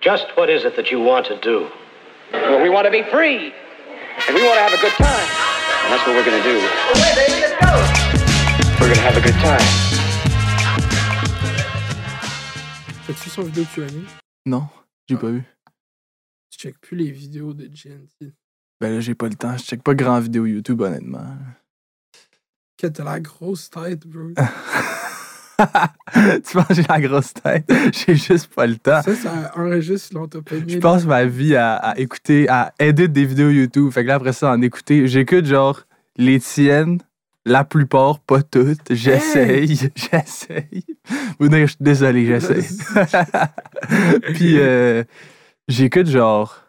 Just what is it that you want to do? Well, we want to be free. And we want to have a good time. And that's what we're going to do. We're going to have a good time. T'as-tu son vidéo QAnon? Non, j'ai pas vu. Tu checkes plus les vidéos de GNT. Ben là, j'ai pas le temps. Je check pas grand vidéo YouTube, honnêtement. Que t'as la grosse tête, bro. tu penses que j'ai la grosse tête? J'ai juste pas le temps. Ça, ça enregistre l'entrepreneur. Je passe ma vie à, à écouter, à éditer des vidéos YouTube. Fait que là, après ça, en écouter, j'écoute genre les tiennes, la plupart, pas toutes. J'essaye, j'essaye. Vous dire, je suis désolé, j'essaye. Puis euh, j'écoute genre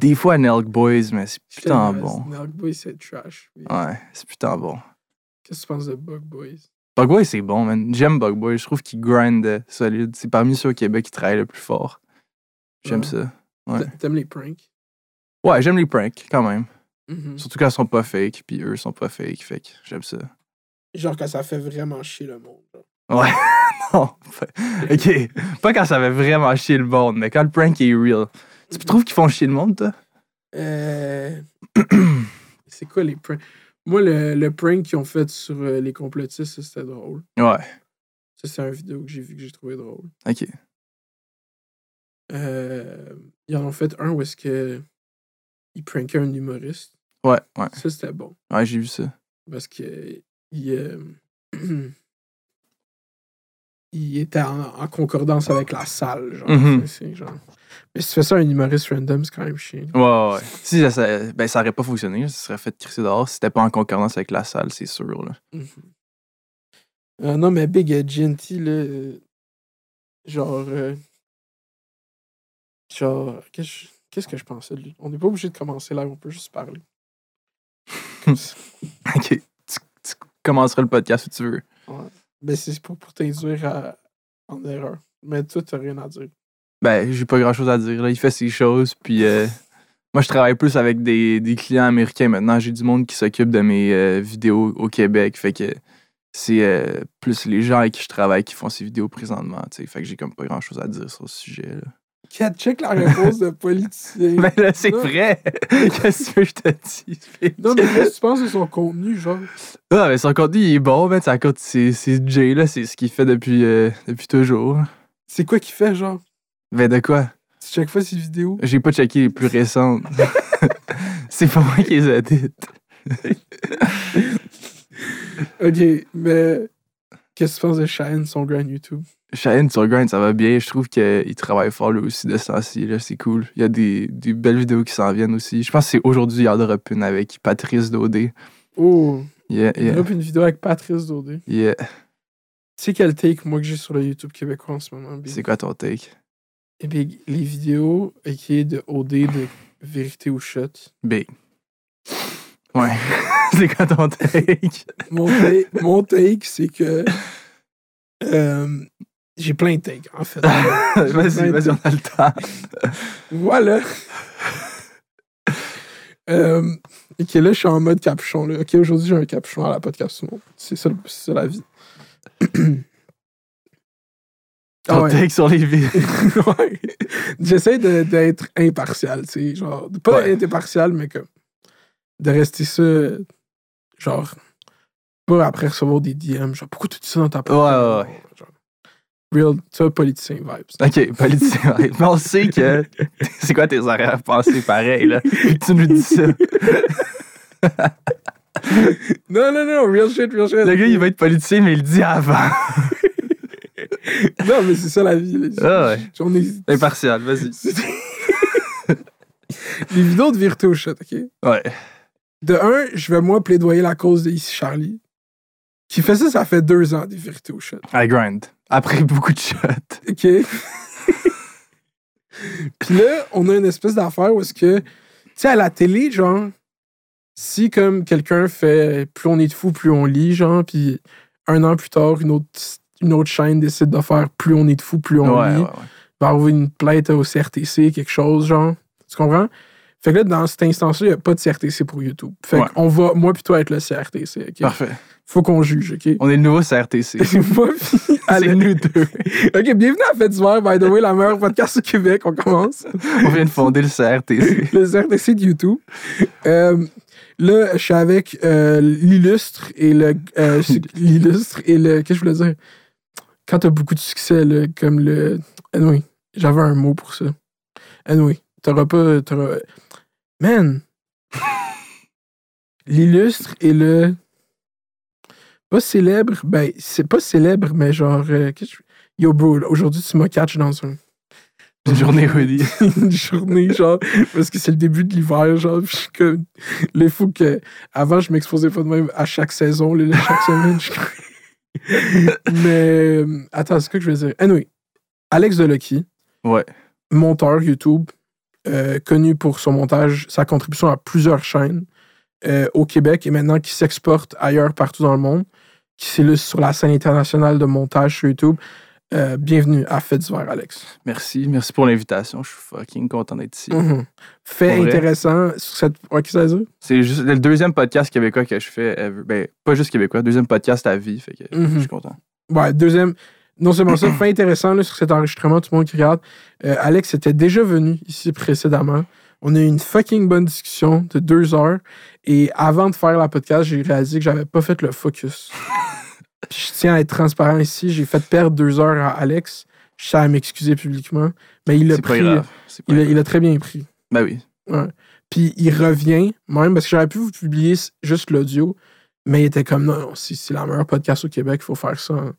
des fois Nelk Boys, mais c'est putain bon. Narc Boys, c'est trash. mais Ouais, c'est putain bon. Qu'est-ce que tu penses de Bug Boys? Bug Boy, c'est bon, man. J'aime Bug Boy. Je trouve qu'il grind euh, solide. C'est parmi ceux au Québec qui travaillent le plus fort. J'aime Ouais. ça. Ouais. T'a- T'aimes les pranks? Ouais, j'aime les pranks quand même. Mhm. Surtout quand ils sont pas fake, puis eux sont pas fake. Fait que j'aime ça. Genre quand ça fait vraiment chier le monde. genre. Ouais, non. fait- Ok. Pas quand ça va vraiment chier le monde, mais quand le prank est real. Mm-hmm. Tu trouves qu'ils font chier le monde, toi? Euh... c'est quoi les pranks? Moi, le, le prank qu'ils ont fait sur euh, les complotistes, ça, c'était drôle. Ouais. Ça, c'est une vidéo que j'ai vue que j'ai trouvé drôle. Ok. Euh, ils en ont fait un où est-ce que ils prankaient un humoriste. Ouais, ouais. Ça, c'était bon. Ouais, j'ai vu ça. Parce que il, euh, il était en, en concordance avec la salle. Genre, Mhm. C'est- c'est genre- Mais si tu fais ça à un humoriste random, c'est quand même chiant. Ouais, ouais, ouais. Si ça, ça- ben, ça aurait pas fonctionné, ça serait fait crisser dehors. C'était pas en concordance avec la salle, c'est sûr, là. Euh, non, mais Big euh, GNT, là, euh, genre. euh, genre, qu'est-ce que je- qu'est-ce que je pensais de lui? On n'est pas obligé de commencer là, on peut juste parler. Comme ça. Ok. Tu, tu commenceras le podcast si tu veux. Ben, c'est pas pour t'induire à- en erreur. Mais toi, t'as rien à dire. Ben, j'ai pas grand chose à dire. Là. Il fait ses choses, puis euh, moi, je travaille plus avec des, des clients américains maintenant. J'ai du monde qui s'occupe de mes euh, vidéos au Québec. Fait que c'est euh, plus les gens avec qui je travaille qui font ces vidéos présentement. tu sais. Fait que j'ai comme pas grand chose à dire sur ce sujet. Là. Cat, check la réponse de politicien. Ben là, c'est Non. vrai! Qu'est-ce que je te dis? Non, mais qu'est-ce que tu penses de son contenu, genre? Ah, mais son contenu, il est bon, mais ça compte, c'est c'est Jay, là. C'est ce qu'il fait depuis, euh, depuis toujours. C'est quoi qu'il fait, genre? Ben, de quoi? Tu chaque fois ses vidéos? J'ai pas checké les plus récentes. c'est pas moi qui les édite. Ok, mais qu'est-ce que tu penses de Shine, son grand YouTube? Shane sur Grind, ça va bien. Je trouve qu'il travaille fort là aussi de ce temps-ci. là, C'est cool. Il y a des, des belles vidéos qui s'en viennent aussi. Je pense que c'est aujourd'hui, il y en aura une avec Patrice Daudé. Oh, Yeah, il yeah, drop une vidéo avec Patrice Daudé. yeah. Tu sais quel take, moi, que j'ai sur le YouTube québécois en ce moment, Big? C'est quoi ton take? Eh bien, les vidéos, ok, de OD, de Vérité ou Shot. Big. Ouais. c'est quoi ton take? mon, ta- mon take, c'est que. euh, j'ai plein de takes, en fait. vas-y, vas-y, on a le temps. voilà. Euh, ok, là, je suis en mode capuchon. Là. Ok, aujourd'hui, j'ai un capuchon à la podcast. tout le monde. C'est ça, le- c'est ça la vie. Ah Ton ouais. take sur les vidéos. Ouais. J'essaie de- d'être impartial, tu sais, genre, de pas Ouais. être impartial, mais comme, de rester ça, genre, pas après recevoir des DM, genre, pourquoi tu dis ça dans ta Ouais, ouais, Genre, Real, tu vois, politicien vibes. Ok, politicien. ouais. Mais on sait que. C'est quoi tes horaires à penser pareil, là? Tu nous dis ça. Non, non, non, real shit, real shit. Le gars, il va être politicien, mais il le dit avant. Non, mais c'est ça la vie. là. Ah ouais. J'en ai- Impartial, vas-y. Les vidéos de Virtu Shot, ok? Ouais. De un, je vais moi plaidoyer la cause de Ici Charlie, qui fait ça, ça fait deux ans, des Virtu Shot. I grind. Après beaucoup de shots. OK. Puis là, on a une espèce d'affaire où est-ce que, tu sais, à la télé, genre, si comme quelqu'un fait plus on est de fou, plus on lit, genre, puis un an plus tard, une autre, une autre chaîne décide de faire plus on est de fou, plus on ouais, lit, ouais, ouais. va avoir une plainte au CRTC, quelque chose, genre. Tu comprends? Fait que là, dans cette instance-là, il n'y a pas de CRTC pour YouTube. Fait Ouais. qu'on va, moi, plutôt être le CRTC. OK? Parfait. Faut qu'on juge, OK? On est le nouveau CRTC. C'est moi, puis C'est Alex. nous deux. OK, bienvenue à Fête d'hiver, by the way, la meilleure podcast au Québec. On commence. On vient de fonder le CRTC. le CRTC de YouTube. Euh, là, je suis avec euh, l'illustre et le. euh, c'est- l'illustre et le. Qu'est-ce que je voulais dire? Quand t'as beaucoup de succès, là, comme le. Anyway, j'avais un mot pour ça. Anyway, t'auras pas. t'auras- Man! l'illustre et le. Pas célèbre, ben, c'est pas célèbre, mais genre. euh, qu'est-ce que je- Yo, bro, là, aujourd'hui, tu m'as catch dans un Une journée Woody. une journée, genre, parce que c'est le début de l'hiver, genre, puis je suis comme, là, il faut que, avant, je m'exposais pas de même à chaque saison, là, là, chaque semaine, je Mais, euh, attends, c'est quoi que je veux dire? Anyway, Alex Delucky, Ouais. monteur YouTube, euh, connu pour son montage, sa contribution à plusieurs chaînes euh, au Québec et maintenant qui s'exporte ailleurs partout dans le monde, qui s'illustre sur la scène internationale de montage sur YouTube. Euh, bienvenue à Fait d'hiver, Alex. Merci. Merci pour l'invitation. Je suis fucking content d'être ici. Mhm. Fait Pour vrai. intéressant sur cette. Ouais, qu'est-ce que ça veut dire? C'est juste le deuxième podcast québécois que je fais. ever. Ben, pas juste québécois, deuxième podcast à vie. Fait que je suis content. Ouais, deuxième. Non seulement ça, fait intéressant là, sur cet enregistrement, tout le monde qui regarde. Euh, Alex était déjà venu ici précédemment. On a eu une fucking bonne discussion de deux heures. Et avant de faire la podcast, j'ai réalisé que j'avais pas fait le focus. Puis je tiens à être transparent ici. J'ai fait perdre deux heures à Alex. Je tiens à m'excuser publiquement. Mais il a C'est pas pris. grave. C'est pas Il a- grave. il a très bien pris. Ben oui. Puis il revient, même, parce que j'aurais pu vous publier s- juste l'audio, mais il était comme non, non, si c'est la meilleure podcast au Québec, il faut faire ça en, en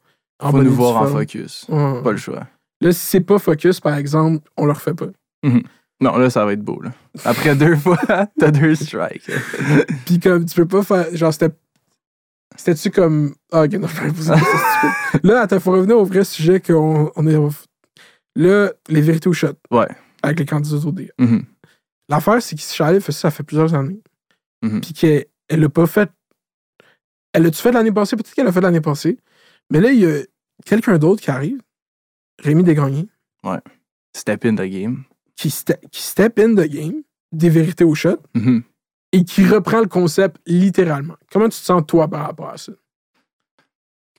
Faut bonne et nous due voir en forme. focus. Ouais. Pas le choix. Là, si c'est pas focus, par exemple, on le refait pas. Non, là, ça va être beau. Là. Après deux fois, t'as deux strikes. Puis comme tu peux pas faire. Genre, c'était. C'était-tu comme. Ah, ok, non, je vais vous dire ça, c'est stupide. Là, attends, faut revenir au vrai sujet qu'on on est. Là, les vérités au shot Ouais. avec les candidats au dé. Mhm. L'affaire, c'est que Charlie fait ça, ça fait plusieurs années. Mhm. Puis qu'elle elle l'a pas fait. Elle l'a-tu fait l'année passée? Peut-être qu'elle l'a fait l'année passée. Mais là, il y a quelqu'un d'autre qui arrive, Rémi Desgagnés, Step in the game. qui, ste- qui step in the game, des vérités au shot, Mhm. et qui reprend le concept littéralement. Comment tu te sens, toi, par rapport à ça?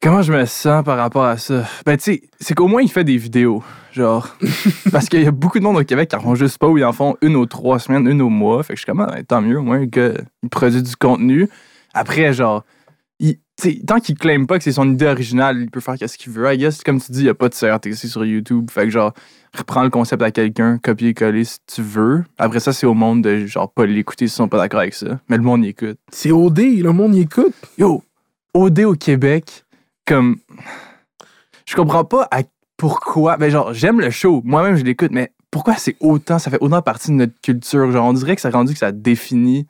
Comment je me sens par rapport à ça? Ben, tu sais, c'est qu'au moins, il fait des vidéos. Genre, parce qu'il y a beaucoup de monde au Québec qui en font juste pas ou ils en font une aux trois semaines, une au mois. Fait que je suis comme, ah, ben, tant mieux, au moins, le gars, il produit du contenu. Après, genre, il, tu sais, tant qu'il claim pas que c'est son idée originale, il peut faire ce qu'il veut. I guess, comme tu dis, il n'y a pas de CRTC sur YouTube. Fait que, genre, reprends le concept à quelqu'un, copier-coller si tu veux. Après ça, c'est au monde de, genre, pas l'écouter s'ils sont pas d'accord avec ça. Mais le monde y écoute. C'est OD, le monde y écoute. Yo, OD au Québec, comme. Je comprends pas à- pourquoi. Ben, genre, j'aime le show. Moi-même, je l'écoute, mais pourquoi c'est autant. Ça fait autant partie de notre culture. Genre, on dirait que ça a rendu que ça définit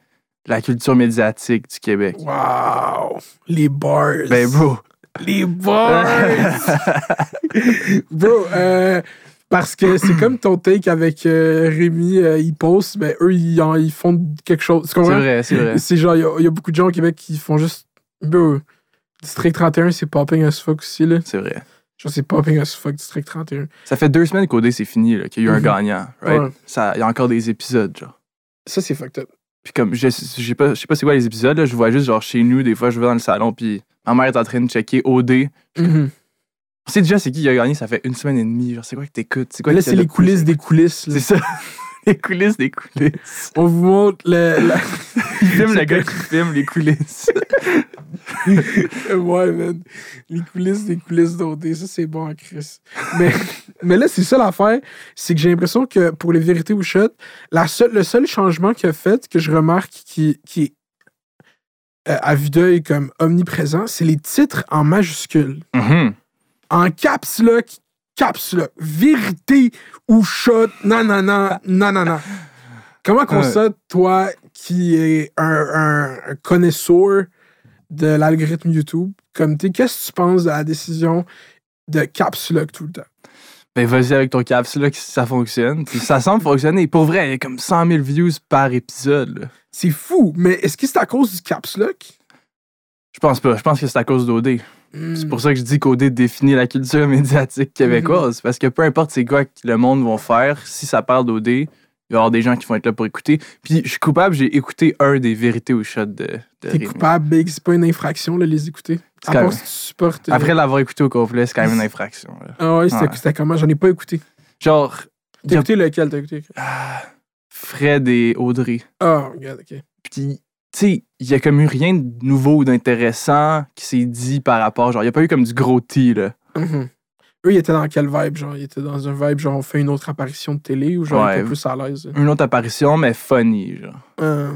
la culture médiatique du Québec. Wow! Les bars! Ben, bro. Les bars! Bro, euh, parce que c'est comme ton take avec euh, Rémi, euh, ils postent, ben eux, ils, en- ils font quelque chose. Tu c'est comprends? vrai, c'est vrai. C'est genre, il y a- il y, a beaucoup de gens au Québec qui font juste. Bro, District 31, c'est popping as fuck aussi, là. C'est vrai. Genre, c'est popping as fuck, District 31. Ça fait deux semaines qu'OD, c'est fini, là, qu'il y a eu un Mhm. gagnant, right? Ouais. Ça- Il y a encore des épisodes, genre. Ça, c'est fucked up. Puis comme, je, je sais pas, je sais pas c'est quoi les épisodes, là, je vois juste genre chez nous, des fois je vais dans le salon, puis ma mère est en train de checker OD. Mm-hmm. Mhm. On sait déjà c'est qui qui a gagné, ça fait une semaine et demie. Genre, c'est quoi que t'écoutes? C'est quoi Là, que t'as c'est le les plus coulisses écouté? des coulisses. là. C'est ça. les coulisses des coulisses. On vous montre le. la- Il filme C'est le gars qui filme les coulisses. ouais, man. Les coulisses des coulisses d'OD, ça, c'est bon, Chris. Mais, mais là, c'est ça l'affaire. C'est que j'ai l'impression que pour les vérités ou shot, la seule, le seul changement qu'il a fait, que je remarque qui, qui est euh, à vue d'œil comme omniprésent, c'est les titres en majuscules. Mhm. En caps lock, caps lock. Vérité ou shot, nanana, nanana. Comment qu'on Ouais. ça, toi, qui es un, un- un connaisseur de l'algorithme YouTube, comme t'es, qu'est-ce que tu penses de la décision de caps lock tout le temps? Ben vas-y avec ton caps là, que ça fonctionne. Puis ça semble fonctionner. Pour vrai, il y a comme 100 000 views par épisode. là. C'est fou, mais est-ce que c'est à cause du caps lock? Je pense pas. Je pense que c'est à cause d'OD. C'est pour ça que je dis qu'OD définit la Mhm. culture médiatique québécoise. Parce que peu importe c'est quoi que le monde va faire, si ça parle d'OD, Il va y avoir des gens qui vont être là pour écouter. Puis je suis coupable, j'ai écouté un des vérités ou shots de, de T'es Rime. coupable, Big. C'est pas une infraction, là, les écouter. C'est À quand part même- si tu supportes. euh, Après l'avoir écouté au complet, c'est quand même une infraction. là. Ah ouais, c'était Ouais. c'était comment J'en ai pas écouté. Genre, T'as Yep. écouté lequel T'as écouté Fred et Audrey. Ah, regarde, ok. Puis, tu sais, il y a comme eu rien de nouveau ou d'intéressant qui s'est dit par rapport. Genre, il n'y a pas eu comme du gros T, là. Mhm. Eux, ils étaient dans quel vibe Genre, ils étaient dans un vibe genre on fait une autre apparition de télé ou genre ils Ouais. étaient plus à l'aise. là? Une autre apparition, mais funny, genre. Euh,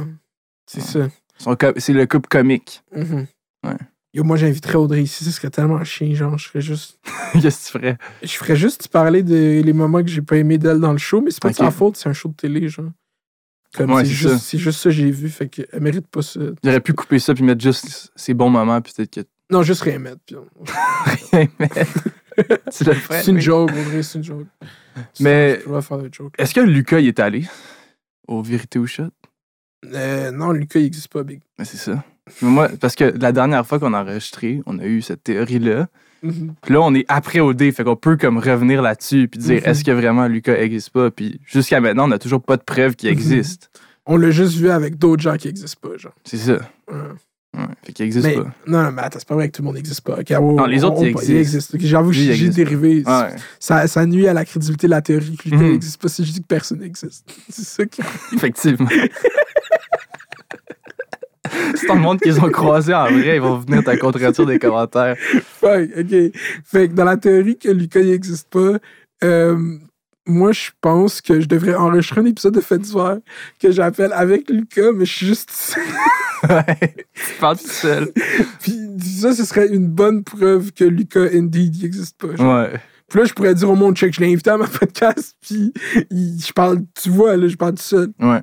c'est ça. Ils sont co- C'est le couple comique. Mhm. Ouais. Yo, moi, j'inviterais Audrey ici, ce serait tellement chiant. Genre, je ferais juste. Qu'est-ce que tu ferais? Je ferais juste parler des les moments que j'ai pas aimé d'elle dans le show, mais c'est pas de Ok. sa faute, c'est un show de télé, genre. Comme Ouais, c'est c'est juste, ça. c'est juste ça que j'ai vu, fait qu'elle mérite pas ça. J'aurais pu couper ça puis mettre juste ces bons moments, puis peut-être que Non, juste rien mettre. puis on- rien, mais tu le ferais. C'est une oui. joke, Audrey, c'est une joke. Tu- Mais- Tu dois faire des jokes. Est-ce que Lucas il est allé au Vérité ou Shot? Euh, non, Lucas, il existe pas, Big. Ben, c'est ça. Mais moi, parce que la dernière fois qu'on a enregistré, on a eu cette théorie-là. Mhm. Puis là, on est après au dé, fait qu'on peut comme revenir là-dessus puis dire Mhm. est-ce que vraiment Lucas existe pas? Puis jusqu'à maintenant, on n'a toujours pas de preuve qu'il Mhm. existe. On l'a juste vu avec d'autres gens qui existent pas, genre. C'est ça. Ouais. Ouais. Fait qu'il existe Mais- pas. Non, non, mais attends, c'est pas vrai que tout le monde n'existe pas. ok? On- Non, les autres, on- ils on- existent. Ok, J'avoue que Lui, il j'ai existe. dérivé. Ouais. Ça, ça nuit à la crédibilité de la théorie que Lucas Mhm. n'existe pas si je dis que personne n'existe. C'est ça qui. Effectivement. C'est tout le monde qu'ils ont croisé en vrai, ils vont venir ta contre des commentaires. Fuck, ok. Fait que dans la théorie que Lucas n'existe pas, euh, moi, je pense que je devrais enregistrer un épisode de Fait d'hiver que j'appelle avec Lucas, mais je suis juste ici. Ouais. Tu parles tout seul. Puis ça, ce serait une bonne preuve que Lucas, indeed, il n'existe pas. genre. Ouais. Puis là, je pourrais dire au monde, check, je l'ai invité à ma podcast, puis il- je parle, tu vois, là, je parle tout seul. Ouais.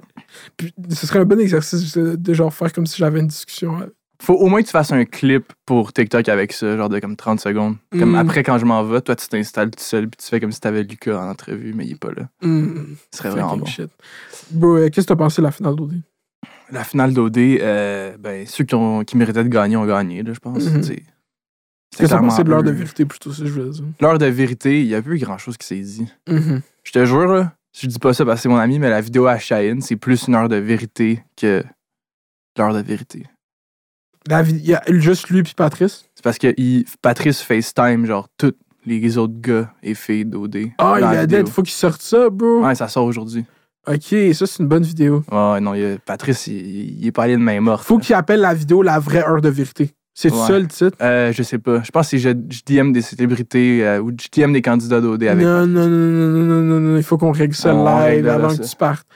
Puis ce serait un bon exercice euh, de genre faire comme si j'avais une discussion. euh. Faut au moins que tu fasses un clip pour TikTok avec ça, genre de comme 30 secondes. Comme Mm. après, quand je m'en vais, toi, tu t'installes tout seul puis tu fais comme si t'avais Lucas en entrevue, mais il est pas là. Hmm, Ce serait vraiment fucking bon. shit. Bro, euh, qu'est-ce que t'as pensé de la finale d'OD? La finale d'OD, euh, ben, ceux qui, ont, qui méritaient de gagner ont gagné, là, je pense. Mhm. tu sais. Qu'est-ce que C'est t'as clairement pensé de l'heure de eux. vérité plutôt, si je veux dire? L'heure de vérité, il y a plus grand chose qui s'est dit. Mhm. Je te jure, là, je dis pas ça parce que c'est mon ami, mais la vidéo à Cheyenne, c'est plus une heure de vérité que l'heure de vérité. La vie- Il y a juste lui puis Patrice. C'est parce que il- Patrice FaceTime, genre, tous les autres gars et filles d'OD. Ah, il dans y la a vidéo. dead, faut qu'il sorte ça, bro. Ouais, ça sort aujourd'hui. Ok, ça, c'est une bonne vidéo. Ouais, ouais, non, il y a- Patrice, il, il est pas allé de main morte. Faut qu'il appelle la vidéo la vraie heure de vérité. C'est Ouais. ça le titre? Euh, je sais pas. Je pense que c'est je, je DM des célébrités euh, ou je DM des candidats d'OD avec. Non, non, non, non, non, non, non, non, il faut qu'on règle ça On live réglera avant ça. que tu partes.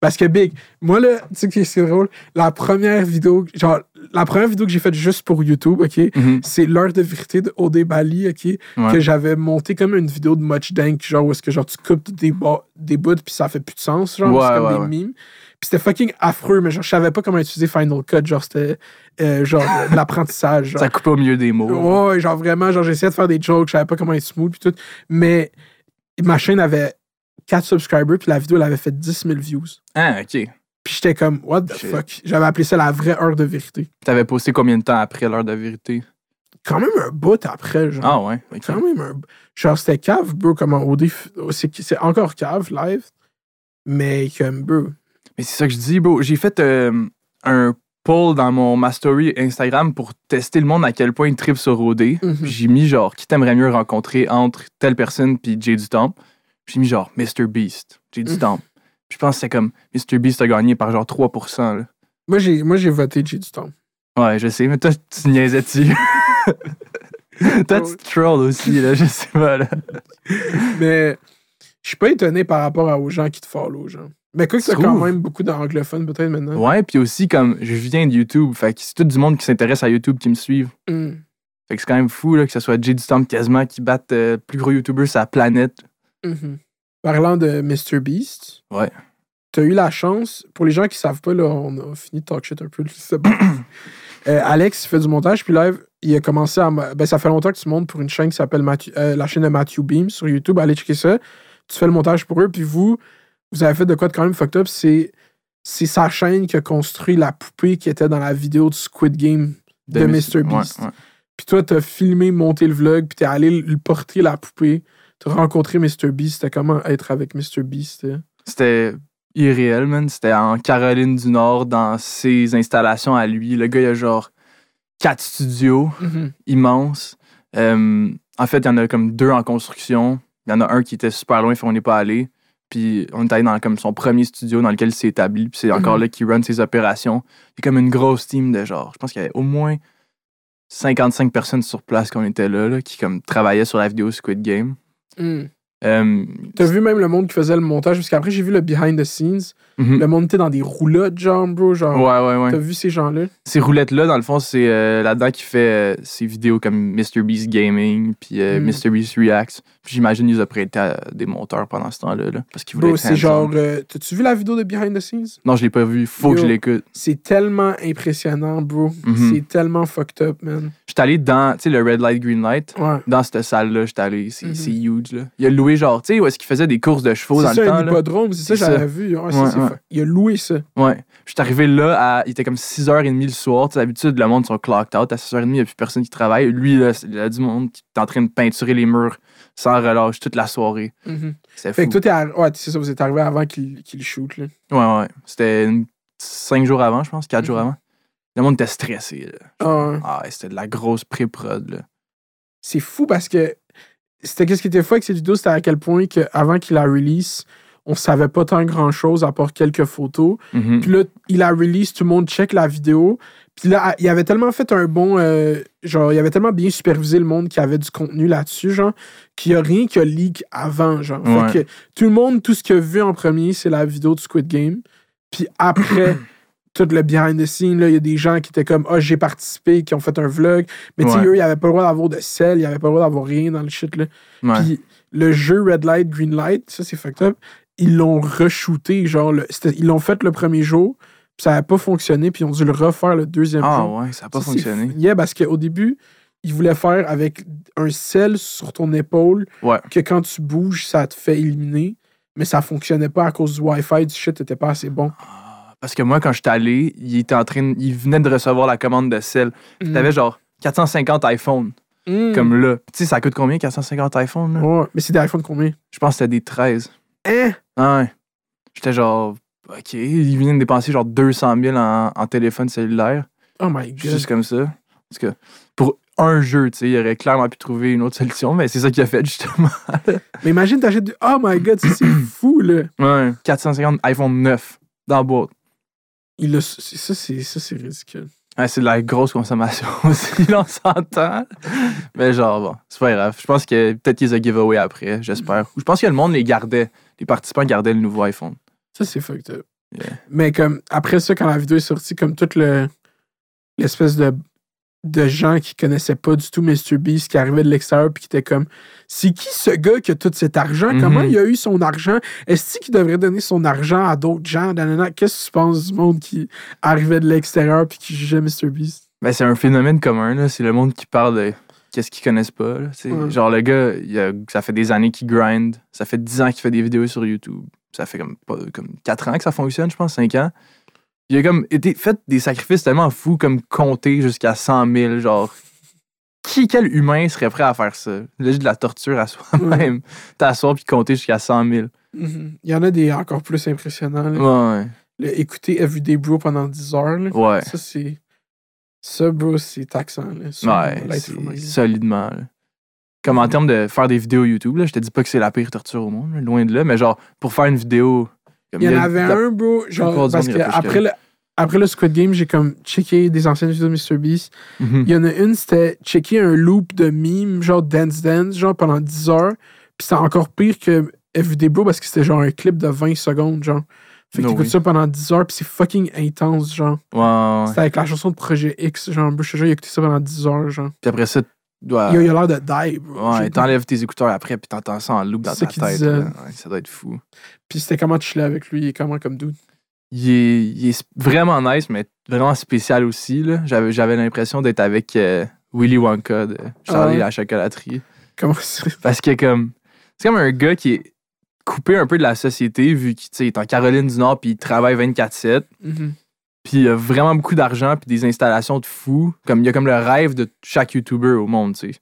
Parce que, Big, moi, là, tu sais, qu'est-ce qui est drôle? La première vidéo, genre, la première vidéo que j'ai faite juste pour YouTube, OK? Mhm. C'est l'heure de vérité de OD Bali, OK? Ouais. Que j'avais monté comme une vidéo de Much Dank, genre, où est-ce que, genre, tu coupes des, bo- des bouts, puis ça fait plus de sens, genre, Ouais, c'est comme ouais, des ouais. mimes. Puis c'était fucking affreux, mais genre, je savais pas comment utiliser Final Cut, genre, c'était, euh, genre, de l'apprentissage, genre. Ça coupe au milieu des mots. Ouais, genre vraiment, genre j'essayais de faire des jokes, je savais pas comment être smooth puis tout. Mais ma chaîne avait 4 subscribers puis la vidéo elle avait fait 10 000 views. Ah, ok. Puis j'étais comme what the Shit. fuck. J'avais appelé ça la vraie heure de vérité. T'avais posté combien de temps après l'heure de vérité? Quand même un bout après genre. Ah, ouais. ok. Quand même un genre c'était cave bro comment OD f- c'est c'est encore cave live mais comme bro. Mais c'est ça que je dis, bro. J'ai fait euh, un poll dans mon ma story Instagram pour tester le monde à quel point il tripe sur OD. Mhm. Puis J'ai mis genre qui t'aimerais mieux rencontrer entre telle personne puis Jay du Temple. Puis J'ai mis genre Mr Beast, Jay du Mhm. Temple. Puis Je pense que c'est comme Mr Beast a gagné par genre 3%. Là. Moi j'ai moi j'ai voté J du temps. Ouais, je sais, mais toi tu niaisais dessus. toi tu troll aussi là, je sais pas là. mais je suis pas étonné par rapport à- aux gens qui te follow genre. Mais quoi que Tu t'as quand trouves? même beaucoup d'anglophones peut-être maintenant. Ouais, puis aussi comme je viens de YouTube, fait que c'est tout du monde qui s'intéresse à YouTube qui me suivent. Mm. Fait que c'est quand même fou là, que ce soit Jay du Temple quasiment qui batte euh, le plus gros YouTuber sur la planète. Mhm. Parlant de Mr. Beast. Ouais. T'as eu la chance, pour les gens qui savent pas, là, on a fini de talk shit un peu. c'est bon. Euh, Alex fait du montage, puis live, il a commencé à. ma- Ben, ça fait longtemps que tu montes pour une chaîne qui s'appelle Mathieu- euh, la chaîne de Matthew Beam sur YouTube. Allez checker ça. Tu fais le montage pour eux, puis vous, vous avez fait de quoi de quand même fucked up. C'est, c'est sa chaîne qui a construit la poupée qui était dans la vidéo du Squid Game. De Mr. Beast. Ouais, ouais. Puis toi, t'as filmé, monté le vlog, puis t'es allé le porter la poupée. T'as rencontré Mr. Beast. C'était comment être avec Mr. Beast? euh? C'était irréel, man. C'était en Caroline du Nord, dans ses installations à lui. Le gars, il a genre quatre studios Mhm. immenses. Euh, en fait, il y en a comme deux en construction. Il y en a un qui était super loin, fait on n'est pas allé. Puis on est allé dans comme son premier studio dans lequel il s'est établi. Puis c'est encore Mhm. là qu'il run ses opérations. C'est comme une grosse team de genre. Je pense qu'il y avait au moins 55 personnes sur place qu'on était là, là, qui comme travaillaient sur la vidéo Squid Game. Mm. Euh, T'as vu même le monde qui faisait le montage, parce qu'après, j'ai vu le behind the scenes. mhm. Le monde était dans des roulottes, genre, bro. Genre, Ouais, ouais, ouais. t'as vu ces gens-là? ces roulettes-là, dans le fond, c'est euh, là-dedans qu'il fait euh, ses vidéos comme MrBeast Gaming, puis euh, Mm. MrBeast Reacts. Puis j'imagine qu'ils ont prêté à des monteurs pendant ce temps-là, là, parce qu'ils voulaient Bro, être c'est hands-on. genre. euh, T'as-tu vu la vidéo de behind the scenes? Non, je l'ai pas vu. Faut que Yo. je l'écoute. C'est tellement impressionnant, bro. Mhm. C'est tellement fucked up, man. J'étais allé dans, tu sais, le Red Light, Green Light. Ouais. Dans cette salle-là, j'étais allé. C'est Mhm. c'est huge, là. Il a loué, genre, tu sais, où est-ce qu'il faisait des courses de chevaux dans C'est ça, le temps, un là. hippodrome, c'est ça, C'est ça. j'avais vu. Ouais, c'est- Ouais, c'est ouais. fuck. Il a loué ça. Ouais. J'étais arrivé là, à, il était comme 6h30 le soir. Tu sais, d'habitude, le monde sont clocked out. À 6h30, il n'y a plus personne qui travaille. Lui, là, il y a du monde qui est en train de peinturer les murs sans relâche toute la soirée. Mhm. C'était fou. Fait que toi, t'es arri- ouais, c'est ça, vous êtes arrivé avant qu'il qu'il shoot, là. Ouais, ouais. C'était une- cinq jours avant, je pense, quatre Mhm. jours avant. Le monde était stressé. Là. Ah, ouais. Ah, ouais, c'était de la grosse pré-prod. là. c'est fou parce que c'était qu'est-ce qui était fou avec cette vidéo, c'était à quel point que avant qu'il la release, on savait pas tant grand chose à part quelques photos. Mhm. Puis là, il a release, tout le monde check la vidéo. Puis là, il avait tellement fait un bon. euh, genre, il avait tellement bien supervisé le monde qui avait du contenu là-dessus, genre, qu'il n'y a rien que leak avant, genre. Fait que tout le monde, tout ce qu'il a vu en premier, c'est la vidéo du Squid Game. Puis après. Tout le behind the scenes, là, il y a des gens qui étaient comme Ah, j'ai participé, qui ont fait un vlog. Mais tu sais, Ouais. eux, ils n'avaient pas le droit d'avoir de sel, ils n'avaient pas le droit d'avoir rien dans le shit. Là. Ouais. Puis le jeu Red Light, Green Light, ça c'est fucked up. Ils l'ont re-shooté, genre, le- c'était- ils l'ont fait le premier jour, puis ça n'a pas fonctionné, puis ils ont dû le refaire le deuxième Ah, jour. ouais, ça n'a pas euh, Ça, c'est fonctionné. fou. Yeah, parce qu'au début, ils voulaient faire avec un sel sur ton épaule, Ouais. que quand tu bouges, ça te fait éliminer, mais ça fonctionnait pas à cause du Wi-Fi, du shit, t'étais pas assez bon. Ah, Parce que moi, quand je suis allé, il, était en train, il venait de recevoir la commande de sel. Mm. T'avais genre 450 iPhones, Mm. comme là. Tu sais, ça coûte combien, 450 iPhones? là? Ouais, mais c'est des iPhones combien Je pense que c'était des 13. Hein Ah, ouais. J'étais genre, OK, il venait de dépenser genre 200 000 en- en téléphone cellulaire. Oh my Puis god. Juste comme ça. Parce que pour un jeu, tu sais, il aurait clairement pu trouver une autre solution, mais c'est ça qu'il a fait, justement. Mais imagine, t'achètes du. Oh my god, ça, c'est fou, là. Ouais. 450 iPhone 9 dans la boîte. Il l'a- c'est- ça, c'est ça, c'est ridicule. Ouais, c'est de la grosse consommation aussi, on s'entend. Mais genre, bon, c'est pas grave. Je pense que peut-être qu'ils ont giveaway après, j'espère. Ou je pense que le monde les gardait. Les participants gardaient le nouveau iPhone. Ça, c'est fucked up. Yeah. Mais comme après ça, quand la vidéo est sortie, comme toute le l'espèce de de gens qui connaissaient pas du tout Mr. Beast, qui arrivaient de l'extérieur puis qui étaient comme C'est qui ce gars qui a tout cet argent? Mhm. Comment il a eu son argent? Est-ce qu'il devrait donner son argent à d'autres gens? Nanana. Qu'est-ce que tu penses du monde qui arrivait de l'extérieur puis qui jugeait Mr. Beast? Ben, c'est un phénomène commun, là. C'est le monde qui parle de qu'est-ce qu'ils connaissent pas. là. C'est Ouais. Genre, le gars, il a- ça fait des années qu'il grind. Ça fait 10 ans qu'il fait des vidéos sur YouTube. Ça fait comme, pas, comme 4 ans que ça fonctionne, je pense, 5 ans. Il a comme été, fait des sacrifices tellement fous, comme compter jusqu'à 100 000. Genre, qui, quel humain serait prêt à faire ça? Là, j'ai de la torture à soi-même. T'asseoir puis compter jusqu'à 100 000. Mhm. Il y en a des encore plus impressionnants. là. Ouais, Le écouter Everyday Bro pendant 10 heures. là. ouais. Ça, c'est. Ça, bro, c'est taxant. Là. Ça, Ouais, l'être humain, là. c'est solidement. là. Comme en termes de faire des vidéos YouTube, là, je te dis pas que c'est la pire torture au monde, là, loin de là, mais genre, pour faire une vidéo. comme Il y en a- avait la- un, bro. plupart Genre, du parce monde, que il y a plus après que- le, après le Squid Game, j'ai comme checké des anciennes vidéos de MrBeast. Mhm. Il y en a une, c'était checker un loop de mime, genre Dance Dance, genre pendant 10 heures. Puis c'était encore pire que FVD Bro parce que c'était genre un clip de 20 secondes, genre. Fait que No t'écoutes way. ça pendant 10 heures, puis c'est fucking intense, genre. Ouais, ouais, ouais. C'était avec la chanson de Projet X, genre, bro, je te jure, il a écouté ça pendant 10 heures, genre. Puis après ça, tu dois- Il a- il a l'air de die, bro. Ah. ouais, J'ai- t'enlèves tes écouteurs après, puis t'entends ça en loop dans C'est ça ta qu'il tête. disait. là. Ouais, ça doit être fou. Puis c'était comment chiller avec lui, et comment comme dude. Il est, il est vraiment nice, mais vraiment spécial aussi. là. J'avais j'avais l'impression d'être avec euh, Willy Wonka de Charlie Ah ouais. la chocolaterie. Comment c'est. Parce que comme c'est comme un gars qui est coupé un peu de la société vu qu'il tu sais, il est en Caroline du Nord puis il travaille 24/7 Mhm. puis il a vraiment beaucoup d'argent puis des installations de fou comme il y a comme le rêve de chaque YouTuber au monde tu sais.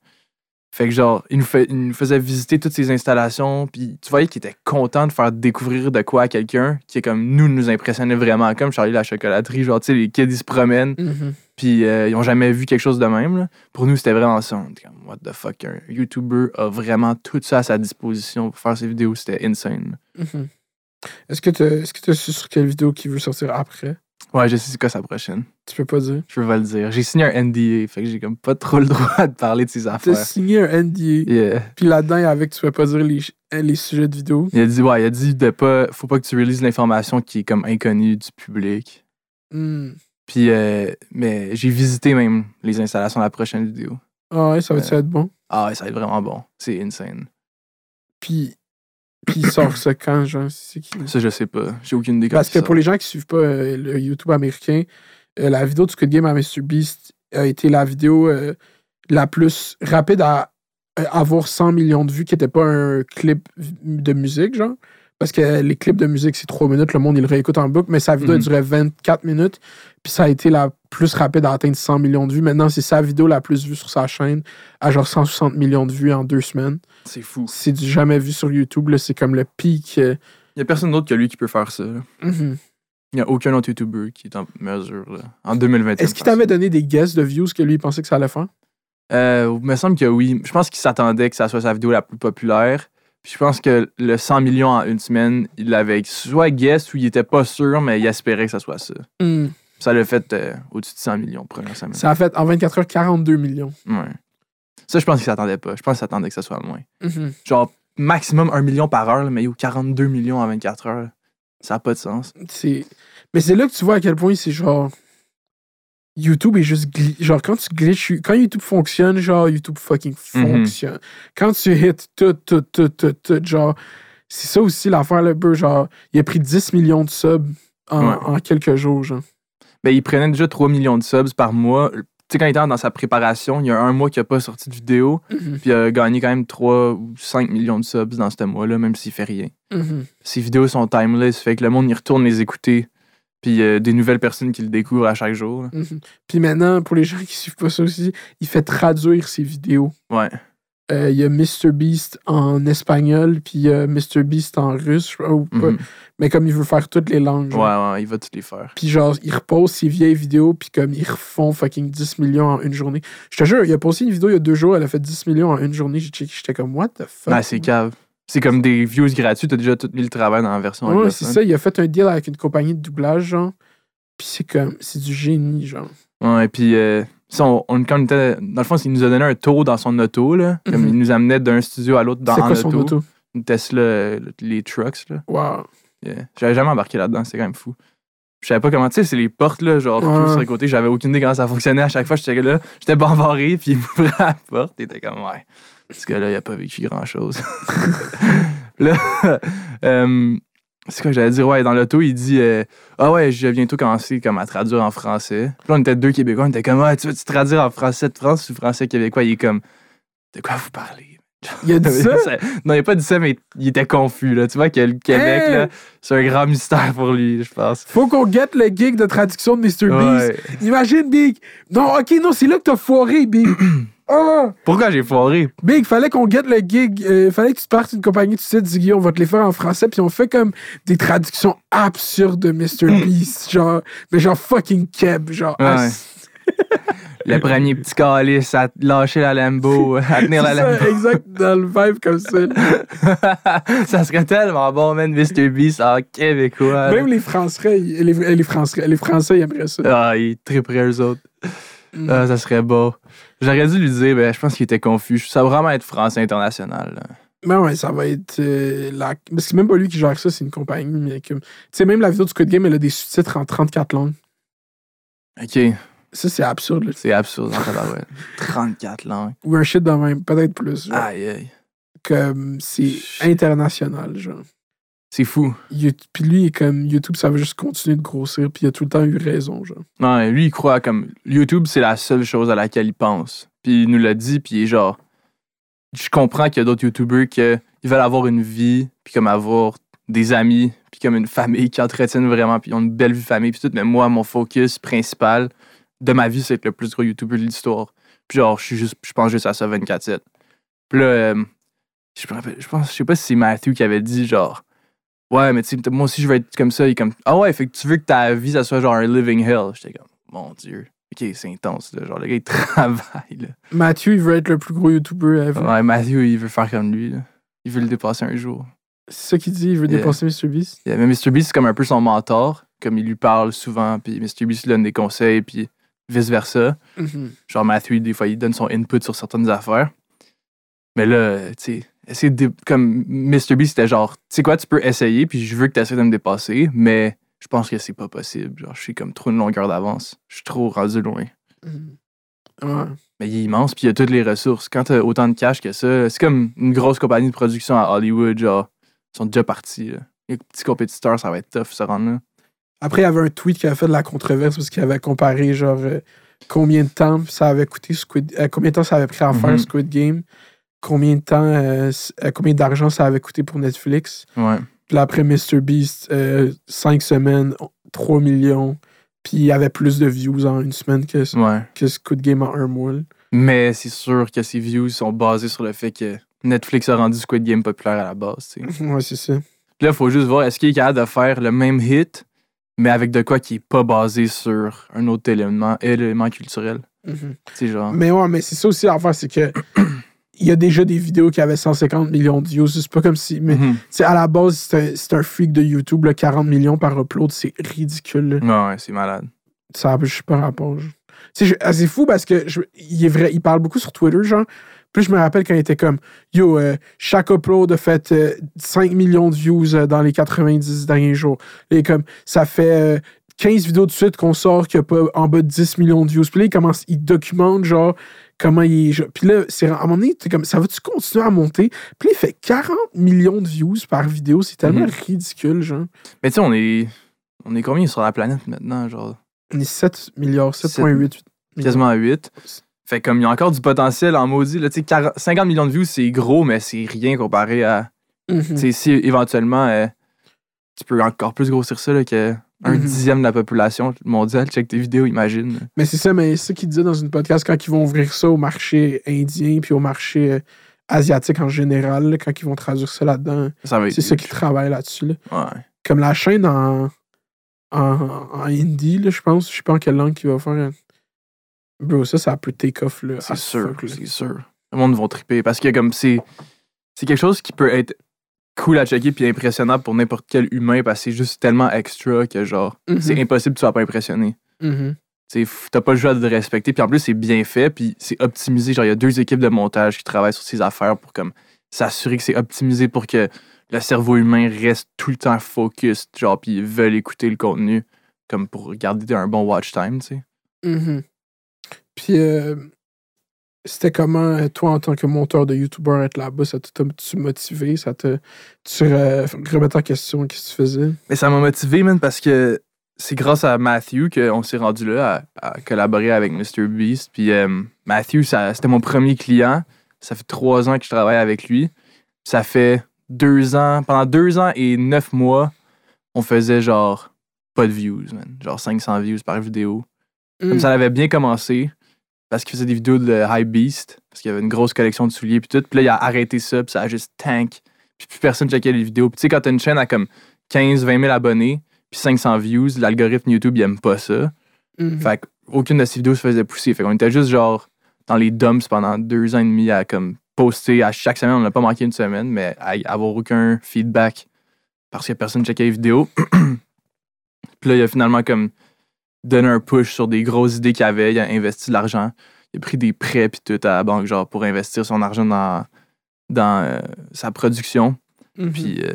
Fait que genre, il nous, fait, il nous faisait visiter toutes ces installations, puis tu voyais qu'il était content de faire découvrir de quoi à quelqu'un qui est comme nous nous impressionnait vraiment, comme Charlie la chocolaterie, genre tu sais les kids ils se promènent, Mhm. puis euh, ils ont jamais vu quelque chose de même. là. Pour nous c'était vraiment ça. On était comme what the fuck, un YouTuber a vraiment tout ça à sa disposition pour faire ses vidéos, c'était insane. Mhm. Est-ce que tu est su sur quelle vidéo qui veut sortir après? Ouais, je sais c'est quoi sa prochaine. Tu peux pas dire. Je veux pas le dire. J'ai signé un NDA, fait que j'ai comme pas trop le droit de parler de ces T'as affaires. signé un NDA, Yeah. puis là-dedans, il y avait que tu peux pas dire les, hein, les sujets de vidéo. Il a dit, ouais, il a dit de pas, faut pas que tu releases l'information qui est comme inconnue du public. Hmm. Puis, euh, mais j'ai visité même les installations de la prochaine vidéo. Ah ouais, ça va-tu être bon? Ah ouais, ça va être vraiment bon. C'est insane. Puis, puis il sort ça quand, genre? C'est qui? Ça, je sais pas. J'ai aucune idée Parce que pour les gens qui suivent pas euh, le YouTube américain, euh, la vidéo du Squid Game à MrBeast a été la vidéo euh, la plus rapide à à avoir 100 millions de vues, qui n'était pas un clip de musique, genre. Parce que euh, les clips de musique, c'est 3 minutes, le monde, il le réécoute en boucle, mais sa vidéo, Mhm. elle durait 24 minutes, puis ça a été la plus rapide à atteindre 100 millions de vues. Maintenant, c'est sa vidéo la plus vue sur sa chaîne, à genre 160 millions de vues en deux semaines. C'est fou. C'est du jamais vu sur YouTube, là, c'est comme le pic. euh, Il y a personne d'autre que lui qui peut faire ça. là. mhm. Il y a aucun autre YouTuber qui est en mesure, là, en 2021. Est-ce qu'il t'avait donné des guesses de views que lui il pensait que ça allait faire? Euh, il me semble que oui. Je pense qu'il s'attendait que ça soit sa vidéo la plus populaire. Puis je pense que le 100 millions en une semaine, il l'avait soit guess ou il était pas sûr, mais il espérait que ça soit ça. Ça l'a fait euh, au-dessus de 100 millions, première semaine. Ça a fait en 24 heures 42 millions. Ouais. Ça, je pense qu'il s'attendait pas. Je pense qu'il s'attendait que ça soit moins. Genre, maximum 1 million par heure, là, mais yo, 42 millions en 24 heures, là. ça n'a pas de sens. C'est- Mais c'est là que tu vois à quel point c'est genre. YouTube est juste. gli- Genre, quand tu glitches. Quand YouTube fonctionne, genre, YouTube fucking fonctionne. Quand tu hits tout, tout, tout, tout, tout, genre. C'est ça aussi l'affaire, le beurre. Genre, il a pris 10 millions de subs en, Ouais. en quelques jours, genre. Ben, il prenait déjà 3 millions de subs par mois. Tu sais, quand il était dans sa préparation, il y a un mois qu'il n'a pas sorti de vidéo, puis il a gagné quand même 3 ou 5 millions de subs dans ce mois-là, même s'il fait rien. Ses vidéos sont timeless, fait que le monde y retourne les écouter, puis euh, des nouvelles personnes qui le découvrent à chaque jour. là. Puis maintenant, pour les gens qui suivent pas ça aussi, il fait traduire ses vidéos. Ouais. Euh, Il y a MrBeast en espagnol, puis il y a MrBeast en russe, je sais pas, ou pas. Mhm. mais comme il veut faire toutes les langues. genre. Ouais, ouais, il va toutes les faire. Puis genre, il repose ses vieilles vidéos, puis comme ils refont fucking 10 millions en une journée. Je te jure, il a posté une vidéo il y a deux jours, elle a fait 10 millions en une journée. J'ai checké, j'étais comme, what the fuck? Ah, c'est cave. C'est comme des views gratuits, t'as déjà tout mis le travail dans la version Ouais, c'est anglophone. ça, il a fait un deal avec une compagnie de doublage, genre. Puis c'est comme, c'est du génie, genre. Ouais, et puis, euh, ça, on, on- quand on était- dans le fond, il nous a donné un tour dans son auto, là. Comme Mhm. il nous amenait d'un studio à l'autre dans C'est en quoi son auto? Une Tesla, euh, les trucks, là. Wow. Yeah. Euh, J'avais jamais embarqué là-dedans, c'est quand même fou. Je savais pas comment, tu sais, c'est les portes, là, genre, Ouais. tout sur les côtés, j'avais aucune idée comment ça fonctionnait. À chaque fois, j'étais là, j'étais bambarré, puis il m'ouvrait la porte, il était comme, ouais, ce gars-là, il a pas vécu grand-chose. là, euh, c'est quoi que j'allais dire? Ouais, dans l'auto, il dit, euh, ah ouais, je vais bientôt commencer comme à traduire en français. Puis là, on était deux Québécois, on était comme, ouais, tu veux-tu traduire en français de France ou français québécois? Il est comme, de quoi vous parlez? Il a dit ça? non, il a pas dit ça, mais il était confus. Là. Tu vois que le Québec, Hey! là, c'est un grand mystère pour lui, je pense. Faut qu'on guette le gig de traduction de MrBeast. Ouais. Imagine, Big. Non, ok, non, c'est là que t'as foiré, Big. Ah! Pourquoi j'ai foiré? Big, fallait qu'on guette le gig. euh, fallait que tu partes une compagnie, tu sais, Ziggy, on va te les faire en français, puis on fait comme des traductions absurdes de Mr. Beast, genre, mais genre fucking keb, genre. Ouais. ah, c'est Le premier petit calice à lâcher la Lambo, à tenir la ça, Lambo. exact, dans le vibe comme ça. ça serait tellement bon, man, Mr. Beast en québécois. là. Même les Français, ils- les, les Français, les Français, ils aimeraient ça. Ah, ils tripperaient eux autres. Ah, ça serait beau. J'aurais dû lui dire, ben, je pense qu'il était confus. Ça va vraiment être français international. là. Mais ouais, ça va être. euh, la... Parce que c'est même pas lui qui gère ça, c'est une compagnie. mais comme- Tu sais, même la vidéo du Code Game, elle a des sous-titres en 34 langues. Ok, Ça, c'est absurde, là. c'est absurde en tabarouette. 34 langues. Ou un shit dans même, peut-être plus. genre. Aïe, aïe. Comme, c'est international, genre. C'est fou. Yout- Puis lui, il est comme YouTube, ça va juste continuer de grossir, puis il a tout le temps eu raison, genre. Non, lui, il croit comme YouTube, c'est la seule chose à laquelle il pense. Puis il nous l'a dit, puis il est genre. Je comprends qu'il y a d'autres YouTubers qui veulent avoir une vie, puis comme avoir des amis, puis comme une famille qui entretiennent vraiment, puis ils ont une belle vie de famille, puis tout. Mais moi, mon focus principal de ma vie, c'est être le plus gros YouTuber de l'histoire. Puis genre, je suis juste, je pense juste à ça 24-7. Puis là, euh, je me rappelle, je pense, je sais pas si c'est Matthew qui avait dit genre, ouais, mais tu sais, peut-être moi aussi je veux être comme ça. Il est comme, ah ouais, fait que tu veux que ta vie, ça soit genre un living hell. J'étais comme, mon Dieu. Ok, c'est intense, là. Genre, le gars, il travaille, là. Mathieu, il veut être le plus gros YouTuber ever. Ouais, Matthew, il veut faire comme lui, là. Il veut le dépasser un jour. C'est ça qu'il dit, il veut Yeah. dépasser MrBeast. Yeah, mais Mr. Beast, c'est comme un peu son mentor. Comme il lui parle souvent, puis Mr. Beast lui donne des conseils, puis vice-versa. Genre, Matthew, des fois, il donne son input sur certaines affaires. Mais là, euh, tu sais, essayer de dé- comme Mr. Beast, c'était genre, tu sais quoi, tu peux essayer, puis je veux que tu essaies de me dépasser, mais je pense que c'est pas possible. Genre, je suis comme trop une longueur d'avance. Je suis trop rendu loin. Mhm. Ouais. Mais il est immense, puis il y a toutes les ressources. Quand t'as autant de cash que ça, c'est comme une grosse compagnie de production à Hollywood, genre, ils sont déjà partis. Là. Les petits compétiteurs, ça va être tough, se rendre là. Après, il y avait un tweet qui avait fait de la controverse parce qu'il avait comparé genre euh, combien de temps ça avait coûté Squid euh, combien de temps ça avait pris à faire Mhm. Squid Game, combien de temps euh, s- euh, combien d'argent ça avait coûté pour Netflix. Ouais. Puis là, après Mr Beast, 5 semaines, 3 millions, puis il y avait plus de views en une semaine que, Ouais. que Squid Game en un mois. là. Mais c'est sûr que ces views sont basées sur le fait que Netflix a rendu Squid Game populaire à la base. tu sais. Ouais, c'est ça. Là, faut juste voir, est-ce qu'il est capable de faire le même hit, mais avec de quoi qui est pas basé sur un autre élément, élément culturel. Mhm. Tu sais, genre. Mais ouais, mais c'est ça aussi l'affaire, c'est que il y a déjà des vidéos qui avaient 150 millions de views. C'est pas comme si. Mais Mhm. Tu sais, à la base, c'est un, c'est un freak de YouTube, là, 40 millions par upload, c'est ridicule. là. Ouais, ouais, c'est malade. Ça a- je suis pas rapport. je- Tu sais, je- ah, c'est fou parce que je- il est vrai, il parle beaucoup sur Twitter, genre. Puis je me rappelle quand il était comme Yo, euh, chaque upload a fait euh, 5 millions de views euh, dans les 90 derniers jours. Et comme ça fait euh, 15 vidéos de suite qu'on sort qui a pas en bas de 10 millions de views. Puis là, il commence, il documente genre comment il. je- Puis là, c'est, à un moment donné, t'es comme ça va-tu continuer à monter? Puis là, il fait 40 millions de views par vidéo. C'est tellement Mhm. ridicule, genre. Mais tu sais, on est, on est combien sur la planète maintenant, genre? On est 7 milliards, 7,8 milliards. quasiment à 8. Fait comme il y a encore du potentiel en maudit. Là, tu sais, 40 50 millions de vues, c'est gros, mais c'est rien comparé à. Mhm. tu sais, Si éventuellement, euh, tu peux encore plus grossir ça là, que un Mhm. dixième de la population mondiale. Check tes vidéos, imagine. Mais c'est ça, mais c'est ça qu'il disait dans une podcast quand ils vont ouvrir ça au marché indien puis au marché euh, asiatique en général, là, quand ils vont traduire ça là-dedans. Ça va être. C'est ça qu'ils travaillent là-dessus. là. Ouais. Comme la chaîne en, en, en hindi, là, je pense, je sais pas en quelle langue qu'ils vont faire. euh, Bro, ça, ça peut take off. là, C'est as sûr. Ah, fuck, là. C'est sûr. Le monde va triper parce que comme c'est. C'est quelque chose qui peut être cool à checker puis impressionnant pour n'importe quel humain parce que c'est juste tellement extra que genre Mhm, c'est impossible que tu sois pas impressionné. mhm. T'sais, f- T'as pas le choix de le respecter. Puis en plus, c'est bien fait. Puis c'est optimisé. Genre, il y a deux équipes de montage qui travaillent sur ces affaires pour comme s'assurer que c'est optimisé pour que le cerveau humain reste tout le temps focus. Genre, puis ils veulent écouter le contenu comme pour garder un bon watch time, tu sais. Mhm. Puis, euh, c'était comment, euh, toi, en tant que monteur de YouTuber, être là-bas, ça t'a-tu motivé? Ça te, tu re- remettais en question qu'est-ce que tu faisais? Mais ça m'a motivé, man, parce que c'est grâce à Matthew qu'on s'est rendu là à, à collaborer avec Mr. Beast. Puis euh, Matthew, ça- c'était mon premier client. Ça fait trois ans que je travaille avec lui. Ça fait deux ans, pendant deux ans et neuf mois, on faisait genre pas de views, man. Genre 500 views par vidéo. Comme Mm. ça, on avait bien commencé parce qu'il faisait des vidéos de High Beast, parce qu'il y avait une grosse collection de souliers, puis tout. Puis là, il a arrêté ça, puis ça a juste tank. Puis plus personne checkait les vidéos. Puis tu sais, quand t'as une chaîne à comme 15, 20 000 abonnés, puis 500 views, l'algorithme YouTube, il aime pas ça. Mhm. Mm. Fait qu'aucune de ces vidéos se faisait pousser. Fait qu'on était juste genre dans les dumps pendant deux ans et demi à comme poster à chaque semaine. On n'a pas manqué une semaine, mais à y avoir aucun feedback parce que personne checkait les vidéos. Puis là, il a finalement comme donné un push sur des grosses idées qu'il avait. Il a investi de l'argent. Il a pris des prêts puis tout à la banque, genre pour investir son argent dans, dans euh, sa production. Mhm. Puis euh,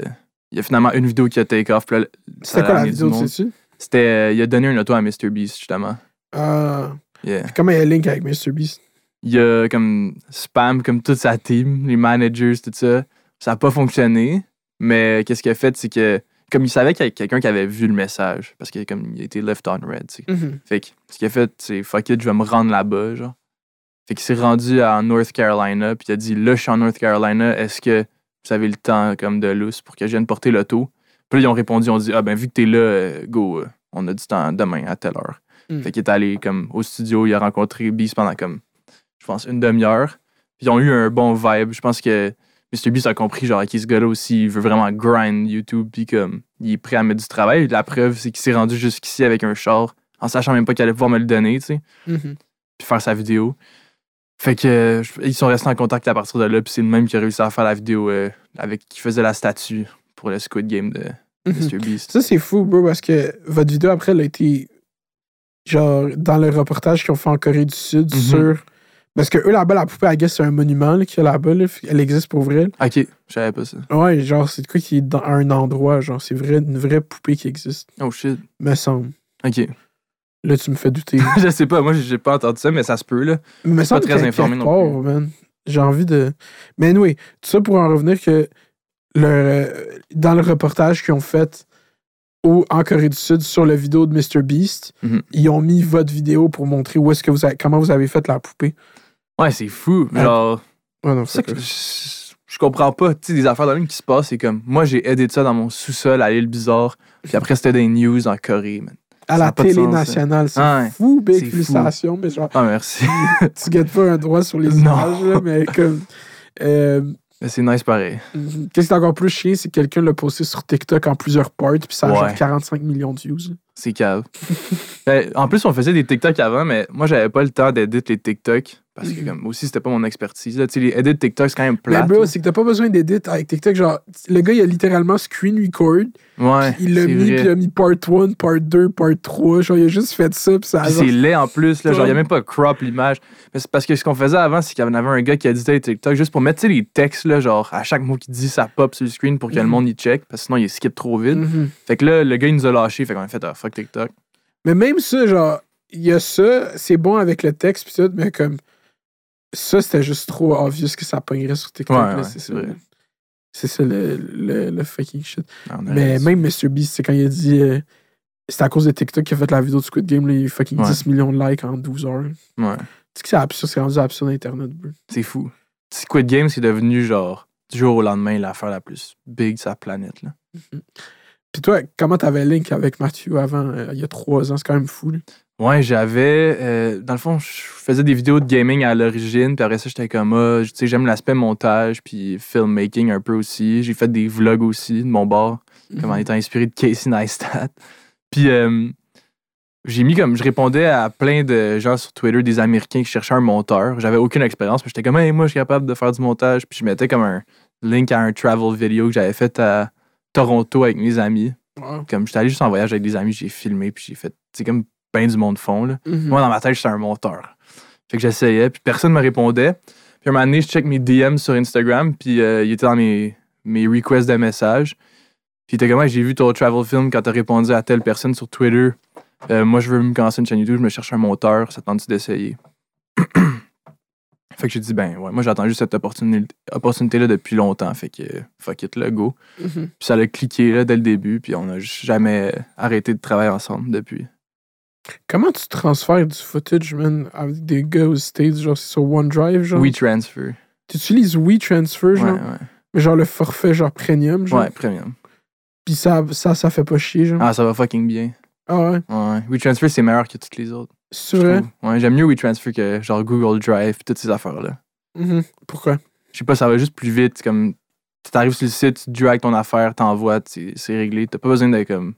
il y a finalement une vidéo qui a take off. Puis là, ça C'était a quoi la amené du vidéo, monde. tu sais-tu? C'était. euh, il a donné un auto à MrBeast, justement. Ah, Yeah. comment il y a link avec MrBeast? il a comme spam comme toute sa team, les managers, tout ça. Ça n'a pas fonctionné, mais qu'est-ce qu'il a fait, c'est que comme il savait qu'il y avait quelqu'un qui avait vu le message, parce que comme il a été left on red, tu sais. Fait que ce qu'il a fait, c'est fuck it, je vais me rendre là-bas, genre. Fait qu'il s'est rendu en North Carolina, puis il a dit là, je suis en North Carolina, est-ce que vous avez le temps comme de lousse pour que je vienne porter l'auto? Puis là, ils ont répondu, on dit ah ben vu que t'es là, euh, go, euh, on a du temps demain à telle heure. Mm. Fait qu'il est allé comme au studio, il a rencontré Beast pendant comme, je pense, une demi-heure. Puis ils ont eu un bon vibe. Je pense que MrBeast a compris, genre, qui ce gars-là aussi, il veut vraiment grind YouTube, puis comme, il est prêt à mettre du travail. La preuve, c'est qu'il s'est rendu jusqu'ici avec un char, en sachant même pas qu'il allait pouvoir me le donner, tu sais, Mhm. puis faire sa vidéo. Fait que, euh, je- ils sont restés en contact à partir de là, puis c'est le même qui a réussi à faire la vidéo euh, avec qui faisait la statue pour le Squid Game de Mhm. MrBeast. Ça, c'est fou, bro, parce que votre vidéo après, elle a été. Genre, dans le reportage qu'ils ont fait en Corée du Sud Mhm. sur. Parce que eux, là-bas, la poupée, I guess, c'est un monument là, qu'il y a là-bas. là. Elle existe pour vrai. Ok, je savais pas ça. Ouais, genre, c'est de quoi qui est dans un endroit. Genre, c'est vrai, une vraie poupée qui existe, Oh shit. me semble. Ok. Là, tu me fais douter. je sais pas, moi, j'ai pas entendu ça, mais ça se peut, là. Mais me suis semble pas très qu'à informé quelque non plus. part, man, J'ai envie de. Mais anyway, tout ça pour en revenir que le, euh, dans le reportage qu'ils ont fait au, en Corée du Sud sur la vidéo de Mr. Beast, Mhm. ils ont mis votre vidéo pour montrer où est-ce que vous avez- comment vous avez fait la poupée. Ouais, c'est fou. Ouais. Genre, Ouais, non, c'est ça c'est que je, je comprends pas. Tu sais, des affaires de même qui se passent, c'est comme, moi, j'ai aidé ça dans mon sous-sol à l'île bizarre, puis après, c'était des news en Corée, man. à ça la a pas de télé sens, ça. nationale. C'est Ouais. fou, big C'est fou. félicitations, mais genre, Ah, merci. tu gagnes pas un droit sur les Non. images, là, mais comme. euh, Mais c'est nice pareil. Qu'est-ce qui est encore plus chiant, c'est que quelqu'un l'a posté sur TikTok en plusieurs parts, puis ça a genre Ouais. 45 millions de views. C'est cave. Ben, en plus, on faisait des TikTok avant, mais moi, j'avais pas le temps d'éditer les TikTok parce que, Mhm. comme, aussi, c'était pas mon expertise. là. Tu sais, les edits TikTok, c'est quand même Mais plat. bro, c'est que t'as pas besoin d'édit avec TikTok. Genre, le gars, il a littéralement screen record. Ouais. il l'a c'est mis, vrai. puis il a mis part 1, part 2, part 3. Genre, il a juste fait ça, puis ça a Puis genre- c'est laid en plus, là, genre, il n'y a Comme- même pas crop l'image. Mais c'est parce que ce qu'on faisait avant, c'est qu'il y en avait un gars qui éditait les TikTok juste pour mettre tu sais, les textes, là, genre, à chaque mot qu'il dit, ça pop sur le screen pour que le Mhm. monde y check, parce que sinon, il skip trop vite. Mhm. Fait que là, le gars, il nous a lâché, fait qu'on a fait un fuck TikTok. Mais même ça, genre, il y a ça, c'est bon avec le texte, puis tout, mais comme. Ça, c'était juste trop obvious que ça pognerait sur TikTok. Ouais, là, ouais, c'est ça. c'est vrai. C'est ça le, le, le fucking shit. Ah, on a Mais réalisé. même Mr. Beast, c'est quand il a dit. euh, c'est à cause de TikTok qu'il a fait la vidéo de Squid Game, là, il y a eu fucking Ouais. 10 millions de likes en 12 heures. Ouais. Tu sais que c'est absurde, c'est rendu absurde Internet, bro. C'est fou. Squid Game, c'est devenu, genre, du jour au lendemain, l'affaire la plus big de sa planète, là. Puis toi, comment t'avais link avec Mathieu avant, euh, il y a trois ans? C'est quand même fou. là. Ouais, j'avais. euh, dans le fond, je faisais des vidéos de gaming à l'origine, puis après ça, j'étais comme, ah, tu sais, j'aime l'aspect montage, puis filmmaking un peu aussi. J'ai fait des vlogs aussi de mon bar, comme Mhm. en étant inspiré de Casey Neistat. Puis euh, j'ai mis comme. Je répondais à plein de gens sur Twitter, des Américains qui cherchaient un monteur. J'avais aucune expérience, mais j'étais comme, hey, moi, je suis capable de faire du montage. Puis je mettais comme un link à un travel video que j'avais fait à Toronto avec mes amis. Wow. Comme j'étais allé juste en voyage avec des amis, j'ai filmé, puis j'ai fait. C'est comme plein du monde fond, là. Mhm. Moi, dans ma tête, j'étais un monteur. Fait que j'essayais, puis personne me répondait. Puis à un moment donné, je check mes DM sur Instagram, puis euh, il était dans mes, mes requests de messages. Puis il était comme, Ouais, j'ai vu ton travel film quand t'as répondu à telle personne sur Twitter. Euh, moi, je veux me commencer une chaîne YouTube, je me cherche un monteur, ça te tente d'essayer. fait que j'ai dit, ben ouais, moi j'attends juste cette opportuni- opportunité-là depuis longtemps. Fait que euh, fuck it, là, go. Mhm. Puis ça l'a cliqué là, dès le début, puis on n'a juste jamais arrêté de travailler ensemble depuis. Comment tu transfères du footage, man, avec des gars aux States, genre c'est sur OneDrive, genre? WeTransfer. Tu utilises WeTransfer, Ouais, genre, ouais. mais genre le forfait, genre premium, genre. Ouais, Mm. premium. Puis ça, ça, ça fait pas chier, genre. Ah, Ah, ça va fucking bien. ouais, Ouais. WeTransfer, c'est meilleur que toutes les autres. c'est je vrai? trouve. Ouais, j'aime mieux WeTransfer que genre Google Drive pis toutes ces affaires-là. Mhm. Pourquoi? Je sais pas, ça va juste plus vite. Comme, t'arrives sur le site, tu drags ton affaire, t'envoies, t'sais, c'est réglé. T'as pas besoin de comme.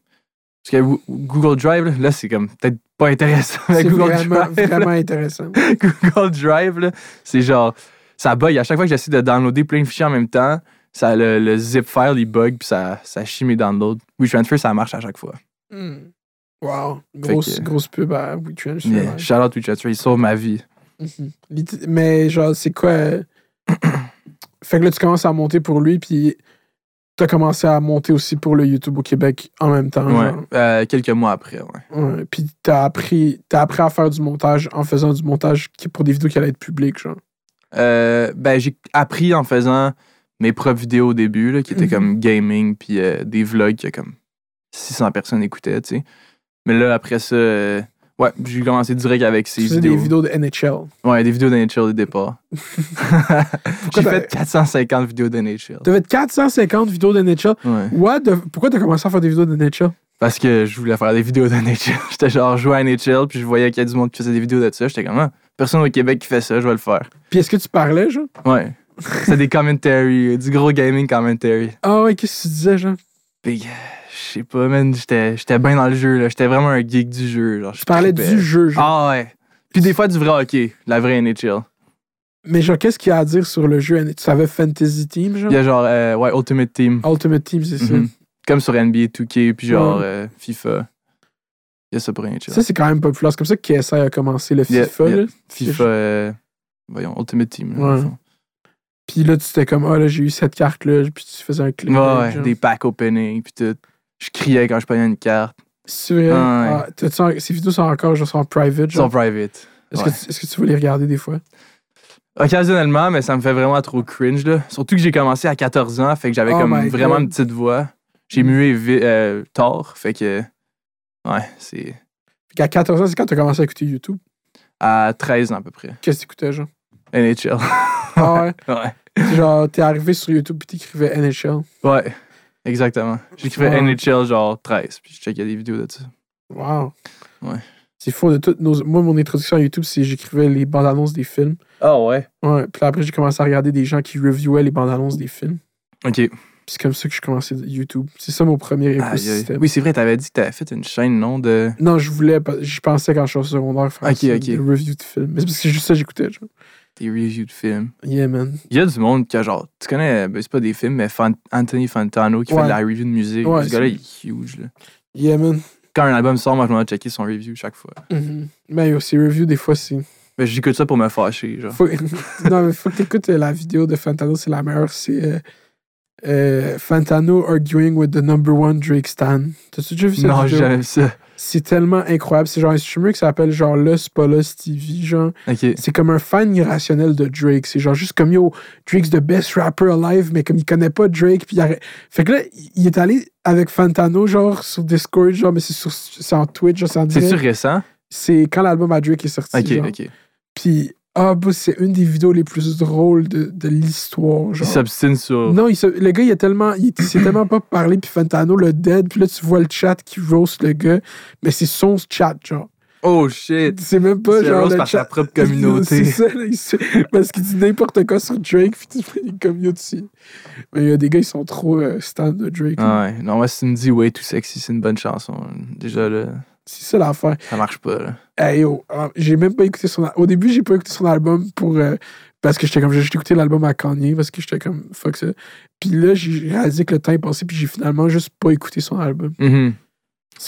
Parce que Wo- Google Drive, là, là, c'est comme peut-être pas intéressant. C'est avec Google vraiment, Drive, là. vraiment intéressant. Google Drive, là, c'est genre, ça bug. À chaque fois que j'essaie de downloader plein de fichiers en même temps, ça, le, le zip file, il bug, puis ça, ça chie mes downloads. WeTransfer, ça marche à chaque fois. Mm. Wow. que- Grosse, grosse pub à WeTransfer. Mais ouais. shout out WeTransfer, il sauve ma vie. Mhm. Litt- Mais genre, c'est quoi. euh, fait que là, tu commences à monter pour lui, puis t'as commencé à monter aussi pour le YouTube au Québec en même temps. Ouais, genre. euh, quelques mois après, ouais. Ouais. Puis t'as appris, t'as appris à faire du montage en faisant du montage qui- pour des vidéos qui allaient être publiques, genre. Euh, ben, j'ai appris en faisant mes propres vidéos au début, là, qui étaient Mhm. comme gaming, puis euh, des vlogs que comme 600 personnes écoutaient, tu sais. Mais là, après ça, euh, ouais, j'ai commencé direct avec ces Tu faisais vidéos. des vidéos de NHL. Ouais, des vidéos d'NHL au départ. j'ai t'as- fait 450 vidéos d'NHL. T'avais 450 vidéos de NHL. Ouais. What the- Pourquoi t'as commencé à faire des vidéos de NHL? Parce que je voulais faire des vidéos de NHL. J'étais genre, je jouais à NHL, puis je voyais qu'il y a du monde qui faisait des vidéos de ça. J'étais comme, ah, Personne au Québec qui fait ça, je vais le faire. Puis est-ce que tu parlais, genre? Ouais. C'est des commentary, euh, du gros gaming commentary. Ah ouais, qu'est-ce que tu disais, genre? Puis, euh, je sais pas, man, j'étais j'étais bien dans le jeu, là. J'étais vraiment un geek du jeu. Genre, je Tu parlais trippais. du jeu, genre. Ah ouais. Puis des fois, du vrai hockey, la vraie NHL. Mais genre, qu'est-ce qu'il y a à dire sur le jeu? Tu savais Fantasy Team, genre? Il y a genre, euh, ouais, Ultimate Team. Ultimate Team, Ah, c'est ça. Mhm. Comme sur NBA 2K, puis genre Ouais. euh, FIFA. Il y a ça pour NHL. Ça, c'est quand même populaire. C'est comme ça que KSI a commencé le Yeah, FIFA, yeah. là. FIFA, euh, voyons, Ultimate Team. là, dans le Ouais. fond. Puis là, tu étais comme, ah là, j'ai eu cette carte-là, puis tu faisais un clic. Ouais, ouais, des packs opening, puis tout. Je criais quand je prenais une carte. C'est vrai. Ouais. Ah, t'as-tu en- ces vidéos sont encore genre, sont en private, Ils sont genre. private. Est-ce que, ouais. tu- est-ce que tu veux les regarder des fois? Occasionnellement, mais ça me fait vraiment trop cringe, là. Surtout que j'ai commencé à 14 ans, fait que j'avais Oh comme my vraiment God. une petite voix. J'ai mué vi- euh, tard, fait que. Ouais, c'est Fait qu'à 14 ans, c'est quand t'as commencé à écouter YouTube. à 13 ans à peu près. Qu'est-ce que t'écoutais, genre? NHL. Ah ouais. ouais. genre, t'es arrivé sur YouTube, puis t'écrivais NHL. Ouais, exactement. J'écrivais Ouais. NHL genre 13, puis je checkais des vidéos de ça. Wow. Ouais. C'est fou de toutes nos. Moi, mon introduction à YouTube, c'est j'écrivais les bandes annonces des films. Ah ouais? Ouais. Puis là, après, j'ai commencé à regarder des gens qui reviewaient les bandes annonces des films. Ok. Puis c'est comme ça que j'ai commencé YouTube. C'est ça mon premier Aïe, aïe. écosystème. Oui, c'est vrai, t'avais dit que t'avais fait une chaîne, non? De... Non, je voulais. pas- J'y pensais quand je suis au secondaire faire Ok, ça, ok. des reviews de films. Mais c'est parce que c'est juste ça que j'écoutais. genre. Des reviews de films. Yeah, man. Il y a du monde qui a genre. Tu connais, ben, c'est pas des films, mais Fan- Anthony Fantano qui fait Ouais. de la review de musique. Ouais, Ce gars-là, c'est- il est huge, là. Yeah, man. Quand un album sort, moi, je m'en vais checker son review chaque fois. Mhm. Mais yo, ces reviews, des fois, c'est. Mais j'écoute ça pour me fâcher, genre. Faut... non, mais faut que t'écoutes euh, la vidéo de Fantano, c'est la meilleure. C'est euh, euh, Fantano arguing with the number one Drake Stan. T'as-tu déjà vu cette Non, j'ai vidéo? jamais vu ça. C'est tellement incroyable. C'est genre un streamer qui s'appelle genre là, c'est pas là, Stevie, genre. Ok. C'est comme un fan irrationnel de Drake. C'est genre juste comme yo, Drake's the best rapper alive, mais comme il connaît pas Drake, puis il arrête- Fait que là, il est allé avec Fantano, genre, sur Discord, genre, mais c'est sur c'est en Twitch, genre, c'est en C'est-tu direct. récent? C'est quand l'album à Drake est sorti. Ok, genre. ok. Puis, ah, bah, c'est une des vidéos les plus drôles de, de l'histoire. Il genre. s'obstine sur. Non, il se- le gars, il a tellement, il, il s'est tellement pas parlé, puis Fantano le dead, puis là, tu vois le chat qui roast le gars, mais c'est son chat, genre. Oh shit! C'est même pas C'est genre. rose Le par chat. sa propre communauté. c'est ça, là, il se- parce qu'il dit n'importe quoi sur Drake, puis tu fais des communautés. Mais il y a des gars, ils sont trop euh, fans de Drake. là. Ah ouais. Non, moi, si tu me dis Way Too Sexy, c'est une bonne chanson. Déjà, là, C'est ça l'affaire. ça marche pas, là. Hey, yo, ah, j'ai même pas écouté son al- Au début, j'ai pas écouté son album pour. euh, parce que j'étais comme. J'ai juste écouté l'album à Kanye parce que j'étais comme. Fuck ça. Puis là, j'ai réalisé que le temps est passé, puis j'ai finalement juste pas écouté son album. Mhm.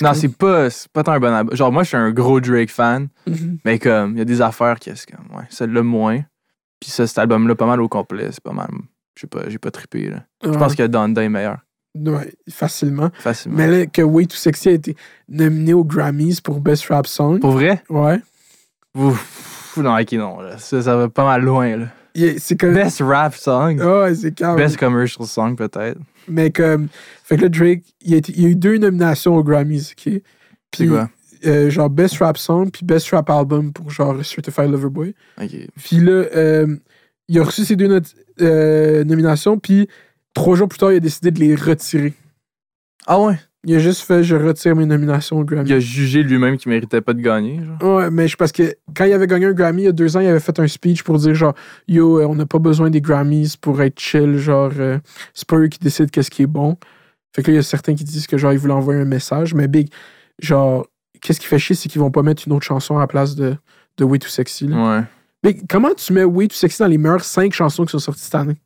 Non, comme- c'est pas, c'est pas tant un bon album. Genre, moi, je suis un gros Drake fan, Mhm. mais comme, il y a des affaires qui est comme, ouais, celle-là moins. Puis ça, cet album-là, pas mal au complet, c'est pas mal. Je sais pas, j'ai pas trippé, là. Je pense que Donda est meilleur, Ouais, Ah, ouais, facilement. facilement. Mais là, que Way Too Sexy a été nominé aux Grammys pour Best Rap Song. Pour vrai? Ouais. Ouf, non, ok, non, là. Ça, ça va pas mal loin, là. Il est- C'est comme. Best rap song, Ah, ouais, c'est quand best commercial song, peut-être. Mais comme. Fait que là, Drake, il a, été- il a eu deux nominations aux Grammys, ok? C'est Puis, quoi? euh, genre Best Rap Song, puis Best Rap Album pour genre Certified Lover Boy. Ok. Puis là, euh, il a reçu ces deux not- euh, nominations, puis trois jours plus tard, il a décidé de les retirer. Ah ouais? Il a juste fait « Je retire mes nominations au Grammy Il a jugé lui-même qu'il méritait pas de gagner, genre. ». Ouais, mais je parce que quand il avait gagné un Grammy il y a deux ans, il avait fait un speech pour dire genre « Yo, euh, on n'a pas besoin des Grammys pour être chill, genre euh, c'est pas eux qui décident qu'est-ce qui est bon ». Fait que là, il y a certains qui disent que genre ils voulaient envoyer un message, mais Big, genre, qu'est-ce qui fait chier, c'est qu'ils vont pas mettre une autre chanson à la place de, de « Way Too Sexy ». là. Ouais. Mais comment tu mets Oui, tu sexy dans les meilleures cinq chansons qui sont sorties cette année?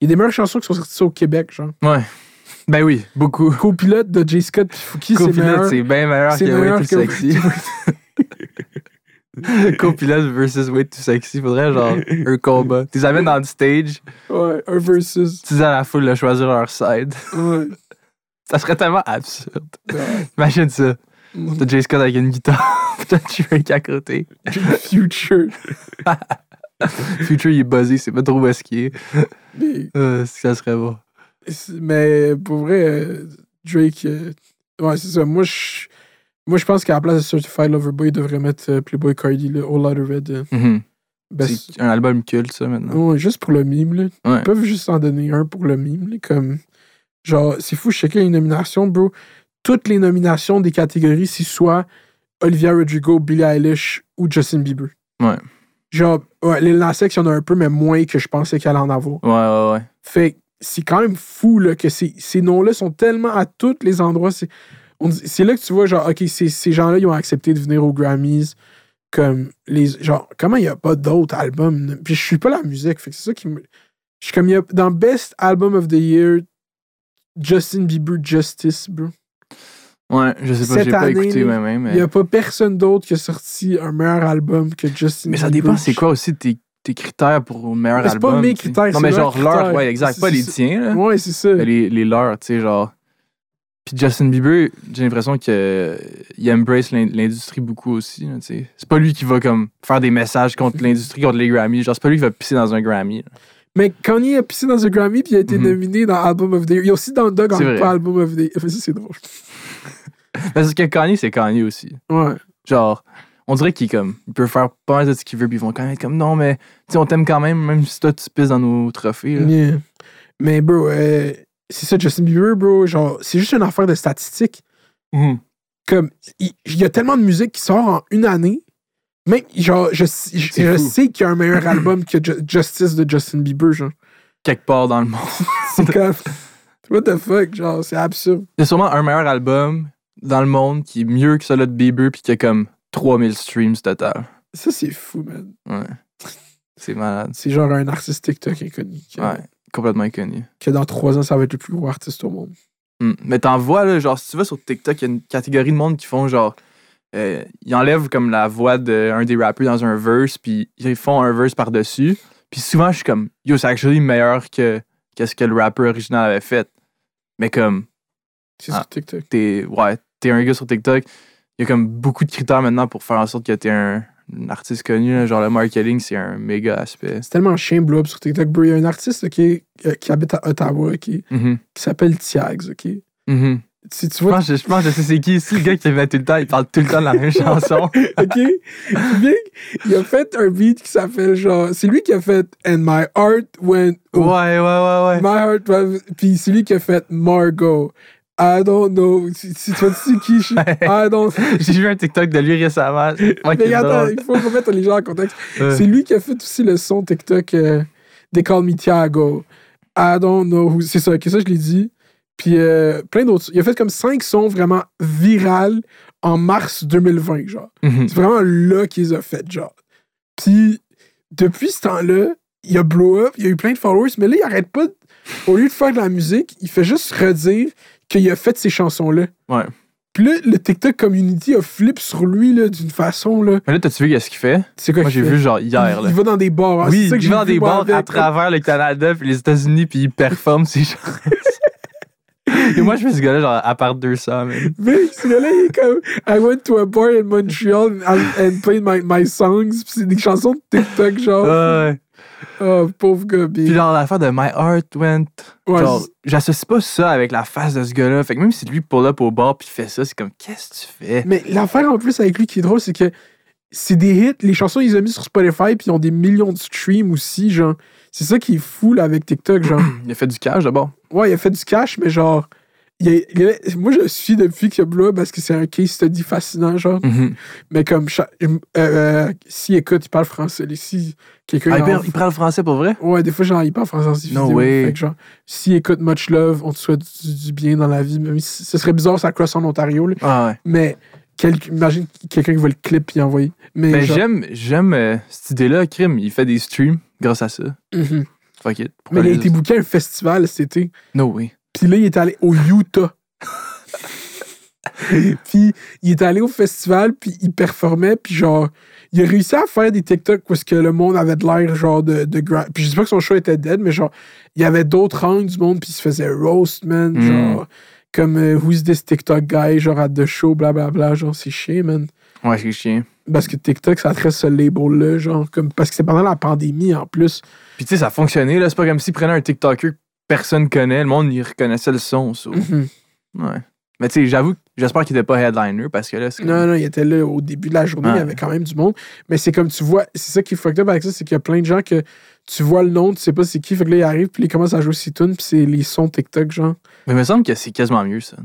Il y a des meilleures chansons qui sont sorties au Québec, genre. Ouais. Ben oui, beaucoup. Copilote de J. Scott puis Fouki, c'est meilleur. Copilote, c'est bien meilleur c'est que meilleur Way Too que Way Sexy. Copilote versus Way Too Sexy, faudrait genre un combat. Tu les amènes dans le stage, Ouais, un versus. tu dis à la foule de choisir leur side. Ouais. Ça serait tellement absurde. Ouais. Imagine ça. Mhm. T'as Jay Scott avec une guitare, t'as Drake à côté. Future. Future, il est buzzé, c'est pas trop où est-ce qu'il est. Mais, Euh, ça serait bon. mais pour vrai, euh, Drake. euh, ouais, c'est ça. Moi, je. Moi, je pense qu'à la place de Certified Lover Boy, il devrait mettre euh, Playboy Cardi, le All Out of Red. euh, Mhm. best- C'est un album culte, ça, maintenant. Ouais, juste pour le mime, là. Ouais. Ils peuvent juste en donner un pour le mime, là, comme... Genre, c'est fou, chacun a une nomination, bro. Toutes les nominations des catégories, c'est soit Olivia Rodrigo, Billie Eilish ou Justin Bieber. Ouais. Genre, ouais, les il y en a un peu, mais moins que je pensais qu'elle en avoir. Ouais, ouais, ouais. Fait que c'est quand même fou là, que ces, ces noms-là sont tellement à tous les endroits. C'est, on dit- c'est là que tu vois, genre, OK, ces, ces gens-là, ils ont accepté de venir aux Grammys. Comme les, genre, comment il n'y a pas d'autres albums? là? Puis je suis pas la musique. Fait que c'est ça qui me. Je suis comme, il y a- dans Best Album of the Year, Justin Bieber Justice, bro. Ouais, je sais pas, Cette j'ai pas année, écouté là, moi-même. Il Mais, n'y a pas personne d'autre qui a sorti un meilleur album que Justin mais ça Bieber. dépend, c'est quoi aussi tes, tes critères pour le meilleur Mais c'est pas album. mes tu sais. critères, Non, c'est mais leurs genre critères. leurs, ouais, exact. C'est- Pas les c'est- tiens, là. Ouais, c'est ça. Mais les, les leurs, tu sais, genre. Puis Justin Bieber, j'ai l'impression qu'il embrace l'in- l'industrie beaucoup aussi. là, tu sais. C'est pas lui qui va comme faire des messages Mhm. contre l'industrie, contre les Grammys. Genre, c'est pas lui qui va pisser dans un Grammy. là. Mais Kanye a pissé dans un Grammy puis il a été Mhm. nominé dans Album of the Year. Il est aussi dans Dog C'est vrai. pas Album of the Year. Enfin, ça, c'est drôle. Parce que Kanye, Ben, c'est Kanye aussi. Ouais. Genre, on dirait qu'il est comme, il peut faire peur de ce qu'il veut, puis ils vont quand même être comme, non, mais tu sais, on t'aime quand même, même si toi, tu pisses dans nos trophées. là. Yeah. Mais bro, euh, c'est ça, Justin Bieber, bro. Genre, c'est juste une affaire de statistiques. Mhm. Comme, il il y a tellement de musique qui sort en une année. Même, genre, je, je, C'est je fou. sais qu'il y a un meilleur album que Ju- Justice de Justin Bieber, genre. Quelque part dans le monde. C'est comme. What the fuck, genre, c'est absurde. Il y a sûrement un meilleur album dans le monde qui est mieux que celui de Bieber, puis qui a comme 3000 streams total. Ça, c'est fou, man. Ouais. C'est malade. C'est genre un artiste TikTok inconnu. Que, Ouais. Complètement inconnu. que dans trois ans, ça va être le plus gros artiste au monde. Mm. Mais t'en vois, là, genre, si tu vas sur TikTok, il y a une catégorie de monde qui font genre. euh, ils enlèvent comme la voix d'un des rappeurs dans un verse, puis ils font un verse par-dessus. Puis souvent, je suis comme, yo, c'est actually meilleur que, que ce que le rappeur original avait fait. Mais comme, C'est Ah. sur TikTok. t'es ouais, t'es un gars sur TikTok, il y a comme beaucoup de critères maintenant pour faire en sorte que t'es un, un artiste connu. là. Genre, le marketing, c'est un méga aspect. C'est tellement chien blow up sur TikTok, bro. Il y a un artiste qui, est- euh, qui habite à Ottawa qui, Mhm. qui s'appelle Tiags, ok? Mhm. Si tu Je, vois. pense, je, je pense que je sais c'est qui. C'est le gars qui fait tout le temps, il parle tout le temps de la même chanson. OK? Vic, il a fait un beat qui s'appelle genre. C'est lui qui a fait And My Heart Went. Ouais, ouais, ouais, ouais. My Heart Went. Puis c'est lui qui a fait Margot. I don't know. Si si tu vois, c'est qui? je- I don't. J'ai vu un TikTok de lui récemment. C'est moi qui Mais le attends, drôle. il faut remettre les gens en contexte. Euh, C'est lui qui a fait aussi le son TikTok euh, They Call Me Tiago. I don't know who. C'est ça, que ça, je l'ai dit. Puis euh, plein d'autres. Il a fait comme cinq sons vraiment virales en mars 2020, genre. mhm. C'est vraiment là qu'ils ont fait, genre. Puis, depuis ce temps-là, il a blow up, il a eu plein de followers, mais là, il arrête pas. de- Au lieu de faire de la musique, il fait juste redire qu'il a fait ces chansons-là. Ouais. Puis là, le TikTok community a flip sur lui, là, d'une façon, là. Mais là, t'as-tu vu qu'est-ce qu'il fait? C'est quoi Moi, qu'il j'ai fait? vu genre hier. Il, Là. il va dans des bars. hein. C'est Oui, ça que il j'ai va dans vu, des moi, bars avec. euh, à travers le Canada puis les États-Unis puis il performe ces chansons. Et moi, je fais ce gars-là, genre, à part 200. man. Mais ce gars-là, il est comme I went to a bar in Montreal and, and played my, my songs. Puis c'est des chansons de TikTok, genre. Ouais. oh, pauvre gars. puis- Euh. Puis genre, l'affaire de My Heart Went. Ouais, genre, c'est- j'associe pas ça avec la face de ce gars-là. Fait que même si lui pull up au bar puis il fait ça, c'est comme, qu'est-ce que tu fais? Mais l'affaire en plus avec lui qui est drôle, c'est que c'est des hits. Les chansons, ils les ont mis sur Spotify, puis ils ont des millions de streams aussi, genre. C'est ça qui est fou, là, avec TikTok, genre. Il a fait du cash d'abord. Ouais, il a fait du cash, mais genre. il a- il a- moi, je le suis depuis que Blob, parce que c'est un case study fascinant, genre. Mhm. Mais comme. cha- euh, euh, si, écoute, il parle français. là, Si quelqu'un. Ah, il, en- parle- il parle le français pour vrai? Ouais, des fois, genre, il parle français dans ses No vidéos. way. Fait que genre, si écoute Much Love, on te souhaite du, du bien dans la vie. Même si, ce serait bizarre, ça crosse en Ontario, là. Ah ouais. Mais quel- imagine quelqu'un qui voit le clip puis envoyer. Mais Ben, genre- j'aime, j'aime euh, cette idée-là, Crime. Il fait des streams grâce à ça. Mhm. Fuck it. Pourquoi Mais il a les- été booké à un festival cet été. No way. Puis là, il est allé au Utah. puis il est allé au festival, puis il performait, puis genre, il a réussi à faire des TikTok parce que le monde avait de l'air genre de, de gra- Puis je dis pas que son show était dead, mais genre, il y avait d'autres angles du monde, puis il se faisait roast, man. Mm. Genre, comme euh, Who's this TikTok guy, genre, à The Show, blablabla. Genre, c'est chier, man. Ouais, c'est chien. Parce que TikTok, ça traite ce label-là, genre, comme, parce que c'est pendant la pandémie en plus. Puis tu sais, ça a fonctionné. Là. C'est pas comme s'il prenait un TikToker que personne connaît. Le monde, il reconnaissait le son. so. Ouais. Mais tu sais, j'avoue, j'espère qu'il était pas headliner parce que là, c'est. Non, non, il était là au début de la journée, il y Ouais. avait quand même du monde. Mais c'est comme tu vois, c'est ça qui est fucked up avec ça, c'est qu'il y a plein de gens que tu vois le nom, tu sais pas c'est qui, fait que là, ils arrivent, puis ils commencent à jouer ces tunes, puis c'est les sons TikTok, genre. Mais il me semble que c'est quasiment mieux, ça.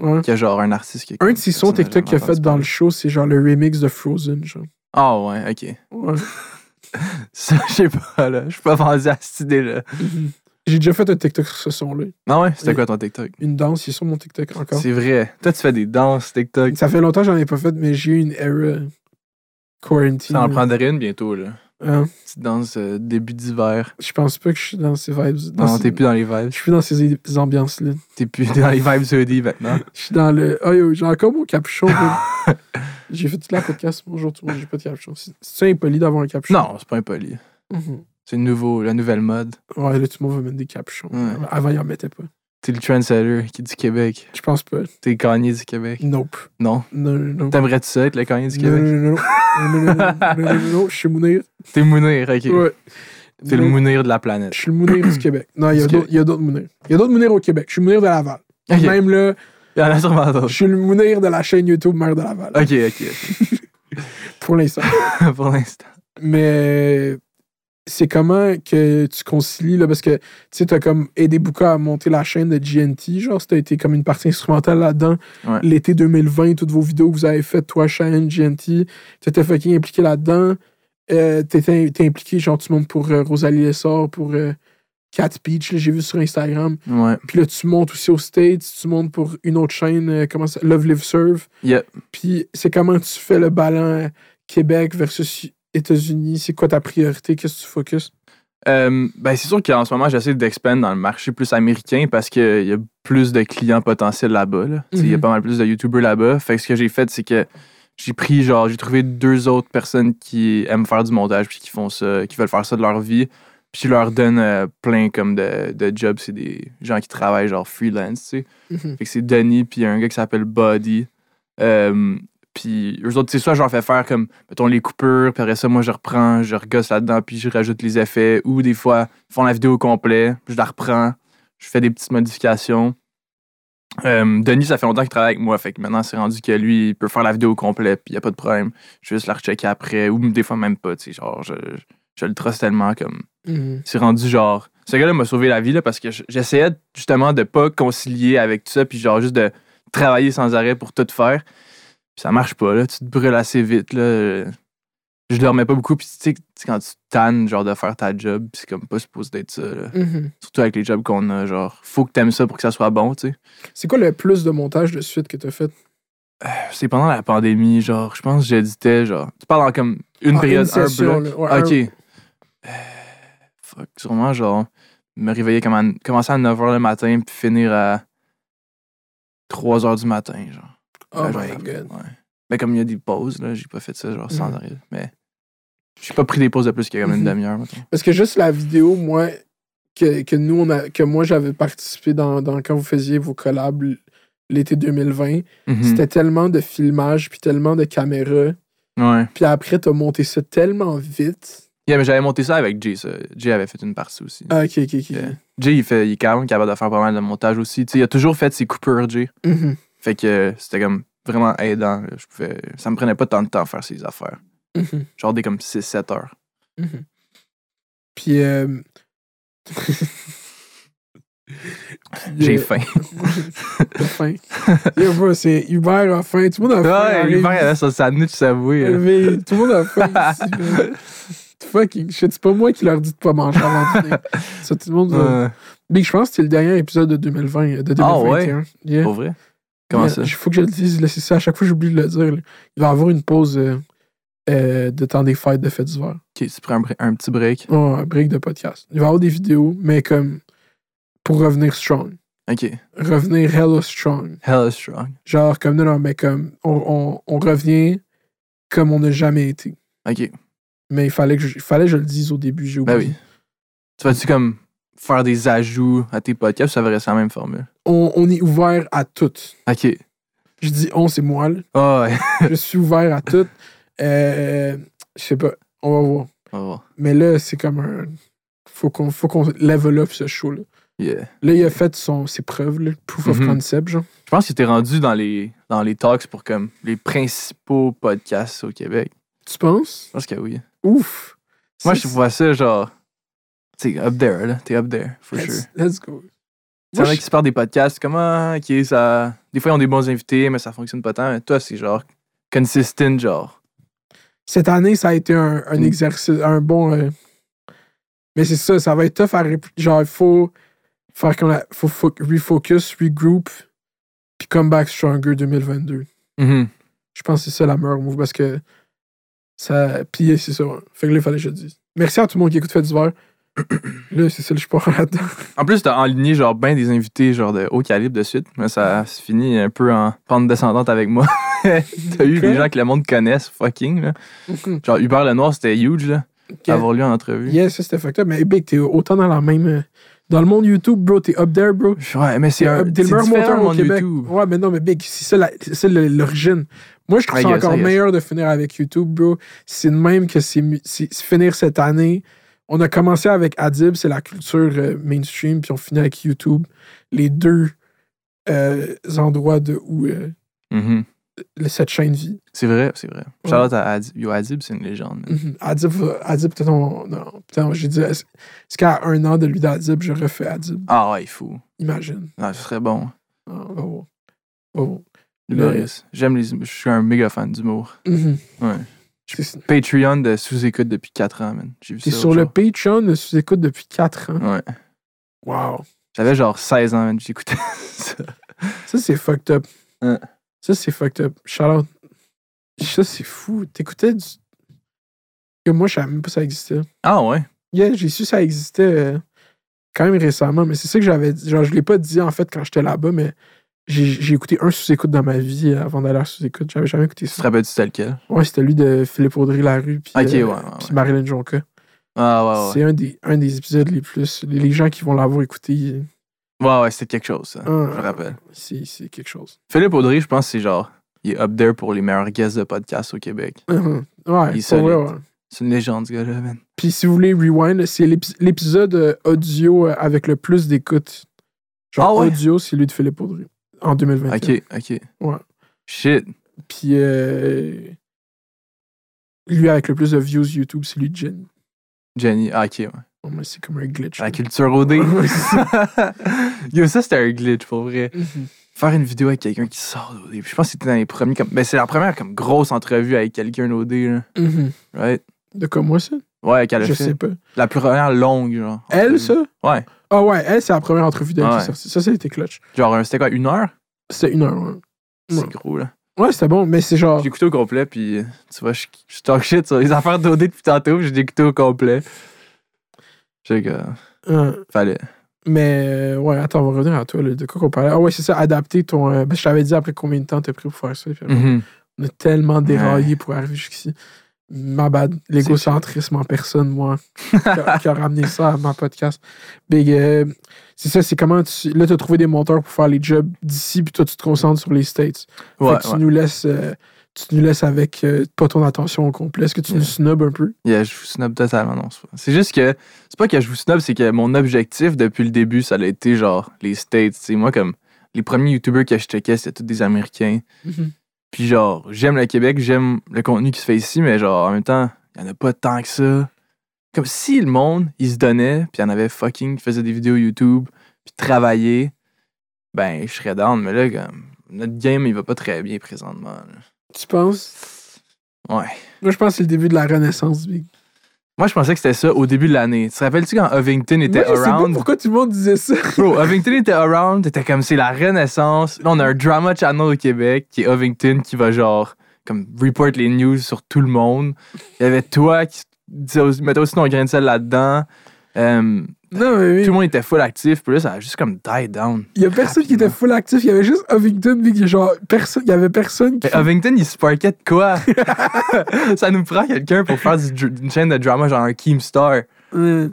non? Ouais. Qu'il y a genre un artiste qui. Un de ces sons TikTok qu'il a fait dans le show, c'est genre le remix de Frozen, genre. Ah ouais, ok. Ouais. Ça, je sais pas, là. Je suis pas vendu à cette idée-là. J'ai déjà fait un TikTok sur ce son-là. Non, ouais, c'était Oui. quoi ton TikTok? Une danse, il est sur mon TikTok encore. C'est vrai. Toi, tu fais des danses TikTok. Ça fait longtemps que j'en ai pas fait, mais j'ai eu une era quarantine. Ça en prendrait une bientôt, là. Hein? Petite danse euh, début d'hiver. Je pense pas que je suis dans ces vibes. dans Non, ces- t'es plus dans les vibes. Je suis dans ces ces ambiances-là. T'es plus dans les vibes hoodie maintenant. Je suis dans le. Oh yo, j'ai encore mon capuchon. bro. j'ai fait toute la podcast. Bonjour tout le monde, j'ai pas de capuchon. C'est- C'est impoli d'avoir un capuchon. Non, c'est pas impoli. Mhm. C'est nouveau, la nouvelle mode. Ouais, là, tout le monde veut mettre des capuchons. Ouais. Avant, ils en mettaient pas. T'es le trendsetter qui est du Québec. Je pense pas. T'es le Kanye du Québec. Nope. Non. Non, non, non. T'aimerais-tu ça être le Kanye du Non, Québec? non, non, non. Non, non, non, non, non, non, non, je suis Mounir. T'es Mounir, ok. Ouais. T'es le Non, Mounir de la planète. Je suis le Mounir du Québec. Non, il y a Du d'autres- il y a d'autres Mounirs. Il y a d'autres Mounirs au Québec. Je suis Mounir de Laval. Ok, Ah, il Même là, y en a sûrement je d'autres. suis le Mounir de la chaîne YouTube Mère de Laval. Ok, ok. Pour l'instant. Pour l'instant. Mais c'est comment que tu concilies, là, parce que tu sais, t'as comme aidé beaucoup à monter la chaîne de GNT, genre, t'as été comme une partie instrumentale là-dedans. Ouais. L'été 2020, toutes vos vidéos que vous avez faites, toi, chaîne, GNT, t'étais fucking impliqué là-dedans. Euh, t'étais t'es impliqué, genre, tu montes pour euh, Rosalie Lessard, pour euh, Cat Peach, là, j'ai vu sur Instagram. Ouais. Puis là, tu montes aussi aux States, tu montes pour une autre chaîne, euh, comment ça, Love Live Serve. Yep. Puis c'est comment tu fais le ballon Québec versus États-Unis, c'est quoi ta priorité, qu'est-ce que tu focuses? Euh, ben, c'est sûr qu'en ce moment, j'essaie d'expand dans le marché plus américain parce qu'il y a plus de clients potentiels là-bas. là. Tu sais, Il y a Mhm. pas mal plus de YouTubers là-bas. Fait que ce que j'ai fait, c'est que j'ai pris, genre, j'ai trouvé deux autres personnes qui aiment faire du montage puis qui font ça, qui veulent faire ça de leur vie. Puis je leur donne euh, plein comme de, de jobs. C'est des gens qui travaillent, genre, freelance, tu sais. Mm-hmm. Hmm. Fait que c'est Denis, puis un gars qui s'appelle Buddy. Euh, puis eux autres, c'est ça, je leur fais faire comme, mettons, les coupures, puis après ça, moi, je reprends, je regosse là-dedans, puis je rajoute les effets. Ou des fois, ils font la vidéo au complet, puis je la reprends, je fais des petites modifications. Euh, Denis, ça fait longtemps qu'il travaille avec moi, fait que maintenant, c'est rendu que lui, il peut faire la vidéo au complet, puis il n'y a pas de problème. Je vais juste la rechecker après, ou des fois même pas, tu sais, genre, je, je- je le trust tellement comme Mm-hmm. c'est rendu genre. Ce gars-là m'a sauvé la vie là, parce que j- j'essayais justement de pas concilier avec tout ça, puis genre juste de travailler sans arrêt pour tout faire. Puis ça marche pas, là. Tu te brûles assez vite, là. Je dormais pas beaucoup, puis tu sais, tu sais, quand tu te tannes, genre, de faire ta job, puis c'est comme pas supposé d'être ça, là. Mm-hmm. Surtout avec les jobs qu'on a, genre, faut que t'aimes ça pour que ça soit bon, tu sais. C'est quoi le plus de montage de suite que t'as fait? Euh, C'est pendant la pandémie, genre, je pense que j'éditais, genre. Tu parles en comme une Ah, période, un session, bloc. là. Ouais, Ok. un- Euh, fuck, sûrement genre me réveiller comme à- commencer à 9h le matin puis finir à 3h du matin, genre. Oh La journée my après. god. Ouais. Ben comme il y a des pauses, là, j'ai pas fait ça genre sans Mhm. arrêt. Mais j'ai pas pris des pauses de plus que comme une Mhm. demi-heure, mettons. Parce que juste la vidéo, moi, que, que nous, on a, que moi, j'avais participé dans, dans quand vous faisiez vos collabs l- l'été 2020, Mhm. c'était tellement de filmage, puis tellement de caméras. Ouais. Puis après, t'as monté ça tellement vite. Yeah, mais j'avais monté ça avec Jay, ça. Jay avait fait une partie aussi. Ah, ok, ok, ok. Yeah. Jay, il, fait, il est quand même capable de faire pas mal de montage aussi. Tu sais, il a toujours fait ses coupures, Jay. Mhm, Fait que euh, c'était comme vraiment aidant. là. Je pouvais... Ça me prenait pas tant de temps à faire ces affaires. mhm. Genre des comme 6-7 heures. Mhm. Puis. euh, J'ai euh, faim. T'as faim. Yo, bro, c'est Hubert a faim. Tout le monde a faim. Ouais, euh. Arrive- l'hiver, elle a son sandwich savoué. là. arrive- Tout le monde a faim ici. man. Fucking shit. C'est pas moi qui leur dis de pas manger avant dîner. Ça, tout le monde. va- Euh, Big, je pense que c'est le dernier épisode de 2020, euh, de 2021. Yeah. Ah Pour vrai? Comment Yeah, ça? Il faut que je le dise, là, c'est ça. À chaque fois, j'oublie de le dire. là. Il va y avoir une pause euh, euh, de temps des fêtes, de fêtes d'hiver. Ok, tu prends un, bre- un petit break. Oh, un break de podcast. Il va y avoir des vidéos, mais comme pour revenir strong. Ok. Revenir hella strong. Hell is strong. Genre, comme non, non, mais comme on, on- on revient comme on n'a jamais été. Ok. Mais il fallait que je, il fallait que je le dise au début, j'ai Ben oublié. oui. Tu vas-tu comme faire des ajouts à tes podcasts ou ça va rester la même formule? on, on est ouvert à tout. Ok. Je dis on, c'est moi. là. Ah ouais. je suis ouvert à tout. Euh, je sais pas, on va voir. On va voir. Mais là, c'est comme un. Faut qu'on faut qu'on level up ce show-là. Yeah. Là, il a fait son, ses preuves, là, proof of Mhm. concept, genre. Je pense que t'es rendu dans les, dans les talks pour comme les principaux podcasts au Québec. Tu penses? Je pense que oui. Ouf! Moi, Ça, je vois ça genre. T'es up there, là. T'es up there, for Let's, sure. let's go. C'est Moi, vrai je- qui se parlent des podcasts, comment, ok, ça. Des fois, ils ont des bons invités, mais ça fonctionne pas tant. Mais toi, c'est genre consistent, genre. Cette année, ça a été un, un Mm. exercice, un bon. euh, Mais c'est ça, ça va être tough à. rép- Genre, il faut faire comme la. Faut fo- refocus, regroup, puis comeback stronger 2022. Mm-hmm. Mhm. Je pense que c'est ça la meilleure move parce que ça. Puis c'est ça. ouais. Fait que là, il fallait que je le dise. Merci à tout le monde qui écoute Fait d'hiver. là, c'est ça, je suis pas là-dedans. En plus, t'as enligné genre ben des invités genre de haut calibre de suite. Mais ça se finit un peu en pente descendante avec moi. t'as eu des gens que le monde connaisse, fucking. Là. Mhm. Genre Hubert Lenoir, c'était huge, là. Avoir lu en entrevue. Yeah, ça c'était fucked up. Mais Big, t'es autant dans la même. euh, Dans le monde YouTube, bro, t'es up there, bro. Ouais, mais c'est T'es un up- t'es le Euh, c'est meilleur différent, monteur au mon Québec. YouTube. Ouais, mais non, mais Big, c'est ça la- c'est ça le- l'origine. Moi, je trouve I ça guess, encore I guess. meilleur de finir avec YouTube, bro. C'est de même que c'est mu- c'est- c'est finir cette année. On a commencé avec Adib, c'est la culture euh, mainstream, puis on finit avec YouTube. Les deux euh, endroits de où euh, Mhm. le- cette chaîne vit. C'est vrai, c'est vrai. Ouais. Charlotte à Adib. Yo, Adib, c'est une légende. man. Mhm. Adib, va- Adib peut-être on. Non, putain, j'ai dit. Est-ce est-ce qu'à un an de lui d'Adib, je refais Adib Ah ouais, il faut. Imagine. Non, ce serait bon. Ah, on va voir. On va voir. Humoriste. J'aime les. hum- Je suis un méga fan d'humour. Mhm. Ouais. C'est- Patreon de sous-écoute depuis 4 ans, man. J'ai vu T'es ça sur l'autre le Patreon, le sous-écoute depuis 4 ans. jour. Ouais. Wow. J'avais genre 16 ans, man. J'écoutais ça. Ça, c'est fucked up. Hein. Ça, c'est fucked up. Charlotte. Ça, c'est fou. T'écoutais du. Que moi, je savais même pas ça existait. Ah ouais. Yeah, j'ai su ça existait euh, quand même récemment, mais c'est ça que j'avais dit. Genre, je l'ai pas dit en fait quand j'étais là-bas, mais j'ai j'ai écouté un sous-écoute dans ma vie euh, avant d'aller à sous-écoute. J'avais jamais écouté Tu te ça. rappelles-tu tel quel? Ouais, c'était lui de Philippe Audry-Larue. puis, euh, Ok, ouais, ouais, Puis ouais. Marilyn Jonca. Ah ouais, ouais. C'est un des, un des épisodes les plus. Les, les gens qui vont l'avoir écouté. ils- Ouais, ouais, c'était quelque chose, ça. Je Ah. me rappelle. C'est c'est quelque chose. Philippe Audry, je pense que c'est genre. Il est up there pour les meilleurs guests de podcast au Québec. Mhm. Il ouais, pour est vrai, solide. ouais. C'est une légende, ce gars-là, man. Puis si vous voulez rewind, c'est l'ép- l'épisode euh, audio euh, avec le plus d'écoutes. Genre Ah ouais? audio, c'est lui de Philippe Audry en 2021. Ok, ok. Ouais. Shit. Puis euh, lui avec le plus de views YouTube, c'est lui de Jenny. Jenny. Ah, ok, ouais. Bon, mais c'est comme un glitch. La là. culture OD. Yo, ça, c'était un glitch, pour vrai. Mhm. Faire une vidéo avec quelqu'un qui sort d'OD. Puis Je pense que c'était dans les premiers. Comme... Mais c'est la première comme grosse entrevue avec quelqu'un d'OD, là. Mhm. Right? De quoi moi ça? Ouais, qu'elle a Je fait. sais pas. La première longue, genre. entrevue. Elle, ça? Ouais. Ah ouais, elle, c'est la première entrevue d'elle qui Ah Ouais. est sortie. Ça, ça a été clutch. Genre, un- c'était quoi, une heure? C'était une heure. Ouais, C'est Ouais. gros, là. Ouais, c'était bon, mais c'est genre. J'ai écouté au complet, puis euh, tu vois, je, je talk shit sur les affaires d'OD depuis tantôt, puis j'ai écouté au complet. J'ai que. hein, Fallait. mais euh, ouais, attends, on va revenir à toi. là, de quoi qu'on parlait? Ah ouais, c'est ça, adapter ton. euh, ben, je t'avais dit après combien de temps t'as pris pour faire ça. puis après, Mhm. On a tellement déraillé pour arriver jusqu'ici. Ma bad. L'égocentrisme en personne, moi, qui a, qui a ramené ça à ma podcast. Big, euh, c'est ça, c'est comment tu. Là, tu as trouvé des monteurs pour faire les jobs d'ici, puis toi, tu te concentres sur les States. Fait Ouais, que tu ouais. nous laisses. euh, tu nous laisses avec euh, pas ton attention au complet. Est-ce que tu Yeah. nous snobs un peu? Yeah, je vous snob totalement, non. c'est pas- C'est juste que, c'est pas que je vous snob, c'est que mon objectif depuis le début, ça a été genre les States. tu sais. moi, comme les premiers YouTubers que je checkais, c'était tous des Américains. Puis genre, j'aime le Québec, j'aime le contenu qui se fait ici, mais genre, en même temps, il n'y en a pas tant que ça. Comme si le monde, il se donnait, puis il y en avait fucking qui faisaient des vidéos YouTube, puis travaillait, ben, je serais down, mais là, comme, notre game, il va pas très bien présentement. là. Tu penses? Ouais. Moi, je pense que c'est le début de la renaissance, Big. Moi, je pensais que c'était ça au début de l'année. Tu te rappelles-tu quand Ovington était Moi, je sais pas around? pourquoi tout le monde disait ça. Bro, Ovington était around, c'était comme c'est la renaissance. Là, on a un drama channel au Québec qui est Ovington qui va genre comme report les news sur tout le monde. Il y avait toi qui disais aussi- mettais aussi ton grain de sel là-dedans. Euh, Non, mais oui. Tout le monde était full actif, puis là, ça a juste comme die down. Il y a personne qui Rapidement. était full actif. Il y avait juste Ovington, Big. Genre, personne, il y avait personne qui. Mais Ovington, il sparkait de quoi? ça nous prend quelqu'un pour faire du dr- une chaîne de drama, genre un Keemstar. Hein.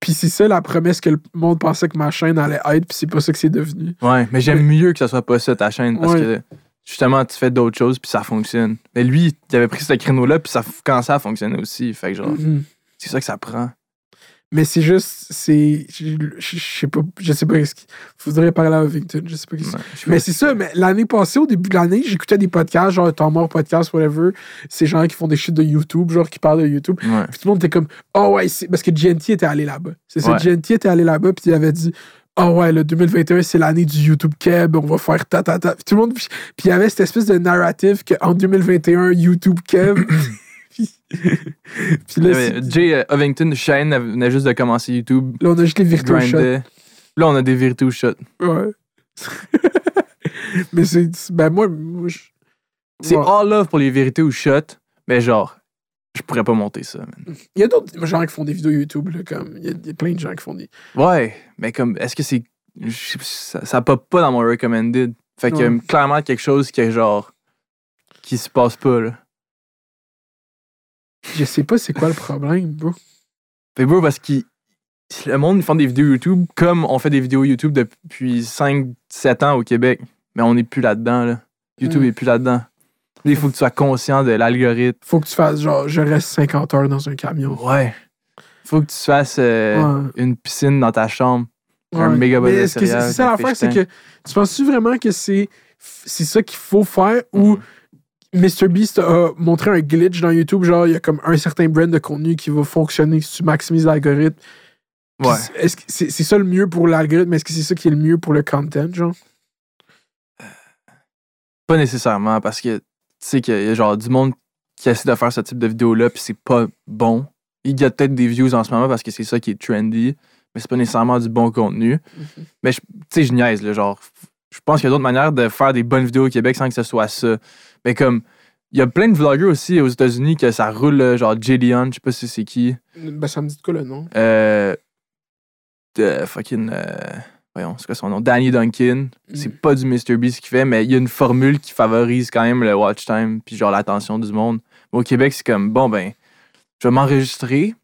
Puis c'est ça la promesse que le monde pensait que ma chaîne allait être, puis c'est pas ça que c'est devenu. Ouais, mais j'aime mieux que ce soit pas ça ta chaîne parce Ouais. que justement tu fais d'autres choses puis ça fonctionne. Mais lui, il avait pris ce créneau là puis ça quand ça a fonctionné aussi, fait que genre Mhm. c'est ça que ça prend. Mais c'est juste, c'est. Je je- je sais pas, je sais pas ce qu'il faudrait parler à Ovington, je sais pas qu'est-ce Ouais, je sais Mais pas. c'est ça, mais l'année passée, au début de l'année, j'écoutais des podcasts, genre Temps mort podcast, whatever. Ces gens qui font des shit de YouTube, genre qui parlent de YouTube. Ouais. Puis tout le monde était comme, oh ouais, c'est- parce que GNT était allé là-bas. C'est ça, Ouais. GNT était allé là-bas, puis il avait dit, oh ouais, le 2021, c'est l'année du YouTube Keb, on va faire ta ta ta. Puis tout le monde, puis puis il y avait cette espèce de narrative qu'en 2021, YouTube Keb. puis, puis là, c'est- Mais Jay Ovington, Shane venait juste de commencer YouTube. là, on a juste les virtual shots. Grindait. Là, on a des virtu shots. Ouais. mais c'est. c'est- Ben, moi, moi, je- C'est Ouais. all love pour les vérités ou shots, mais genre, je pourrais pas monter ça. man. Il y a d'autres gens qui font des vidéos YouTube, là, comme. Il y, a- il y a plein de gens qui font des. Ouais, mais comme, est-ce que c'est. je- Ça, ça pop pas dans mon recommended. Fait qu'il y a Ouais. clairement quelque chose qui est genre. qui se passe pas, là. Je sais pas c'est quoi le problème, bro. Fait bro, parce que le monde, ils font des vidéos YouTube comme on fait des vidéos YouTube depuis 5-7 ans au Québec. Mais on n'est plus là-dedans, là. YouTube Mm. est plus là-dedans. Là, Il faut que tu sois conscient de l'algorithme. Faut que tu fasses genre, je reste 50 heures dans un camion. Ouais. Faut que tu fasses Ouais. euh, une piscine dans ta chambre. Un ouais. méga bol Mais de est-ce que c'est céréales, c'est ça ça l'affaire, fait c'est que chitin. tu penses-tu vraiment que c'est c'est ça qu'il faut faire ou Mm-hmm. MrBeast Beast a montré un glitch dans YouTube, genre il y a comme un certain brand de contenu qui va fonctionner si tu maximises l'algorithme. Puis Ouais. c'est- Est-ce que c'est c'est ça le mieux pour l'algorithme, mais est-ce que c'est ça qui est le mieux pour le content, genre? Pas nécessairement, parce que tu sais qu'il y a genre du monde qui essaie de faire ce type de vidéo-là, puis c'est pas bon. Il y a peut-être des views en ce moment parce que c'est ça qui est trendy, mais c'est pas nécessairement du bon contenu. Mais je- tu sais, je niaise, là, genre. Je pense qu'il y a d'autres manières de faire des bonnes vidéos au Québec sans que ce soit ça. Mais comme, il y a plein de vlogueurs aussi aux États-Unis que ça roule, là, genre Jillian, je sais pas si c'est qui. Ben ça me dit de quoi le nom? Euh, de fucking. euh, voyons, c'est quoi son nom? Danny Duncan. C'est Mm. pas du Mr. Beast qu'il fait, mais il y a une formule qui favorise quand même le watch time puis genre l'attention du monde. Mais au Québec, c'est comme bon, ben, je vais m'enregistrer,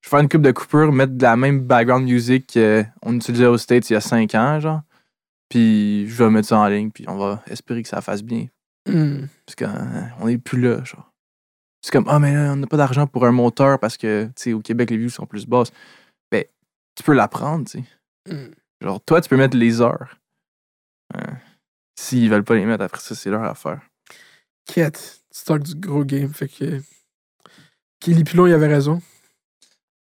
je vais faire une coupe de coupure, mettre de la même background music qu'on utilisait aux States il y a 5 ans, genre. Puis je vais mettre ça en ligne, puis on va espérer que ça fasse bien. Mm. Parce qu'on euh, est plus là, genre. C'est comme, ah, mais là, on n'a pas d'argent pour un monteur parce que, tu sais, au Québec, les views sont plus basses. Ben, tu peux l'apprendre, tu sais. Mm. Genre, toi, tu peux mettre les heures. Hein. S'ils veulent pas les mettre, après ça, c'est leur affaire. Quête, stock du gros game, fait que. Kelly Pilon, il avait raison.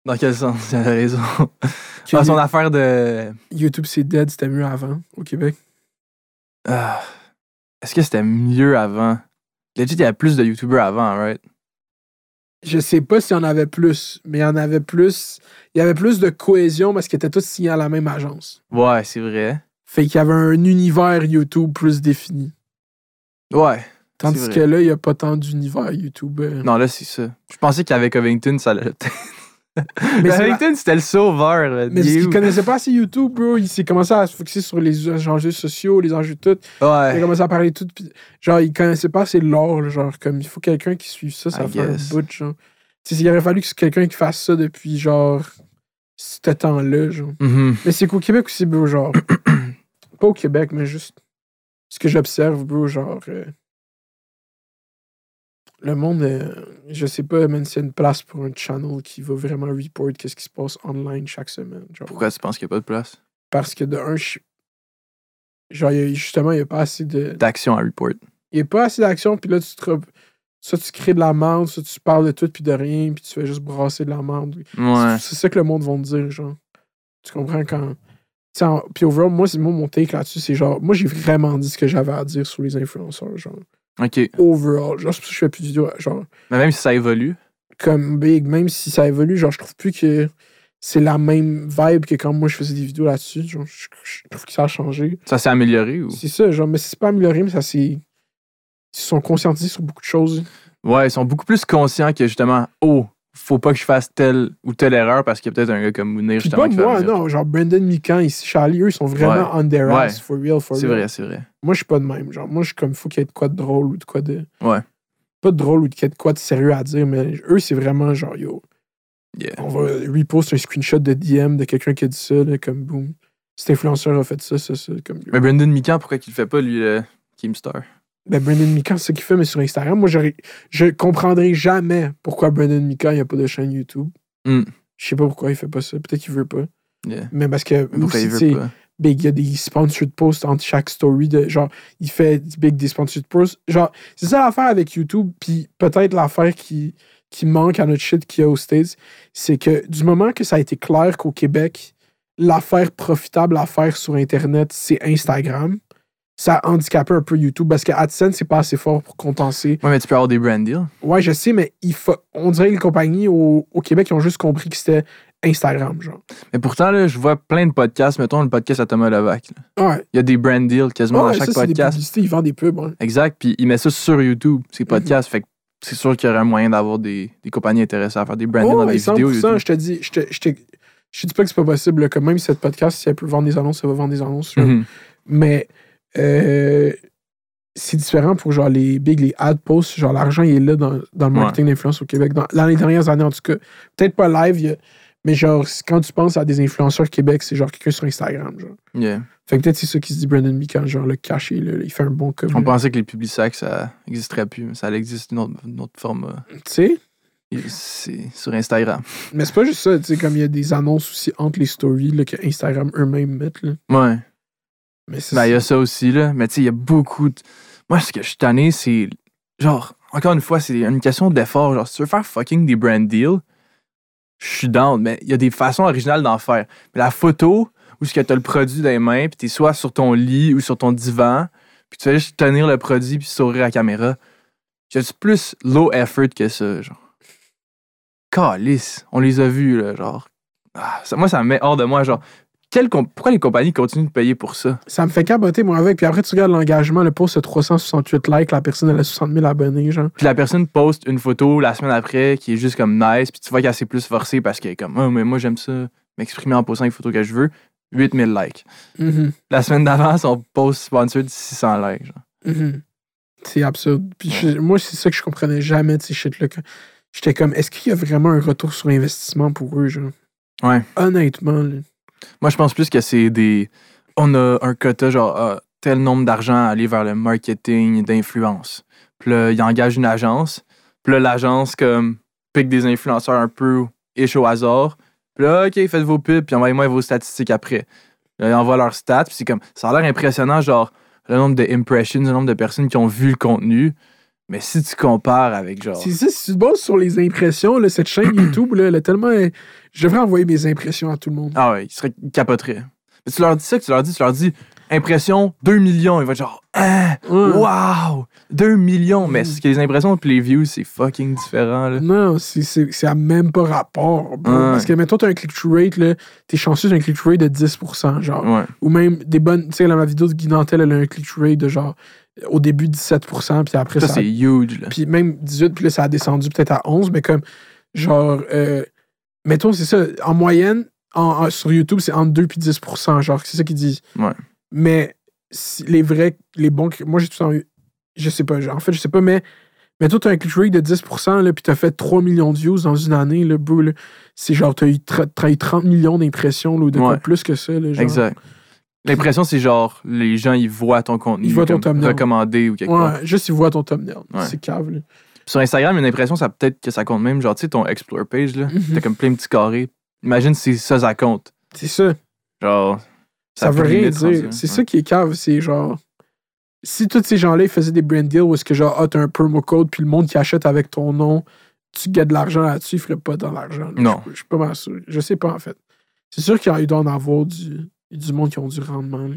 Dans quel sens? Il a raison. Que Dans Ah, son affaire de. YouTube, c'est dead, c'était mieux avant au Québec. Ah. Est-ce que c'était mieux avant? Legit, il y avait plus de YouTubers avant, right? Je sais pas s'il y en avait plus, mais il y en avait plus. Il y avait plus de cohésion parce qu'ils étaient tous signés à la même agence. Ouais, c'est vrai. Fait qu'il y avait un univers YouTube plus défini. Ouais. Tandis vrai. que là, il n'y a pas tant d'univers YouTube. euh. Non, là, c'est ça. Je pensais qu'avec Covington, ça allait. Mais, Mais c'est la- Covington, c'était le sauveur. là. mais Il ce est qu'il où? connaissait pas, c'est YouTube, bro. Il s'est commencé à se focusser sur les enjeux sociaux, les enjeux tout. Il a Ouais. commencé à parler tout. puis- genre, il connaissait pas, c'est l'or, là, genre, comme il faut quelqu'un qui suive ça, ça I fait un guess. bout, genre. Tu sais, il aurait fallu que c'est quelqu'un qui fasse ça depuis, genre, ce temps-là, genre. Mhm. Mais c'est qu'au Québec aussi, bro, genre. pas au Québec, mais juste. Ce que j'observe, bro, genre. euh, le monde, euh, je sais pas, man, s'il y a une place pour un channel qui va vraiment report qu'est-ce qui se passe online chaque semaine. Genre, Pourquoi tu penses qu'il n'y a pas de place Parce que de un, je suis- Genre, il y a- justement, il n'y a pas assez de. d'action à report? Il n'y a pas assez d'action, puis là, tu te. re- Soit tu crées de la merde, soit tu parles de tout puis de rien, puis tu fais juste brasser de la merde. Ouais. C'est c'est ça que le monde va te dire, genre. Tu comprends quand. T'sais, en- Puis overall, moi, c'est moi, mon take là-dessus, c'est genre, moi, j'ai vraiment dit ce que j'avais à dire sur les influenceurs, genre. OK. Mais Overall, genre, c'est pour ça que je fais plus de vidéos, genre, même si ça évolue, comme Big, même si ça évolue, genre, je trouve plus que c'est la même vibe que quand moi, je faisais des vidéos là-dessus, genre, je, je trouve que ça a changé. ça s'est amélioré ou. C'est ça, genre, mais c'est pas amélioré, mais ça s'est. Ils se sont conscientisés sur beaucoup de choses. Ouais, ils sont beaucoup plus conscients que justement, oh, faut pas que je fasse telle ou telle erreur parce qu'il y a peut-être un gars comme Mounir Puis justement pas qui va moi, venir. non, genre, Brandon Mikan, ici, Charlie, eux, ils sont vraiment on their ass, Ouais. for real, for C'est real. vrai, c'est vrai. Moi, je suis pas de même. Genre, moi, je suis comme, faut qu'il y ait de quoi de drôle ou de quoi de. Ouais. Pas de drôle ou de, qu'il y ait de quoi de sérieux à dire, mais eux, c'est vraiment genre, yo, Yeah. on va repost un screenshot de DM de quelqu'un qui a dit ça, là, comme boum. Cet influenceur a fait ça, ça, ça, comme yo. Mais Brendan Mikan, pourquoi qu'il le fait pas, lui, euh, Keemstar Ben, Brandon Mikan, c'est ce qu'il fait, mais sur Instagram, moi, j'aurais- je comprendrai jamais pourquoi Brandon Mikan, il n'y a pas de chaîne YouTube. Mm. Je sais pas pourquoi il fait pas ça. Peut-être qu'il veut pas. Yeah. Mais parce que, Mais Pourquoi aussi, il tu sais, veut pas Big, il y a des sponsored posts entre chaque story. De, genre, il fait Big des sponsored posts. Genre, c'est ça l'affaire avec YouTube. Puis peut-être l'affaire qui, qui manque à notre shit qu'il y a aux States, c'est que du moment que ça a été clair qu'au Québec, l'affaire profitable à faire sur Internet, c'est Instagram, ça handicapait un peu YouTube parce que AdSense, c'est pas assez fort pour compenser. Ouais, mais tu peux avoir des brand deals. Ouais, je sais, mais il faut, on dirait que les compagnies au, au Québec, ils ont juste compris que c'était Instagram, genre. Mais pourtant, là, je vois plein de podcasts. Mettons le podcast à Thomas Levac. là. Ouais. Il y a des brand deals quasiment Ouais, dans chaque ça, c'est des podcast. publicités, ils vendent des pubs. hein. Exact. Puis il met ça sur YouTube, ces podcasts. Fait que c'est sûr qu'il y aurait un moyen d'avoir des, des compagnies intéressées à faire des brand deals Oh, dans des et vidéos 100%, YouTube. je te dis, je te, je te, je te dis pas que c'est pas possible. là, que même si cette podcast, si elle peut vendre des annonces, elle va vendre des annonces. sur- Mhm. Mais euh, c'est différent pour genre les big, les ad posts. Genre l'argent, il est là dans, dans le Ouais. marketing d'influence au Québec. Dans, dans les dernières années, en tout cas. Peut-être pas live, il y a- mais genre c- quand tu penses à des influenceurs Québec, c'est genre quelqu'un sur Instagram. Genre. Yeah. Fait que peut-être c'est ça qui se dit Brandon Mikan, genre le caché, là, il fait un bon com. On là. pensait que les publicsacs, ça n'existerait plus, mais ça existe une autre, une autre forme. euh, Tu sais? et C'est sur Instagram. Mais c'est pas juste ça, tu sais, comme il y a des annonces aussi entre les stories là, que Instagram eux-mêmes mettent. Là. Ouais. Mais c'est Ben, il y a ça aussi, là. Mais tu sais, il y a beaucoup de. Moi, ce que je suis tanné, c'est. Genre, encore une fois, c'est une question d'effort. Genre, si tu veux faire fucking des brand deals, je suis down, mais il y a des façons originales d'en faire. Mais la photo, où ce que tu as le produit dans les mains, puis tu es soit sur ton lit ou sur ton divan, puis tu fais juste tenir le produit puis sourire à la caméra. J'ai-tu plus low effort que ça, genre. Calice, on les a vus, là, genre. Ah, ça- moi, ça me met hors de moi, genre. quelle com- Pourquoi les compagnies continuent de payer pour ça? Ça me fait caboter, moi, avec. Puis après, tu regardes l'engagement, le post a 368 likes, la personne, elle a 60 000 abonnés, genre. Puis la personne poste une photo la semaine après qui est juste comme nice, puis tu vois qu'elle s'est plus forcée parce qu'elle est comme, oh, mais moi j'aime ça, m'exprimer en postant les photos que je veux, 8000 likes. Mhm, La semaine d'avant, son post sponsored 600 likes. genre. Mm-hmm. mhm. C'est absurde. Puis je- moi, c'est ça que je comprenais jamais de ces shit-là. Quand- J'étais comme, est-ce qu'il y a vraiment un retour sur investissement pour eux, genre? Ouais. Honnêtement, là. Moi je pense plus que c'est des. On a un quota, genre, ah, tel nombre d'argent à aller vers le marketing d'influence. Puis là, ils engagent une agence. Puis là, l'agence, comme, pique des influenceurs un peu ish au hasard. Puis là, OK, faites vos pubs, puis envoyez-moi vos statistiques après. Là, ils envoient leurs stats, puis c'est comme, ça a l'air impressionnant, genre, le nombre de impressions, le nombre de personnes qui ont vu le contenu. Mais si tu compares avec, genre, C'est ça, si tu te bases sur les impressions, là, cette chaîne YouTube, là, elle est tellement. euh, Je devrais envoyer mes impressions à tout le monde. ah ouais, ils seraient ils capoteraient. Mais tu leur dis ça, que tu leur dis, tu leur dis, impression, 2 millions. Ils vont être genre, ah, Ouais. wow, 2 millions. Mais Hein. Mm. ce que les impressions, puis les views, c'est fucking différent, là. Non, c'est- c'est c'est à même pas rapport. bro. Ouais. Parce que, mettons, t'as un click-through rate, là, t'es chanceux d'un click-through rate de 10%, genre. Ouais. Ou même des bonnes. Tu sais, la ma vidéo de Guy Nantel, elle a un click-through rate de genre euh, au début 17%, puis après Ça, ça. c'est huge, là. Puis même 18, puis là, ça a descendu peut-être à 11, mais comme, genre, euh, mettons, c'est ça, en moyenne, en- en- sur YouTube, c'est entre 2 puis 10%, genre, c'est ça qu'ils disent. Ouais. Mais si les vrais, les bons. cli- Moi, j'ai tout le temps eu. Je sais pas, genre, en fait, je sais pas, mais. Mais toi, t'as un click rate de 10%, là, puis t'as fait 3 millions de views dans une année, là, bro, là. C'est genre, t'as eu, tra- t'as eu 30 millions d'impressions, là, ou de quoi Ouais. de plus que ça, là, genre. Exact. L'impression, c'est genre, les gens, ils voient ton contenu. Ils voient ton comme thumbnail. Recommandé ou quelque part. Ouais, juste ils voient ton thumbnail. Ouais. C'est cave, là. Sur Instagram, une impression, ça peut-être que ça compte même. Genre, tu sais, ton Explore page, là, Mhm. t'as comme plein de petits carrés. Imagine si ça, ça compte. C'est ça. Genre, ça, veut peut rien limite rendu, dire. là. C'est ça qui est cave, c'est genre. Si tous ces gens-là ils faisaient des brand deals où est-ce que genre, ah, t'as un promo code, puis le monde qui achète avec ton nom, tu gagnes de l'argent là-dessus, ils feraient pas dans l'argent. là. Non. Je, je suis pas mal sûr. Je sais pas, en fait. C'est sûr qu'il y a- il doit en avoir du, du monde qui ont du rendement. là.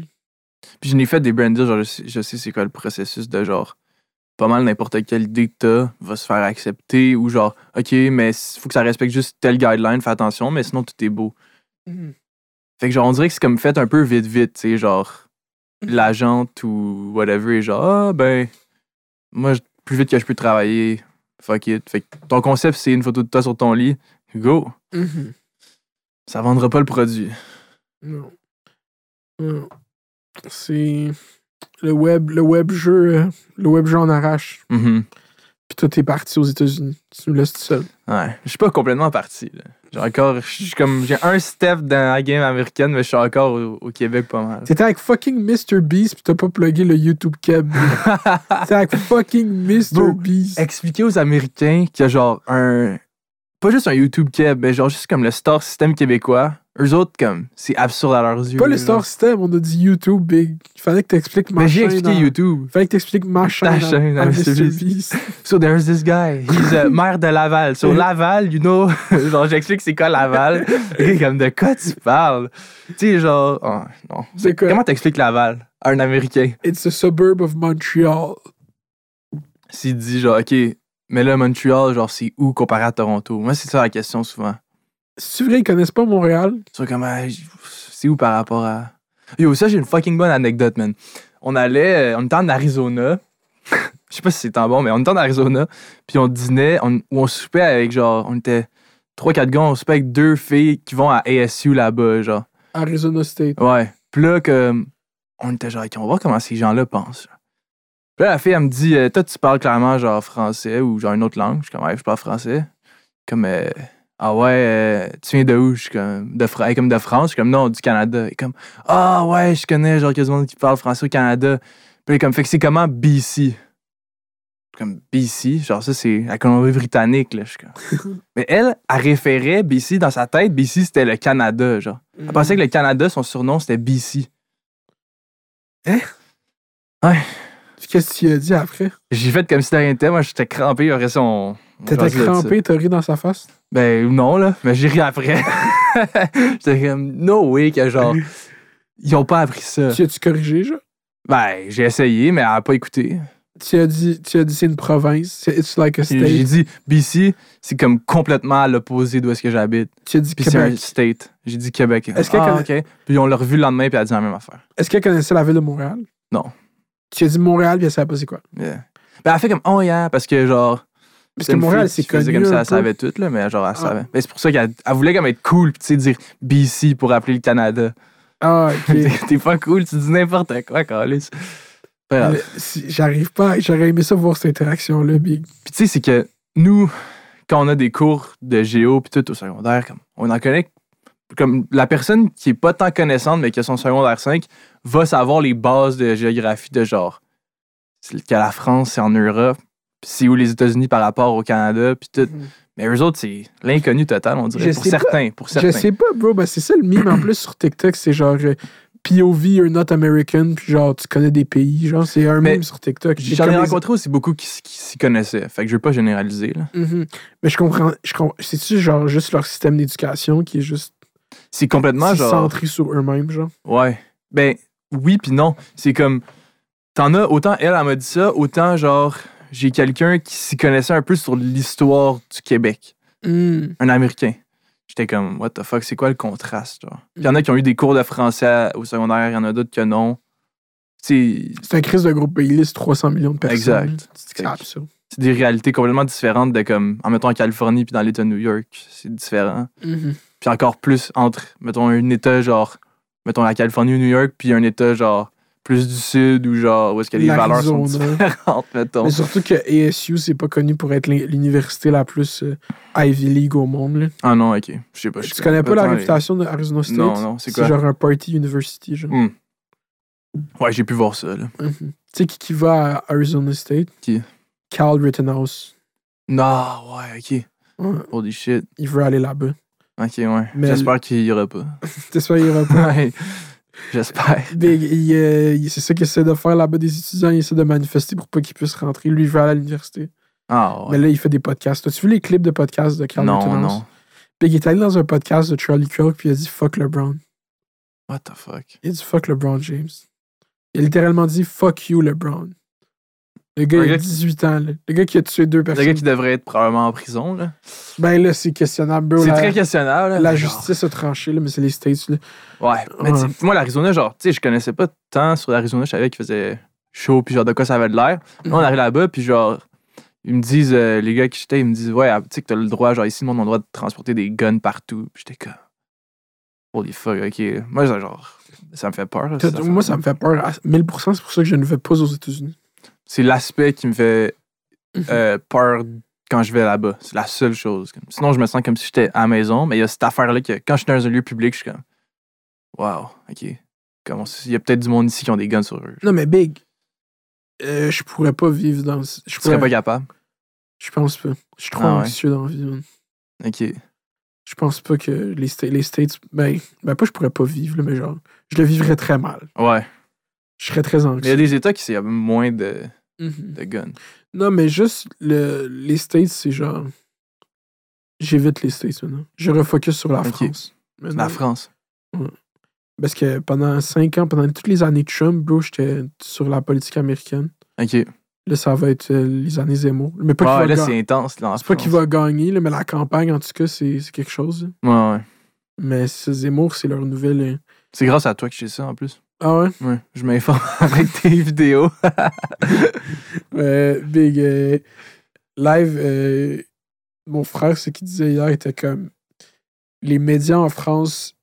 Puis je n'ai fait des brand deals, genre je sais, je sais c'est quoi le processus de genre pas mal n'importe quelle idée que t'as va se faire accepter ou genre OK, mais s- faut que ça respecte juste telle guideline, fais attention, mais sinon tout est beau. Fait que genre on dirait que c'est comme fait un peu vite vite, tu sais genre Mhm. l'agente ou whatever est genre ah ben moi je- plus vite que je peux travailler, fuck it. Fait que ton concept c'est une photo de toi sur ton lit, go, ça vendra pas le produit. Non. Non. C'est. Le web, le web jeu, euh, le web jeu en arrache. Mhm. Puis tout est parti aux États-Unis. Tu nous laisses tout seul. Ouais, je suis pas complètement parti. là. J'ai encore, je suis comme, j'ai un step dans la game américaine, mais je suis encore au, au Québec pas mal. T'étais avec fucking Mr. Beast pis t'as pas plugué le YouTube Cab. T'étais avec fucking Mr. Bro, Beast. Expliquer aux Américains qu'il y a genre un, pas juste un YouTube Québec, mais genre juste comme le star système québécois, Eux autres, comme, c'est absurde à leurs yeux. Pas le là. Star System, on a dit YouTube Big. Il fallait que t'expliques ma Mais Ben, j'ai chaîne. expliqué à- YouTube. fallait que t'expliques ma chaîne. à- chaîne à à Mr. Mr. Beast. So there's this guy, he's a maire de Laval. So Laval, you know, genre j'explique c'est quoi Laval. Et comme de quoi tu parles. Tu sais, genre, oh, non. C'est quoi? Comment t'expliques Laval à un Américain It's a suburb of Montreal. s'il dit genre, OK, mais là, Montréal, genre, c'est où comparé à Toronto? Moi, c'est ça la question souvent. C'est vrai, ils connaissent pas Montréal. Sur comme, Ah, j- c'est où par rapport à. Yo, ça, j'ai une fucking bonne anecdote, man. On allait, euh, on était en Arizona. Je sais pas si c'est tant bon, mais on était en Arizona. Puis on dînait, on, ou on soupait avec genre, on était 3-4 gars, on soupait avec deux filles qui vont à ASU là-bas, genre. Arizona State. Ouais. Puis là, comme, on était genre, OK, on va voir comment ces gens-là pensent. Puis là, la fille, elle me dit, euh, toi, tu parles clairement genre français ou genre une autre langue. Je suis comme, ouais, je parle français. Comme, euh, ah ouais, euh, tu viens de où? Je suis comme, de, Fra- elle est comme de France. Je suis comme, non, du Canada. Elle est comme, ah ouais, je connais genre quelques monde qui parle français au Canada. Puis elle est comme, fait que c'est comment BC? Comme BC, genre ça, c'est la Colombie-Britannique, là. Je suis comme- Mais elle, elle référait BC dans sa tête. BC, c'était le Canada, genre. Elle pensait que le Canada, son surnom, c'était BC. Puis Qu'est-ce que tu as dit après? J'ai fait comme si de rien n'était. Moi, j'étais crampé. Après ça, on. on T'étais jasait de ça. crampé, t'as ri dans sa face. Ben non, là. Mais j'ai ri après. j'étais comme, no way, que genre. Ils ont pas appris ça. Tu as-tu corrigé, genre? Ben, j'ai essayé, mais elle a pas écouté. Tu as dit, tu as dit c'est une province. c'est- It's like a J'ai state. dit, BC, c'est comme complètement à l'opposé d'où est-ce que j'habite. Tu as dit Puis c'est un Québec. state. J'ai dit Québec. Est-ce qu'elle ah, OK. Puis on l'a revu le lendemain, puis elle a dit la même affaire. Est-ce qu'elle connaissait la ville de Montréal? Non. Tu as dit Montréal, puis elle savait pas c'est quoi. Yeah. Ben, elle fait comme, oh yeah, parce que genre. Parce C'est que une Montréal, fille c'est qui faisait connu. comme ça, un elle peu. Ah. savait tout, là, mais genre, elle savait. Mais c'est pour ça qu'elle elle voulait comme être cool, puis tu sais, dire BC pour appeler le Canada. Ah, ok. T'es- T'es pas cool, tu dis n'importe quoi, Carlis. Pas grave. Mais si- J'arrive pas, j'aurais aimé ça voir cette interaction-là, Big. Puis tu sais, c'est que nous, quand on a des cours de géo, puis tout au secondaire, comme, on en connaît. Comme la personne qui est pas tant connaissante, mais qui a son secondaire 5, va savoir les bases de géographie de genre. C'est que la France, c'est en Europe, puis c'est où les États-Unis par rapport au Canada, puis tout. Mhm. Mais eux autres, c'est l'inconnu total, on dirait. Je pour sais pas. certains, pour certains. Je sais pas, bro, ben c'est ça le mime en plus sur TikTok, c'est genre euh, POV, you're not American, puis genre tu connais des pays, genre c'est un Mais mime sur TikTok. C'est J'en comme ai les- rencontré aussi beaucoup qui, s- qui s'y connaissaient. Fait que je vais pas généraliser. là. Mhm. Mais je comprends, je comprends- c'est-tu genre juste leur système d'éducation qui est juste C'est complètement si genre. centré sur eux-mêmes, genre? Ouais. Ben, oui, puis non. C'est comme. T'en as autant, elle, elle m'a dit ça, autant genre. J'ai quelqu'un qui s'y connaissait un peu sur l'histoire du Québec. Mhm. Un Américain. J'étais comme, what the fuck, c'est quoi le contraste, genre? Puis y en a qui ont eu des cours de français à- au secondaire, il y en a d'autres que non. C'est C'est un crise de groupe liste 300 millions de personnes. Exact. là. C'est absurde. c'est des réalités complètement différentes de comme, en mettant en Californie puis dans l'État de New York. C'est différent. Mhm. puis encore plus entre, mettons, un État genre, mettons la Californie ou New York, puis un État genre plus du Sud ou genre où est-ce que les valeurs sont L'Arizona. différentes, mettons. Mais surtout que ASU, c'est pas connu pour être l'in- l'université la plus euh, Ivy League au monde. là. Ah non, ok, je sais pas. je Tu sais connais pas la Mettons les- réputation de Arizona State? Non, non, c'est quoi? genre un party university, genre. Hmm. Ouais, j'ai pu voir ça, là. Mhm. Tu sais qui, qui va à Arizona State? Mm. Qui? Cal Rittenhouse. Non, ouais, ok. Ouais, Holy shit. il veut aller là-bas. Ok, ouais. Mais- J'espère qu'il y aura pas. T'es sûr, il ira pas. Ouais. J'espère. Big, il, euh, il- c'est ça qu'il essaie de faire là-bas des étudiants. Il essaie de manifester pour pas qu'ils puissent rentrer. Lui, il veut aller à l'université. Ah, ouais. Mais là, il fait des podcasts. T'as-tu vu les clips de podcasts de Cal Non, Rittenhouse? non. Big, il est allé dans un podcast de Charlie Kirk puis il a dit fuck LeBron. What the fuck? Il a dit fuck LeBron James. Il a littéralement dit fuck you LeBron. Le gars, Un il a gars qui- 18 ans. là. Le gars qui a tué deux Le personnes. gars qui devrait être probablement en prison, là. Ben là, c'est questionnable, bro. C'est La- très questionnable, là. La mais genre- justice a tranché, là, mais c'est les States. là. Ouais, mais Ouais. tu sais, moi, l'Arizona, genre, tu sais, je connaissais pas tant sur l'Arizona, je savais qu'il faisait chaud, puis genre, de quoi ça avait de l'air. Là, on arrive là-bas, puis genre, ils me disent, euh, les gars qui j'étais, ils me disent, ouais, ah, tu sais que t'as le droit, genre, ici, le monde a le droit de transporter des guns partout. Puis j'étais comme, holy fuck, ok. Moi, ça, genre, ça me fait peur. là, T'as- cette Moi, affaire-là. ça me fait peur à 1000%. C'est pour ça que je ne vais pas aux États-Unis. C'est l'aspect qui me fait Mhm. euh, peur quand je vais là-bas. C'est la seule chose. Comme- Sinon, je me sens comme si j'étais à la maison, mais il y a cette affaire-là que quand je suis dans un lieu public, je suis comme, wow, ok. Comme on- Il y a peut-être du monde ici qui ont des guns sur eux. Non, mais Big, euh, je pourrais pas vivre dans. ce- Je Tu serais pourrais pas capable. Je pense pas. Je suis trop Ah ouais. anxieux dans la vie, man. Ok. je pense pas que les, Sta- les States. Ben, ben, pas, je pourrais pas vivre, là, mais genre, je le vivrais très mal. Ouais. Je serais très Mais il y a anxieux. des États qui c'est moins de, Mhm. de guns. Non, mais juste le, les States, c'est genre. J'évite les States maintenant. Je refocus sur la Ok. France. maintenant. La France. Parce que pendant cinq ans, pendant toutes les années de Trump, bro, j'étais sur la politique américaine. OK. Ouais, Là, ça va être euh, les années Zemmour. Mais pas qu'il là, va, c'est ga- intense. Là, en c'est pas qu'il France. va gagner, là, mais la campagne, en tout cas, c'est c'est quelque chose. là. Ouais, ouais. Mais ce Zemmour, c'est leur nouvelle. euh, C'est grâce à toi que j'ai ça, en plus. Ah ouais? Ouais. Je m'informe avec tes vidéos. Euh, big euh, Live, euh, mon frère, ce qu'il disait hier était comme les médias en France,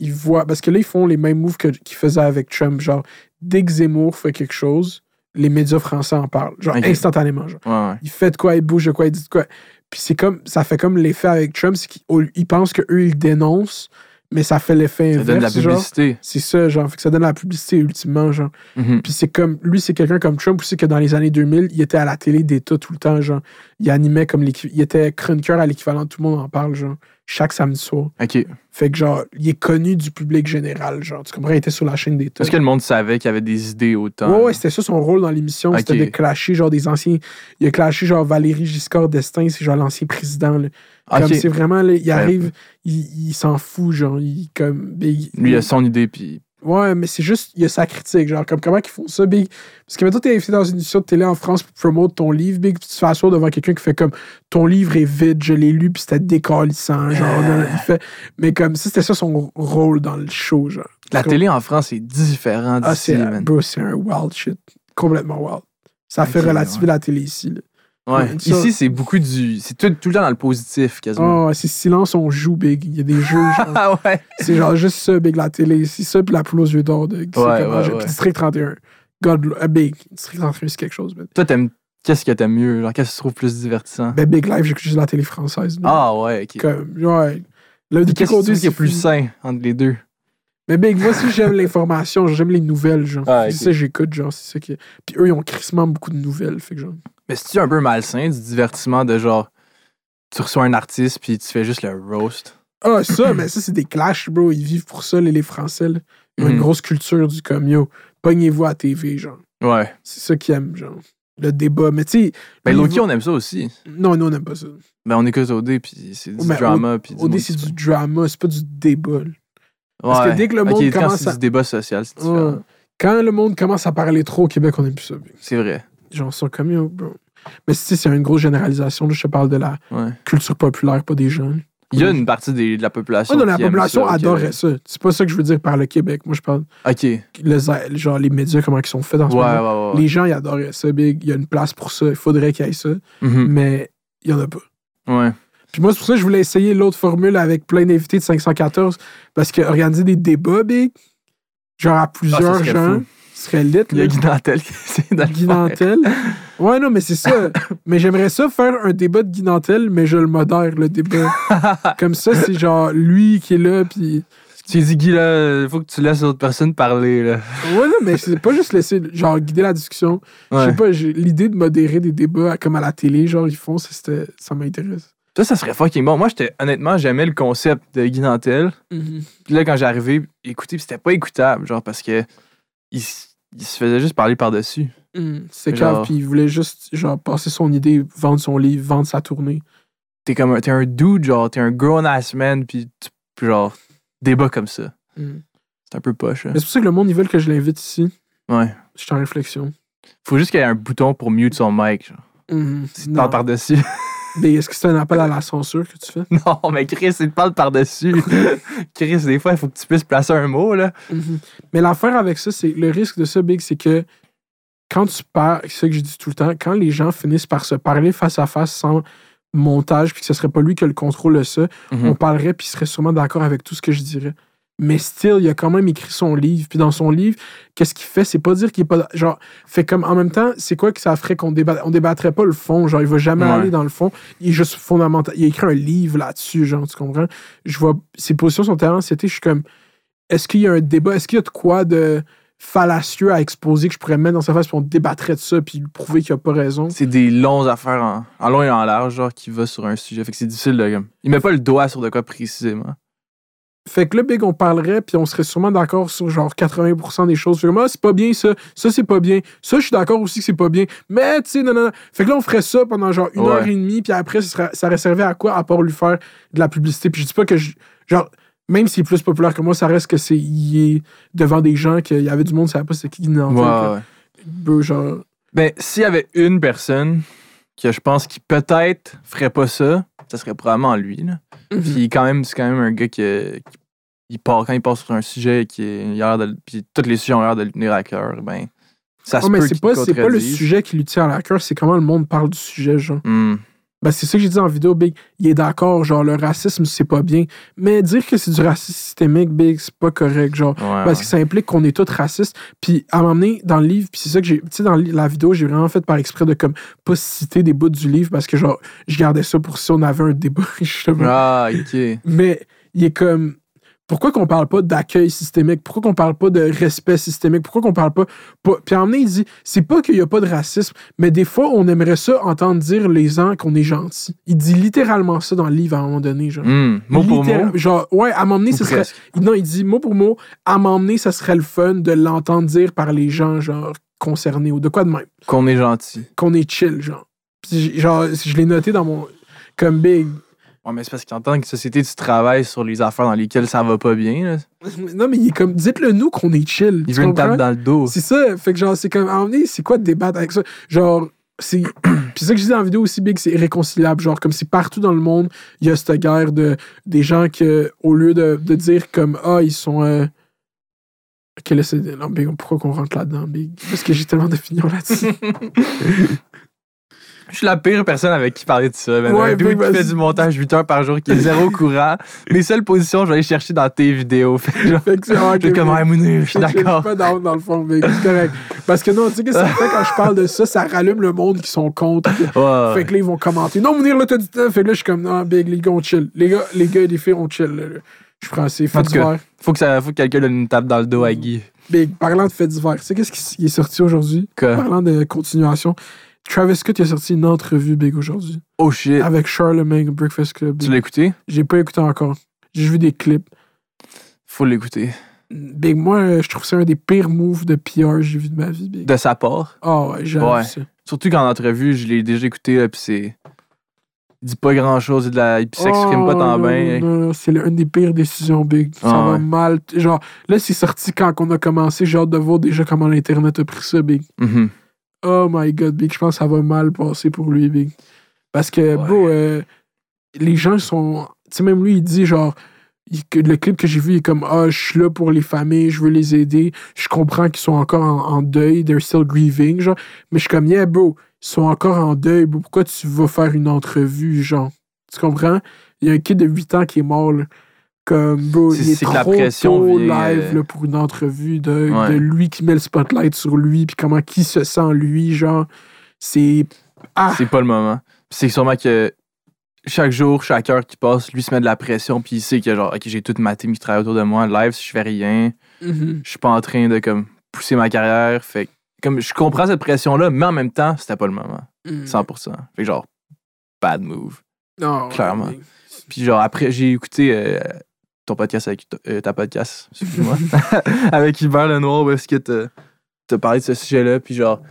ils voient. Parce que là, ils font les mêmes moves que- qu'ils faisaient avec Trump. Genre, dès que Zemmour fait quelque chose, les médias français en parlent. Genre, Ok. instantanément. Genre, Ouais, ouais. il fait de quoi, il bouge de quoi, il dit de quoi. Puis c'est comme. Ça fait comme l'effet avec Trump, c'est qu'ils au- ils pensent qu'eux, ils dénoncent, mais ça fait l'effet Ça donne de la inverse. genre. publicité. C'est ça, genre. Fait que ça donne la publicité ultimement, genre. Mhm. Puis c'est comme, lui, c'est quelqu'un comme Trump aussi que dans les années 2000, il était à la télé d'État tout le temps, genre. Il animait comme l'équivalent. Il était chroniqueur à l'équivalent, tout le monde en parle, genre, chaque samedi soir. OK. Fait que, genre, il est connu du public général, genre. Tu comprends? Il était sur la chaîne d'État. Est-ce que le monde savait qu'il y avait des idées autant? Ouais, ouais, c'était ça son rôle dans l'émission. C'était Ok. de clasher, genre, des anciens. Il a clashé, genre, Valérie Giscard d'Estaing, c'est genre l'ancien président, là. Comme Ah, OK. c'est vraiment, là, il arrive, il, il s'en fout, genre. Il, comme. ben, il- Lui, il a son idée, puis. Ouais, mais c'est juste, il y a sa critique. Genre, comme comment ils font ça, Big? Parce que, mettons, t'es invité dans une émission de télé en France pour promouvoir ton livre, Big, puis tu te fais asseoir devant quelqu'un qui fait comme ton livre est vide, je l'ai lu, puis c'était décalissant. Genre, non, non, il fait. Mais comme ça, c'était ça son rôle dans le show, genre. La Comme- télé en France, c'est différent Ah, d'ici, c'est man. bro, c'est un wild shit. Complètement wild. Ça fait Ok, relativer ouais. la télé ici. là. Ouais. Ouais, ça- Ici, c'est beaucoup du. C'est tout, tout le temps dans le positif, quasiment. Ah, ouais, c'est silence, on joue, Big. Il y a des jeux, genre. Ah ouais. C'est genre juste ça, Big, la télé. C'est ça, puis la poule aux yeux d'or de c'est Ouais, comme- ouais, Puis ouais. District 31. God, blo- euh, Big. District 31, c'est quelque chose, man. Toi, t'aimes. Qu'est-ce que t'aimes mieux? Genre, qu'est-ce que tu trouves plus divertissant? Ben, Big Live, j'écoute juste la télé française. là. Ah ouais, ok. Comme, ouais. Là, depuis Qu'est-ce qu'on que tu dit, trouves qui est c'est plus sain entre les deux? Mais Big, moi aussi, j'aime l'information, j'aime les nouvelles, genre. Ah, C'est ok. ça, j'écoute, genre, c'est ça qui. Puis eux, ils ont crissement beaucoup de nouvelles, fait que genre. Mais c'est-tu un peu malsain du divertissement de genre. Tu reçois un artiste, puis tu fais juste le roast? Ah, ça, mais ça, c'est des clashs, bro. Ils vivent pour ça, les, les Français, là. Ils ont une Mhm. grosse culture du comme, yo, pognez-vous à TV, genre. Ouais. C'est ça qu'ils aiment, genre. Le débat. Mais tu sais. Ben, niveau- Loki, on aime ça aussi. Non, nous, on n'aime pas ça. Ben, on écoute OD, puis c'est du Mais drama, puis du. Au dé, monde Ben, c'est qui se du drama, c'est pas du débat, là. plaint. parce que Ouais. dès que le Ok, monde quand commence c'est à- du débat social, c'est différent. Ouais. Quand le monde commence à parler trop au Québec, on aime plus ça, Big. C'est vrai. Genre, sont comme yo, bro. Mais si c'est une grosse généralisation, là, je te parle de la Ouais. culture populaire, pas des gens. Il y a une partie des- de la population. Ouais, Ah, non, la qui aime population ça, ok. adorait ça. C'est pas ça que je veux dire par le Québec. Moi, je parle Ok. Ouais, le za- genre les médias, comment ils sont faits dans ce ouais, moment. ouais. ouais. Les gens, ils adoraient ça, big. Il y a une place pour ça. Il faudrait qu'il y ait ça. Mhm. Mais il y en a pas. Ouais. Puis moi, c'est pour ça que je voulais essayer l'autre formule avec plein d'invités de 514. Parce que organiser des débats, big, genre à Ah, plusieurs ça serait gens, fou. ce serait lit. Il y a là. Guy Nantel qui essaie de le Guy faire. Nantel. Ouais, non, mais c'est ça. mais j'aimerais ça faire un débat de Guy Nantel, mais je le modère, le débat. Comme ça, c'est genre lui qui est là, puis... Tu lui dis, Guy, là, faut que tu laisses l'autre personne parler, là. Ouais, non, mais c'est pas juste laisser, genre, guider la discussion. Je Ouais. sais pas, j'ai- l'idée de modérer des débats, comme à la télé, genre, ils font, ça, c'était- ça m'intéresse. Ça, ça serait fucking bon. Moi, j'étais, honnêtement, j'aimais le concept de Guy Nantel. Puis là, quand j'ai arrivé, écoutez, puis c'était pas écoutable, genre, parce que il, s- il se faisait juste parler par-dessus. Mm, C'est Genre- grave, puis il voulait juste, genre, passer son idée, vendre son livre, vendre sa tournée. T'es comme un, t'es un dude, genre, t'es un grown-ass man, puis tu- puis genre, débat comme ça. Mm. C'est un peu poche, là. Mais c'est pour ça que le monde, ils veulent que je l'invite ici. Ouais. Je suis en réflexion. Faut juste qu'il y ait un bouton pour mute son mic, genre. Mhm. Si tu Non. Mm-hmm. parles par-dessus. Mais est-ce que c'est un appel à la censure que tu fais? Non, mais Chris, il te parle par-dessus. Chris, des fois, il faut que tu puisses placer un mot, là. Mhm. Mais l'affaire avec ça, c'est le risque de ça, Big, c'est que quand tu parles, c'est ce que je dis tout le temps, quand les gens finissent par se parler face à face sans montage, puis que ce serait pas lui qui a le contrôle de ça, Mhm. on parlerait, puis il serait sûrement d'accord avec tout ce que je dirais. Mais still, il a quand même écrit son livre. Puis dans son livre, qu'est-ce qu'il fait? C'est pas dire qu'il est pas. Genre, fait comme en même temps, c'est quoi que ça ferait qu'on débat... on débattrait pas le fond? Genre, il va jamais Ouais. aller dans le fond. Il est juste fondamental. Il a écrit un livre là-dessus, genre, tu comprends? Je vois. Ses positions sont tellement c'était Je suis comme. Est-ce qu'il y a un débat? Est-ce qu'il y a de quoi de fallacieux à exposer que je pourrais mettre dans sa face, puis on débattrait de ça, puis prouver qu'il a pas raison. C'est des longues affaires en, en long et en large, genre, qui va sur un sujet. Fait que c'est difficile de. comme- Il met pas le doigt sur de quoi précisément. Fait que là, Big, on parlerait, puis on serait sûrement d'accord sur genre 80% des choses. Fait que, moi, c'est pas bien ça, ça, c'est pas bien, ça, je suis d'accord aussi que c'est pas bien, mais tu sais, non, non, non. Fait que là, on ferait ça pendant genre une Ouais. heure et demie, puis après, ça, serait- ça aurait servi à quoi à part lui faire de la publicité? Puis je dis pas que je. Genre, même s'il est plus populaire que moi, ça reste que c'est. Il est devant des gens qu'il y avait du monde, ça savait pas c'est qui qui Ouais, n'en ouais. genre. Ben, s'il y avait une personne que je pense qui peut-être ferait pas ça, ça serait probablement lui. Là. Mm-hmm. Puis quand même, c'est quand même un gars qui, qui- il part, quand il part sur un sujet qui est, il a l'air de, puis tous les sujets ont l'air de le tenir à cœur, ben ça Oh, se mais peut c'est qu'il pas, c'est pas le contredise. sujet qui lui tient à la cœur, c'est comment le monde parle du sujet, genre. Hmm. Ben, c'est ça que j'ai dit en vidéo, Big. Il est d'accord, genre, le racisme, c'est pas bien. Mais dire que c'est du racisme systémique, Big, c'est pas correct, genre. Ouais, Parce Ah ouais. que ça implique qu'on est tous racistes. Puis, à m'emmener dans le livre, puis c'est ça que j'ai. Tu sais, dans li- la vidéo, j'ai vraiment fait par exprès de, comme, pas citer des bouts du livre parce que, genre, je gardais ça pour si on avait un débat, justement. Ah, ok. Mais il est comme. Pourquoi qu'on parle pas d'accueil systémique? Pourquoi qu'on parle pas de respect systémique? Pourquoi qu'on parle pas. pas- Puis à un moment donné, il dit c'est pas qu'il y a pas de racisme, mais des fois, on aimerait ça entendre dire les gens qu'on est gentil. Il dit littéralement ça dans le livre à un moment donné. Genre. Hmm. Mot pour Littéra- mot. Genre, ouais, à un moment donné, ou ce serait. presque. Non, il dit mot pour mot, à un moment donné, ça serait le fun de l'entendre dire par les gens, genre, concernés ou de quoi de même Qu'on est gentil. qu'on est chill, genre. Puis j'ai- genre, je l'ai noté dans mon. Comme big. Ouais, mais c'est parce qu'en tant que société, tu travailles sur les affaires dans lesquelles ça va pas bien. là. Non, mais il est comme. Dites-le nous qu'on est chill. Il tu veut une comprends? tape dans le dos. C'est ça. Fait que genre, c'est comme, à un moment donné, c'est quoi de débattre avec ça? Genre, c'est. Puis ça que je disais en vidéo aussi, Big, c'est irréconciliable. Genre, comme si partout dans le monde, il y a cette guerre de des gens que, au lieu de, de dire comme, ah, ils sont. euh, Ok, là, c'est. Non, Big, pourquoi qu'on rentre là-dedans, Big? Parce que j'ai tellement d'opinions là-dessus. Je suis la pire personne avec qui parler de ça. man. Ouais, un dude ben, qui vas-y. fait du montage 8 heures par jour, qui est zéro courant. Les seules positions, je vais aller chercher dans tes vidéos. Fait que genre, fait que c'est ah, ok, je vais comme, Big. ah, Mounir, je suis Je suis d'accord. pas down dans le fond, Big, c'est correct. Parce que non, tu sais, que ça fait quand je parle de ça, ça rallume le monde qui sont contre. Ouais. Fait que là, ils vont commenter. Non, venir là, t'as du temps. Fait que là, je suis comme, non, big, les gars, on chill. Les gars, les gars et les filles, on chill. là. Je suis français. Fait En tout cas. d'hiver. Faut que, ça, faut que quelqu'un donne une tape dans le dos à Guy. Big, parlant de fait d'hiver, tu sais, qu'est-ce qui s- qui est sorti aujourd'hui? Que- Parlant de continuation, Travis Scott il a sorti une entrevue, Big, aujourd'hui. oh shit. Avec Charlemagne, Breakfast Club. Big. Tu l'as écouté? J'ai pas écouté encore. J'ai vu des clips. Faut l'écouter. Big, moi, euh, je trouve ça un des pires moves de PR que j'ai vu de ma vie, Big. De sa part. Ah ouais, j'aime Ouais. ça. Surtout qu'en entrevue, je l'ai déjà écouté, là, pis c'est. Il dit pas grand chose, il, de la- il s'exprime pas Oh, tant non, bien. hein. non, non, c'est l'une des pires décisions, Big. Ça Ah, va ouais. mal. Genre, là, c'est sorti quand on a commencé. J'ai hâte de voir déjà comment l'Internet a pris ça, Big. Mhm. Oh my God, Big. Je pense que ça va mal passer pour lui, Big. Parce que, Ouais. bro, euh, les gens sont... Tu sais, même lui, il dit, genre... il- que le clip que j'ai vu, il est comme « Ah, je suis là pour les familles, je veux les aider. Je comprends qu'ils sont encore en, en deuil. They're still grieving, genre. Mais je suis comme « Yeah, bro, ils sont encore en deuil. bro. Pourquoi tu vas faire une entrevue, genre? » Tu comprends? Il y a un kid de 8 ans qui est mort, là. Comme, bro, C'est- il est, c'est que trop la pression tôt vient, euh, live là, pour une entrevue de, Ouais. de lui qui met le spotlight sur lui, puis comment qui se sent lui, genre. C'est... Ah! C'est pas le moment. Pis c'est sûrement que chaque jour, chaque heure qui passe, lui se met de la pression, puis il sait que genre, ok, j'ai toute ma team qui travaille autour de moi, live, si je fais rien, Mhm. je suis pas en train de comme pousser ma carrière. Fait que, comme je comprends cette pression-là, mais en même temps, c'était pas le moment. Mhm. 100%. Fait que genre, bad move. Non, Clairement. Big. Puis genre, après, j'ai écouté euh, ton podcast avec euh, ta podcast, excuse-moi, avec Hubert Lenoir, parce que t'as t'as parlé de ce sujet-là. Puis genre,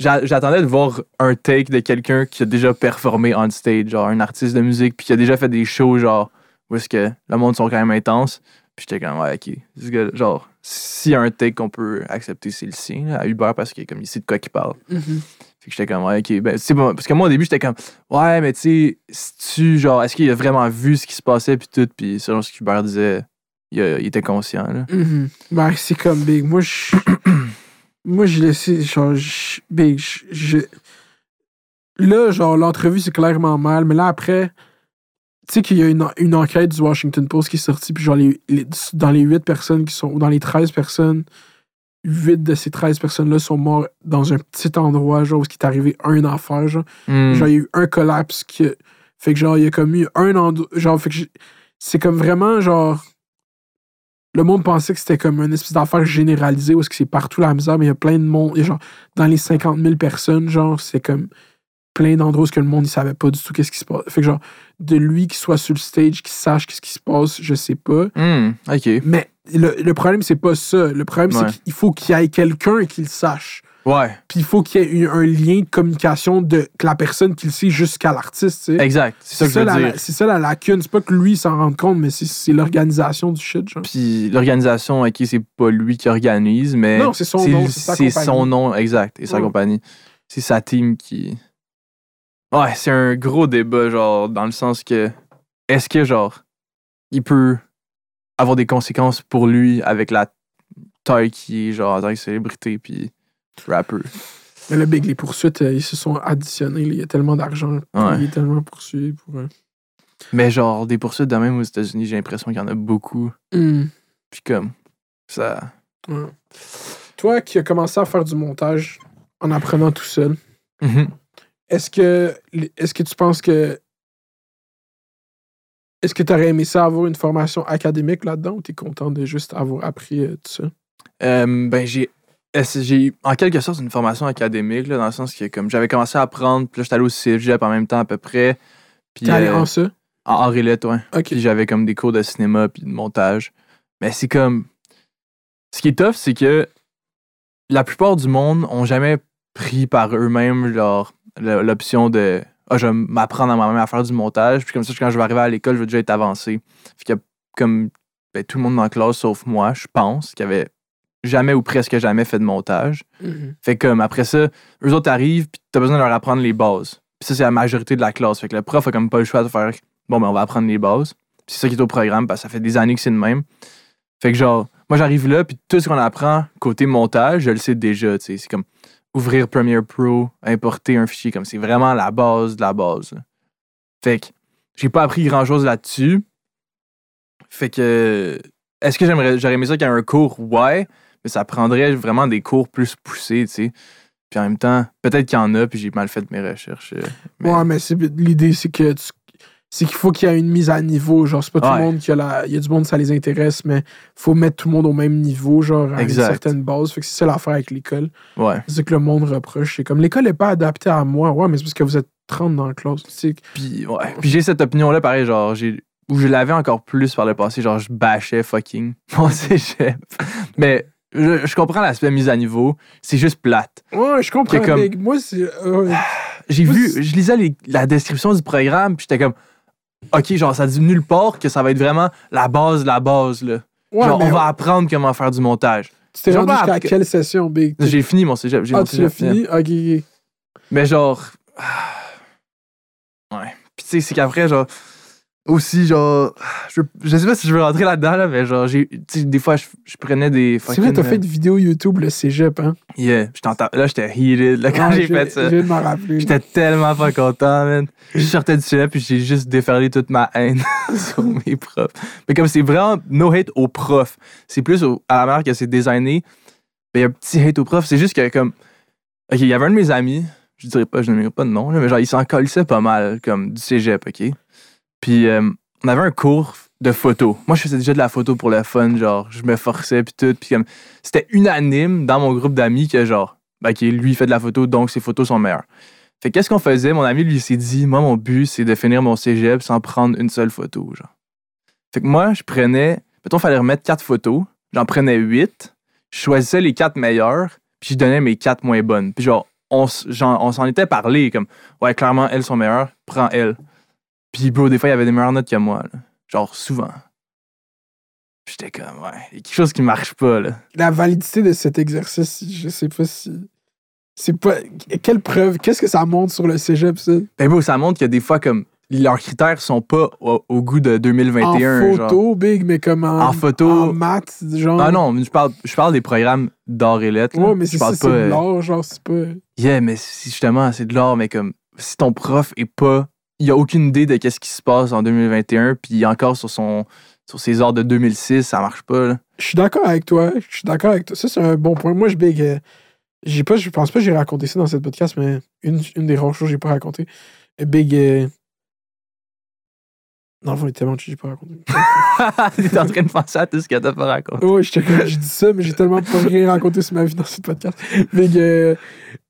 j'a- j'attendais de voir un take de quelqu'un qui a déjà performé on stage, genre un artiste de musique, puis qui a déjà fait des shows, genre, où est-ce que le monde sont quand même intense. Puis j'étais comme, ouais, ok, ce gars, genre, s'il y a un take qu'on peut accepter, c'est le sien, là, à Hubert, parce que comme il sait de quoi qu'il parle. Mhm. Fait que j'étais comme, ouais, ok. Ben, tu sais, moi- parce que moi, au début, j'étais comme, ouais, mais tu sais, si tu, genre, est-ce qu'il a vraiment vu ce qui se passait, puis tout, puis selon ce qu'Hubert disait, il, a- il était conscient, là. Mhm. Ben, c'est comme Big. Moi, je. Moi, j'ai laissé. Genre, je- Big, je- je. Là, genre, l'entrevue, c'est clairement mal, mais là, après. Tu sais qu'il y a une, en- une enquête du Washington Post qui est sortie, puis genre, les, les- dans les 8 personnes qui sont. Ou dans les 13 personnes, 8 de ces 13 personnes-là sont mortes dans un petit endroit, genre, où il est arrivé un enfer, genre. Hmm. Genre, il y a eu un collapse qui. Fait que genre, il y a comme eu un endroit. Genre, fait que j'ai- c'est comme vraiment genre. le monde pensait que c'était comme une espèce d'affaire généralisée où est-ce que c'est partout la misère, mais il y a plein de monde. il y a genre, dans les 50 000 personnes, genre, c'est comme plein d'endroits où est-ce que le monde ne savait pas du tout qu'est-ce qui se passe. Fait que genre, de lui qui soit sur le stage, qui sache qu'est-ce qui se passe, je sais pas. Hmm, OK. Mais le, le problème, c'est pas ça. Le problème, Ouais. c'est qu'il faut qu'il y ait quelqu'un qui le sache. Ouais, Puis il faut qu'il y ait eu un lien de communication de que la personne qui le sait jusqu'à l'artiste. tu sais. exact. C'est ça que je veux la- dire. C'est ça la lacune. C'est pas que lui s'en rende compte, mais c'est- c'est l'organisation du shit, genre. Puis l'organisation, OK, c'est pas lui qui organise, mais Non, c'est son nom, c'est sa c'est compagnie. son nom, exact, et sa Ouais. compagnie. C'est sa team qui... Ouais, c'est un gros débat, genre, dans le sens que... Est-ce que, genre, il peut avoir des conséquences pour lui avec la taille qui est, genre, en tant que célébrité, puis rapper? Mais le big, les poursuites, euh, ils se sont additionnés. là. Il y a tellement d'argent. Ouais. Il est tellement poursuivi pour. euh, Mais genre, des poursuites de même aux États-Unis, j'ai l'impression qu'il y en a beaucoup. hum. Puis comme, ça... Toi qui as commencé à faire du montage en apprenant tout seul, Mhm. est-ce que, est que tu penses que. Est-ce que tu aurais aimé ça avoir une formation académique là-dedans ou tu es content de juste avoir appris euh, tout ça? Euh, ben, j'ai. est-ce- J'ai eu, en quelque sorte une formation académique, là, dans le sens que comme j'avais commencé à apprendre, puis là, j'étais allé au cégep en même temps à peu près. Puis T'es allé euh, en ça? en Henriette, ouais. Ok. Puis j'avais comme des cours de cinéma puis de montage. Mais c'est comme. Ce qui est tough, c'est que la plupart du monde ont jamais pris par eux-mêmes genre le- l'option de Ah, je vais m'apprendre à moi-même à faire du montage. Puis comme ça, quand je vais arriver à l'école, je vais déjà être avancé. Fait qu'il y a comme ben, tout le monde dans la classe sauf moi, je pense, qui avait jamais ou presque jamais fait de montage. Mhm. Fait que, comme après ça, eux autres arrivent, puis t'as besoin de leur apprendre les bases. Puis ça, c'est la majorité de la classe. Fait que le prof a comme pas le choix de faire bon, ben on va apprendre les bases. Puis c'est ça qui est au programme, parce que ça fait des années que c'est le même. Fait que genre, moi j'arrive là, puis tout ce qu'on apprend côté montage, je le sais déjà, tu sais. C'est comme ouvrir Premiere Pro, importer un fichier, comme c'est vraiment la base de la base. là. Fait que j'ai pas appris grand chose là-dessus. Fait que, est-ce que j'aimerais, j'aurais aimé ça qu'il y ait un cours? Ouais, mais ça prendrait vraiment des cours plus poussés, tu sais. Puis en même temps, peut-être qu'il y en a, puis j'ai mal fait de mes recherches. euh, mais- Ouais, mais c'est- l'idée, c'est que tu- c'est qu'il faut qu'il y ait une mise à niveau. Genre, c'est pas tout Ouais. le monde qui a la. Il y a du monde, ça les intéresse, mais faut mettre tout le monde au même niveau, genre, à Exact. une certaine base. Fait que c'est ça l'affaire avec l'école. Ouais. C'est que le monde reproche. C'est comme l'école n'est pas adaptée à moi. Ouais, mais c'est parce que vous êtes 30 dans la classe. Tu sais, Puis, ouais. Puis j'ai cette opinion-là, pareil, genre, j'ai. Ou je l'avais encore plus par le passé, genre, je bâchais fucking mon cégep. Mais je, je comprends l'aspect mise à niveau, c'est juste plate. Ouais, je comprends. C'est comme- mais moi, c'est. euh, J'ai Moi, vu, c'est- je lisais les- la description du programme, puis j'étais comme, ok, genre, ça dit nulle part que ça va être vraiment la base, de la base, là. ouais, genre, mais on va apprendre comment faire du montage. Tu t'es Genre, rendu bah, jusqu'à que- quelle session, Big? J'ai fini mon cégep, j'ai Ah, mon tu l'as cégep. fini? Ok, ok. Mais genre. ah, Ouais. Puis tu sais, c'est qu'après, genre. Aussi, genre. Je, je sais pas si je veux rentrer là-dedans, là, mais genre, j'ai. Tu sais, des fois, je, je prenais des. C'est vrai, t'as fait fucking, une vidéo YouTube, le cégep, hein? euh, Yeah. j'étais en ta- Là, j'étais heated, là, quand Ouais, j'ai je- fait ça. Je viens de m'en rappeler. J'étais tellement pas content, man. Je sortais du cégep, puis j'ai juste déferlé toute ma haine sur mes profs. Mais comme c'est vraiment no hate aux profs, c'est plus au- à la manière que c'est designé. Mais il y a un petit hate aux profs. C'est juste que, comme. Ok, il y avait un de mes amis, je dirais pas, je ne dirais pas de nom, là, mais genre, il s'en collissait pas mal, comme du cégep, ok? Puis, euh, on avait un cours de photo. Moi, je faisais déjà de la photo pour le fun, genre, je me forçais, puis tout. Puis, comme, c'était unanime dans mon groupe d'amis que, genre, ben, ok, lui, il fait de la photo, donc ses photos sont meilleures. Fait que qu'est-ce qu'on faisait? Mon ami, lui, il s'est dit, moi, mon but, c'est de finir mon cégep sans prendre une seule photo, genre. Fait que moi, je prenais, mettons, fallait remettre quatre photos. J'en prenais huit. Je choisissais les quatre meilleures, puis je donnais mes quatre moins bonnes. Puis genre, on, s- genre, on s'en était parlé, comme, ouais, clairement, elles sont meilleures, prends elles. Puis bro, des fois, il y avait des meilleures notes que moi, là. Genre, souvent. Puis J'étais comme, ouais, il y a quelque chose qui marche pas, là. la validité de cet exercice, je sais pas si. C'est pas. Quelle preuve? Qu'est-ce que ça montre sur le cégep, ça? Ben bro, ça montre que des fois, comme, leurs critères sont pas au, au goût de 2021, en genre. photo, big, mais comme en. En photo. En maths, genre. Ah non, mais je parle, je parle des programmes d'art et lettres. là. Ouais, mais je c'est parle ça, pas, c'est euh, de l'art, genre, c'est pas. Yeah, mais si justement, c'est de l'art, mais comme si ton prof est pas. Il a aucune idée de qu'est-ce qui se passe en 2021, puis encore sur son sur ses arts de 2006, ça marche pas. là. Je suis d'accord avec toi. Je suis d'accord avec toi. Ça, c'est un bon point. Moi, je big. euh, j'ai pas, je pense pas que j'ai raconté ça dans cette podcast, mais une, une des rares choses que j'ai pas raconté. Big. euh, Non, enfin, il est tellement cheap, j'ai pas raconté. T'es en train de penser à tout ce qu'elle t'a pas raconté. Oh, Ouais, j'étais comme, j'ai dit ça, mais j'ai tellement pas rien raconté sur ma vie dans ce podcast. Mais que, euh,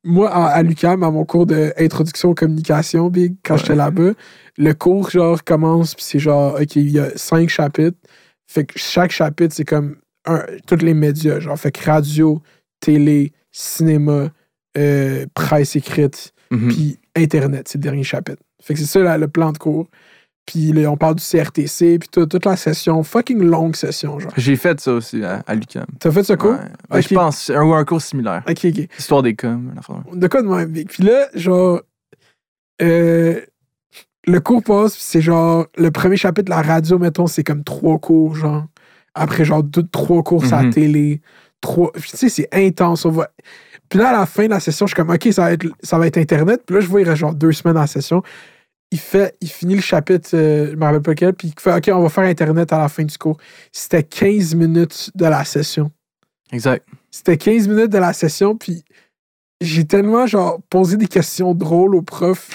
moi, à, à l'UCAM, à mon cours d'introduction aux communications, big, quand j'étais là-bas, le cours, genre, commence, puis c'est genre, OK, il y a cinq chapitres. Fait que chaque chapitre, c'est comme un, tous les médias, genre, fait que radio, télé, cinéma, euh, presse écrite, Mhm. Euh, puis Internet, c'est le dernier chapitre. Fait que c'est ça là, le plan de cours. Puis là, on parle du CRTC, puis tout- toute la session, fucking longue session, genre. J'ai fait ça aussi à, à l'UQAM. T'as fait ce cours? Ouais. Ouais, Ok. Je pense, un, ou un cours similaire. Ok, ok. Histoire des coms. une affaire. De quoi de même? Vic? Puis là, genre, euh, le cours passe, puis c'est genre, le premier chapitre de la radio, mettons, c'est comme trois cours, genre. Après, genre, deux, trois cours à la Mhm. télé. Trois. Puis tu sais, c'est intense. On va... Puis là, à la fin de la session, je suis comme, OK, ça va être, ça va être Internet. Puis là, je vois, il reste genre deux semaines dans la session. Il, fait, il finit le chapitre, euh, je me rappelle pas quel, puis il fait, OK, on va faire Internet à la fin du cours. C'était 15 minutes de la session Exact. c'était 15 minutes de la session, puis j'ai tellement, genre, posé des questions drôles au prof.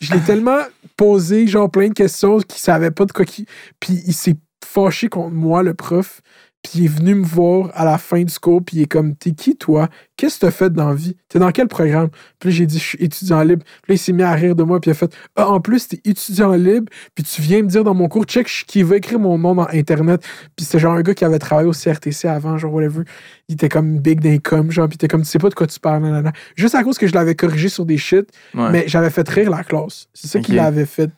je l'ai tellement posé, genre, plein de questions qu'il savait pas de quoi qui... Puis il s'est fâché contre moi, le prof. Puis il est venu me voir à la fin du cours, puis il est comme, t'es qui, toi? Qu'est-ce que t'as fait dans la vie? T'es dans quel programme? Puis là, j'ai dit, je suis étudiant libre. Puis là, il s'est mis à rire de moi, puis il a fait, ah, en plus, t'es étudiant libre, puis tu viens me dire dans mon cours, check, je- qui va écrire mon nom dans Internet. Puis c'était genre un gars qui avait travaillé au CRTC avant, genre, whatever il était comme big d'income, genre, puis il était comme, tu sais pas de quoi tu parles, nanana. Juste à cause que je l'avais corrigé sur des shit, Ouais. mais j'avais fait rire la classe. C'est ça Ok. qu'il avait fait.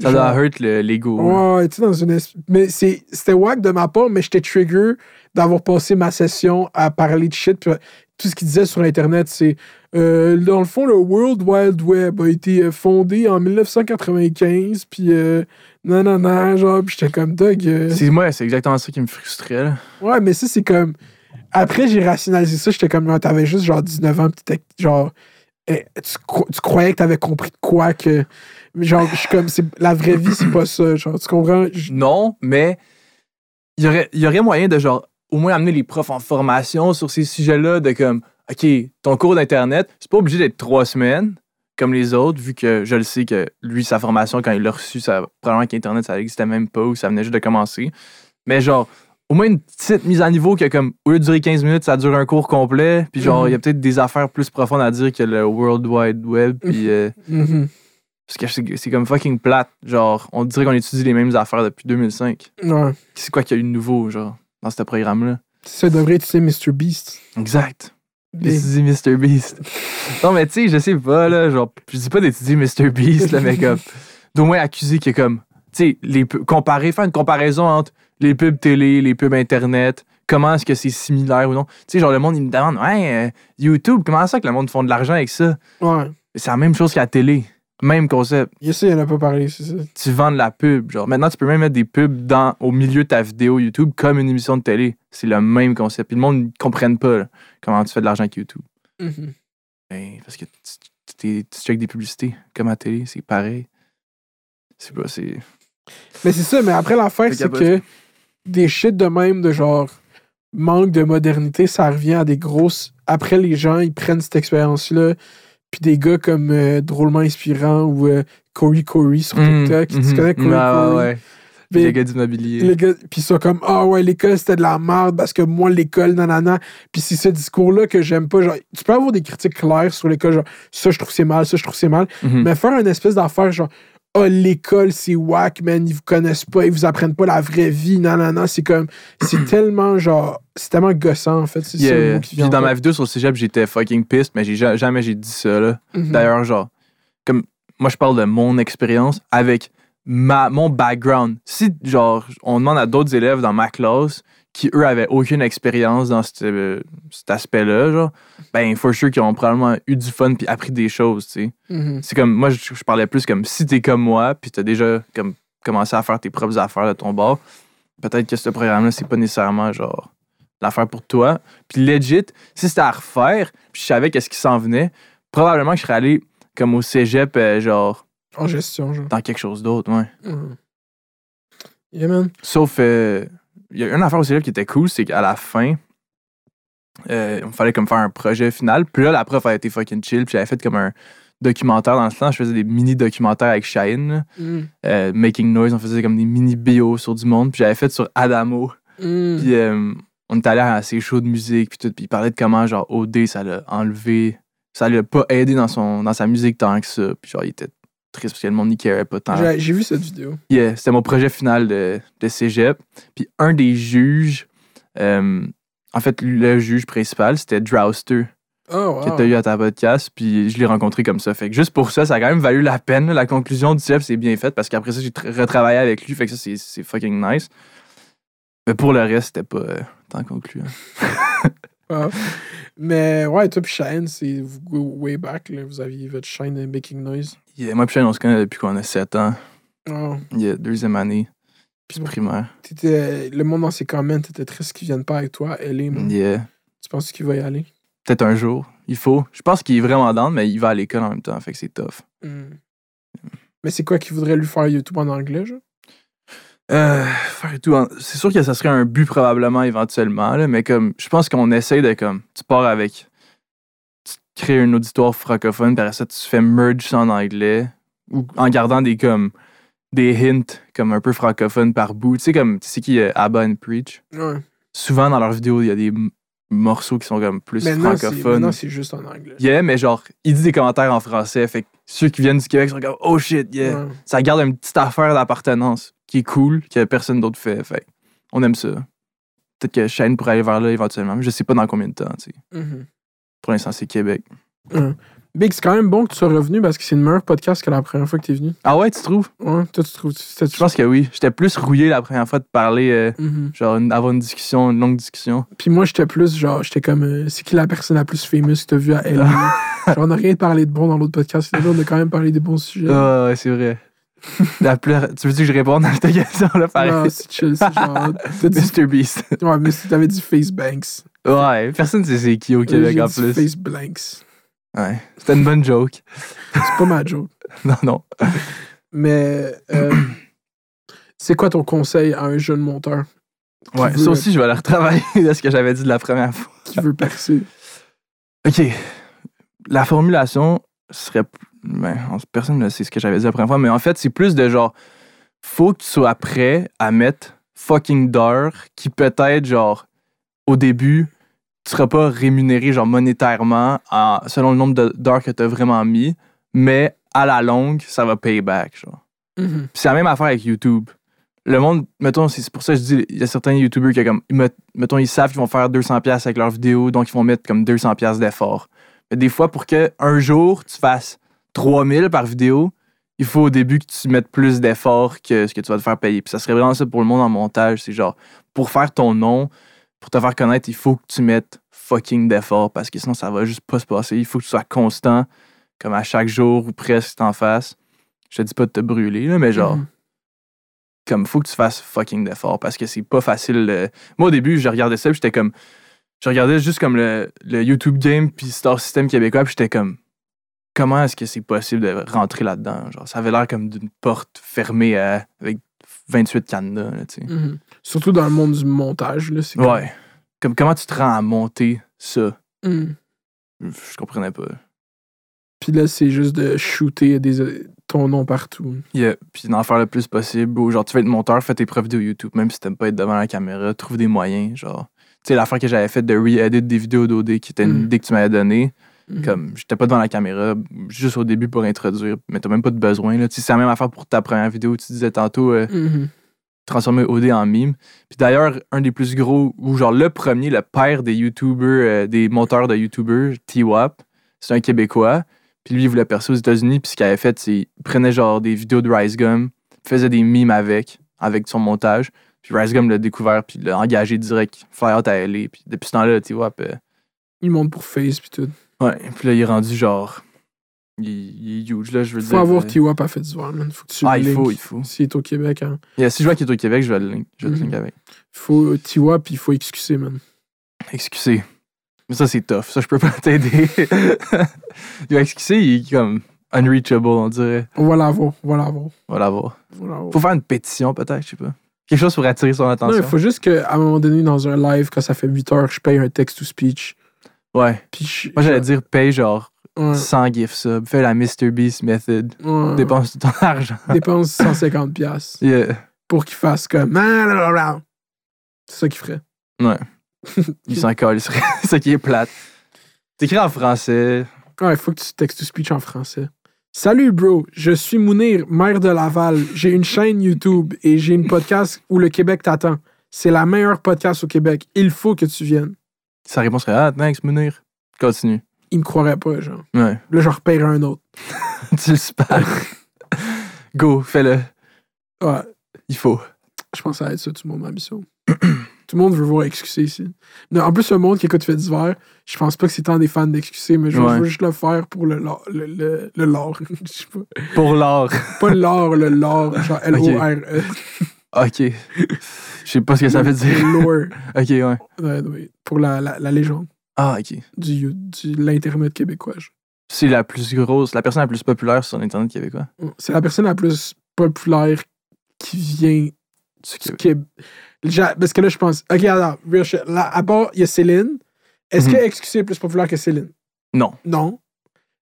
ça Genre, doit hurt le- l'ego. là. Ouais, tu sais, dans une. es- Mais c'est- c'était wack de ma part, mais j'étais trigger d'avoir passé ma session à parler de shit. Puis euh, tout ce qu'il disait sur Internet, c'est. euh, dans le fond, le World Wide Web a été euh, fondé en 1995, puis euh, nanana, genre, puis j'étais comme, Doug. euh, C'est moi, c'est exactement ça qui me frustrait. là. Ouais, mais ça, c'est comme. Après, j'ai rationalisé ça. J'étais comme, Non, t'avais juste genre 19 ans, pis t'étais genre. eh, Tu, cro- tu croyais que t'avais compris de quoi que. Genre, je suis comme, c'est- la vraie vie, c'est pas ça. Genre, tu comprends? Je- Non, mais il y aurait, il y aurait moyen de genre au moins amener les profs en formation sur ces sujets-là, de comme OK, ton cours d'Internet, c'est pas obligé d'être trois semaines comme les autres, vu que je le sais que lui, sa formation, quand il l'a reçu, ça, probablement qu'Internet, ça n'existait même pas ou ça venait juste de commencer. Mais genre, au moins une petite mise à niveau que comme au lieu de durer 15 minutes, ça dure un cours complet. Puis genre, il y a peut-être des affaires plus profondes à dire que le World Wide Web. Puis euh, Mhm. parce que c'est c'est comme fucking plate. Genre, on dirait qu'on étudie les mêmes affaires depuis 2005. Ouais. C'est quoi qu'il y a eu de nouveau, genre, dans ce programme-là? Ça devrait être, tu sais, Mr. Beast. Exact. Des- D'étudier Mr. Beast. non, mais tu sais, je sais pas, là, genre, je dis pas d'étudier Mr. Beast, là, mais comme, d'au moins accuser que, comme, tu sais, les pubs- comparer, faire une comparaison entre les pubs télé, les pubs Internet, comment est-ce que c'est similaire ou non. Tu sais, genre, le monde, il me demande, ouais, euh, YouTube, comment ça que le monde font de l'argent avec ça? Ouais. C'est la même chose qu'à la télé. Même concept. Il y a ça, il en a pas parlé, c'est ça. Tu vends de la pub. Genre, maintenant, tu peux même mettre des pubs dans, au milieu de ta vidéo YouTube comme une émission de télé. C'est le même concept. Puis le monde ne comprenne pas là, comment tu fais de l'argent avec YouTube. Mm-hmm. Ben, parce que tu, tu, t'es- tu checkes des publicités comme à la télé, c'est pareil. C'est pas, c'est. Mais c'est ça, mais après, l'affaire, Fait c'est capoter. que des shit de même, de genre manque de modernité, ça revient à des grosses. Après, les gens, ils prennent cette expérience-là. Puis des gars comme euh, Drôlement Inspirant ou euh, Corey Corey sur TikTok. Mhm. Tu connais Corey Ah, Corey? ouais. Mais- Les gars d'immobilier. les gars, puis ça comme ah ouais l'école c'était de la merde parce que moi l'école nanana puis c'est ce discours là que j'aime pas genre tu peux avoir des critiques claires sur l'école genre ça je trouve c'est mal ça je trouve c'est mal Mhm. mais faire une espèce d'affaire genre ah l'école c'est whack man ils vous connaissent pas ils vous apprennent pas la vraie vie nanana c'est comme c'est tellement genre c'est tellement gossant en fait c'est ça le Yeah. mot qui Puis vient en dans ma tête. vidéo sur le cégep, j'étais fucking piste, mais j'ai ja- jamais j'ai dit ça, là. Mhm. D'ailleurs, genre, comme moi, je parle de mon expérience avec ma, mon background. Si, genre, on demande à d'autres élèves dans ma classe qui, eux, avaient aucune expérience dans cet, euh, cet aspect-là, genre, ben, for sure qu'ils ont probablement eu du fun puis appris des choses, tu sais. Mhm. C'est comme, moi, je, je parlais plus comme si t'es comme moi puis t'as déjà comme, commencé à faire tes propres affaires de ton bord, peut-être que ce programme-là, c'est pas nécessairement, genre, l'affaire pour toi. Puis legit, si c'était à refaire, puis je savais qu'est-ce qui s'en venait, probablement que je serais allé comme au cégep, euh, genre, en gestion genre dans quelque chose d'autre, ouais. Mhm. yeah man Sauf, euh, il y a une affaire au cégep qui était cool, c'est qu'à la fin, euh, il me fallait comme faire un projet final. Puis là, la prof a été fucking chill, puis j'avais fait comme un documentaires dans le temps. Je faisais des mini-documentaires avec Shine, là. Mm. Euh, Making Noise, on faisait comme des mini-BO sur du monde. Puis j'avais fait sur Adamo. Mm. Puis euh, on est allé à ses shows de musique, puis tout. Puis il parlait de comment, genre, OD, ça l'a enlevé. Ça l'a pas aidé dans, son, dans sa musique tant que ça. Puis genre, il était triste parce que le monde n'y carait pas tant. J'ai- J'ai vu cette vidéo. Yeah, c'était mon projet final de, de cégep. Puis un des juges, euh, en fait, le juge principal, c'était Drowster, Oh, que wow. t'as eu à ta podcast. Puis je l'ai rencontré comme ça. Fait que juste pour ça, ça a quand même valu la peine. là. La conclusion du cégep, c'est bien faite parce qu'après ça, j'ai tra- retravaillé avec lui. Fait que ça, c'est- c'est fucking nice. Mais pour le reste, c'était pas euh, tant concluant. Wow. Mais ouais, toi puis Shane, c'est vous- go way back. Là. Vous aviez votre chaîne de Making Noise. Yeah, moi, et Shane, on se connaît depuis qu'on a 7 ans. Oh. Il y a deuxième année, Puis primaire. t'étais- le monde dans ses comments, t'étais triste qu'ils viennent pas avec toi. Elle est, man. Yeah. tu penses qu'il va y aller? Peut-être un jour. Il faut. Je pense qu'il est vraiment down, mais il va à l'école en même temps. Fait que c'est tough. Mm. Mais c'est quoi qu'il voudrait lui faire YouTube en anglais, genre? Euh, faire tout. en- C'est sûr que ça serait un but probablement éventuellement, là, mais comme je pense qu'on essaie de comme tu pars avec, tu crées un auditoire francophone, puis après ça tu fais merge ça en anglais ou en gardant des comme des hints comme un peu francophones par bout. Tu sais comme tu sais qui euh, Abba and Preach. Ouais. Souvent dans leurs vidéos il y a des m- morceaux qui sont comme plus Maintenant, c'est- francophones. maintenant, c'est juste en anglais. Yeah, mais genre il dit des commentaires en français, fait que ceux qui viennent du Québec sont comme oh shit yeah Ouais. ça garde une petite affaire d'appartenance qui est cool, que personne d'autre fait. Fait on aime ça. Peut-être que Shane pourrait aller vers là éventuellement, mais je sais pas dans combien de temps. tu sais. Mhm. Pour l'instant, c'est Québec. Big, c'est quand même bon que tu sois revenu parce que c'est le meilleur podcast que la première fois que t'es venu. Ah ouais, tu trouves? Ouais, toi, tu trouves. c'était- Je pense que oui. J'étais plus rouillé la première fois de parler, euh, Mhm. genre une- avoir une discussion, une longue discussion. Puis moi, j'étais plus genre, j'étais comme, euh, c'est qui la personne la plus fameuse que t'as vue à elle? genre, on a rien parlé de bon dans l'autre podcast, mais là, on a quand même parlé des bons sujets. Ah ouais, c'est vrai. la plus... Tu veux-tu que je réponde à cette question-là, non, pareil? c'est chill, c'est genre. t'as dit- Mr. Beast. ouais, mais si t'avais dit Face Banks. Ouais, personne sait c'est qui au Québec Euh, J'ai en dit plus. Face Blanks. Ouais. C'était une bonne joke. C'est pas ma joke. Non, non. Mais euh, c'est quoi ton conseil à un jeune monteur qui Ouais, veut- ça aussi, je vais le retravailler de ce que j'avais dit de la première fois. qui veut percer? OK. La formulation serait. Ben, on- personne ne sait ce que j'avais dit la première fois, mais en fait, c'est plus de genre. Faut que tu sois prêt à mettre fucking d'heures qui peut-être, genre, au début, tu seras pas rémunéré, genre, monétairement, en- selon le nombre de- d'heures que tu as vraiment mis, mais à la longue, ça va pay back, genre. Mhm. Puis c'est la même affaire avec YouTube. Le monde, mettons, c'est c'est pour ça que je dis, il y a certains YouTubers qui, comme, met- mettons, ils savent qu'ils vont faire 200$ avec leur vidéo, donc ils vont mettre comme 200$ d'effort. Mais des fois, pour que un jour, tu fasses 3000$ par vidéo, il faut au début que tu mettes plus d'efforts que ce que tu vas te faire payer. Puis ça serait vraiment ça pour le monde en montage. C'est genre, pour faire ton nom, pour te faire connaître, il faut que tu mettes fucking d'efforts parce que sinon, ça va juste pas se passer. Il faut que tu sois constant, comme à chaque jour ou presque, t'en fasses. Je te dis pas de te brûler, là, mais genre, Mhm. comme faut que tu fasses fucking d'efforts parce que c'est pas facile. euh. Moi au début, je regardais ça, puis j'étais comme je regardais juste comme le, le YouTube game puis Star System québécois, puis j'étais comme comment est-ce que c'est possible de rentrer là-dedans Genre ça avait l'air comme d'une porte fermée à- avec 28 cadenas, là, tu sais. Mhm. Surtout dans le monde du montage, là. c'est comme- Ouais. Comme comment tu te rends à monter ça Mhm. Je comprenais pas. Puis là, c'est juste de shooter des, euh, ton nom partout. Yeah. Puis d'en faire le plus possible. Ou genre, tu veux être monteur, fais tes preuves de YouTube, même si t'aimes pas être devant la caméra, trouve des moyens. Genre, tu sais, l'affaire que j'avais faite de re-edit des vidéos d'OD qui était une Mm. idée que tu m'avais donnée. Mhm. Comme, j'étais pas devant la caméra, juste au début pour introduire, mais t'as même pas de besoin. Là. Tu sais, C'est la même affaire pour ta première vidéo. Tu disais tantôt, euh, Mhm. transformer OD en mime. Puis d'ailleurs, un des plus gros, ou genre le premier, le père des YouTubers, euh, des monteurs de YouTubers, T-Wap, c'est un Québécois. Puis lui, il voulait percer aux États-Unis. Puis ce qu'il avait fait, c'est il prenait genre des vidéos de Rice Gum, faisait des mimes avec, avec son montage. Puis Rice Gum l'a découvert, puis l'a engagé direct, fly out à LA. Puis depuis ce temps-là, T-Wap, euh, Il monte pour Face puis tout. ouais. Puis là, il est rendu genre. Il, il est huge, là, je veux Faut dire. avoir Euh, T-Wap à fait du voir, man. Faut que tu Ah, le il faut, linkes. il faut. S'il est au Québec, hein. Yeah, si je vois qu'il est au Québec, je vais le link, je vais le Mhm. link avec. Faut euh, T-Wap puis il faut excuser, man. Excusez. Mais ça, c'est tough. Ça, je peux pas t'aider. Yo, excusez, il est comme unreachable, on dirait. On va l'avoir, on va l'avoir. On va l'avoir. on va l'avoir. Faut faire une pétition, peut-être, je sais pas. Quelque chose pour attirer son Non, attention. il faut juste qu'à un moment donné, dans un live, quand ça fait 8 heures, je paye un text-to-speech. Ouais. Puis je- Moi, j'allais dire, paye genre Ouais. sans gift sub. Fais la Mr. Beast method. Ouais. Dépense tout ton argent. Dépense 150$ piastres Yeah. pour qu'il fasse comme. Ah, blablabla. C'est ça qu'il ferait. Ouais. Il s'en colle. C'est ça qui est plate. T'écris en français. Ouais, Ah, faut que tu textes to speech en français. Salut, bro. Je suis Mounir, maire de Laval. J'ai une chaîne YouTube et j'ai une podcast où le Québec t'attend. C'est la meilleure podcast au Québec. Il faut que tu viennes. Sa réponse serait Ah, thanks, Munir. Continue. Il me croirait pas, genre. Ouais. Là, je repère un autre. tu le spares. Go, fais-le. Ouais, Il faut. je pense que ça va être ça, tout le monde, ma mission. tout le monde veut voir XQC ici. Non, en plus, le monde qui écoute Fait d'hiver, je pense pas que c'est tant des fans d'XQC, mais je Ouais. je veux juste le faire pour le lore. Le, le, le lore. Je sais pas. Pour l'or. Pas le lore, le lore, genre L-O-R-E. Ah, Ok. Je sais pas ce que ça veut dire. Le lore. Ok, ouais. Ouais, oui, pour la, la, la légende Ah, ok. du, du- de l'Internet québécois. je- C'est la plus grosse, la personne la plus populaire sur l'Internet québécois. C'est la personne la plus populaire qui vient du Du Québec. Québec. Ja- Parce que là, je pense. Ok, alors, real shit. Là, à part, il y a Céline. Est-ce que XQC est plus populaire que Céline? Mhm. Non. Non.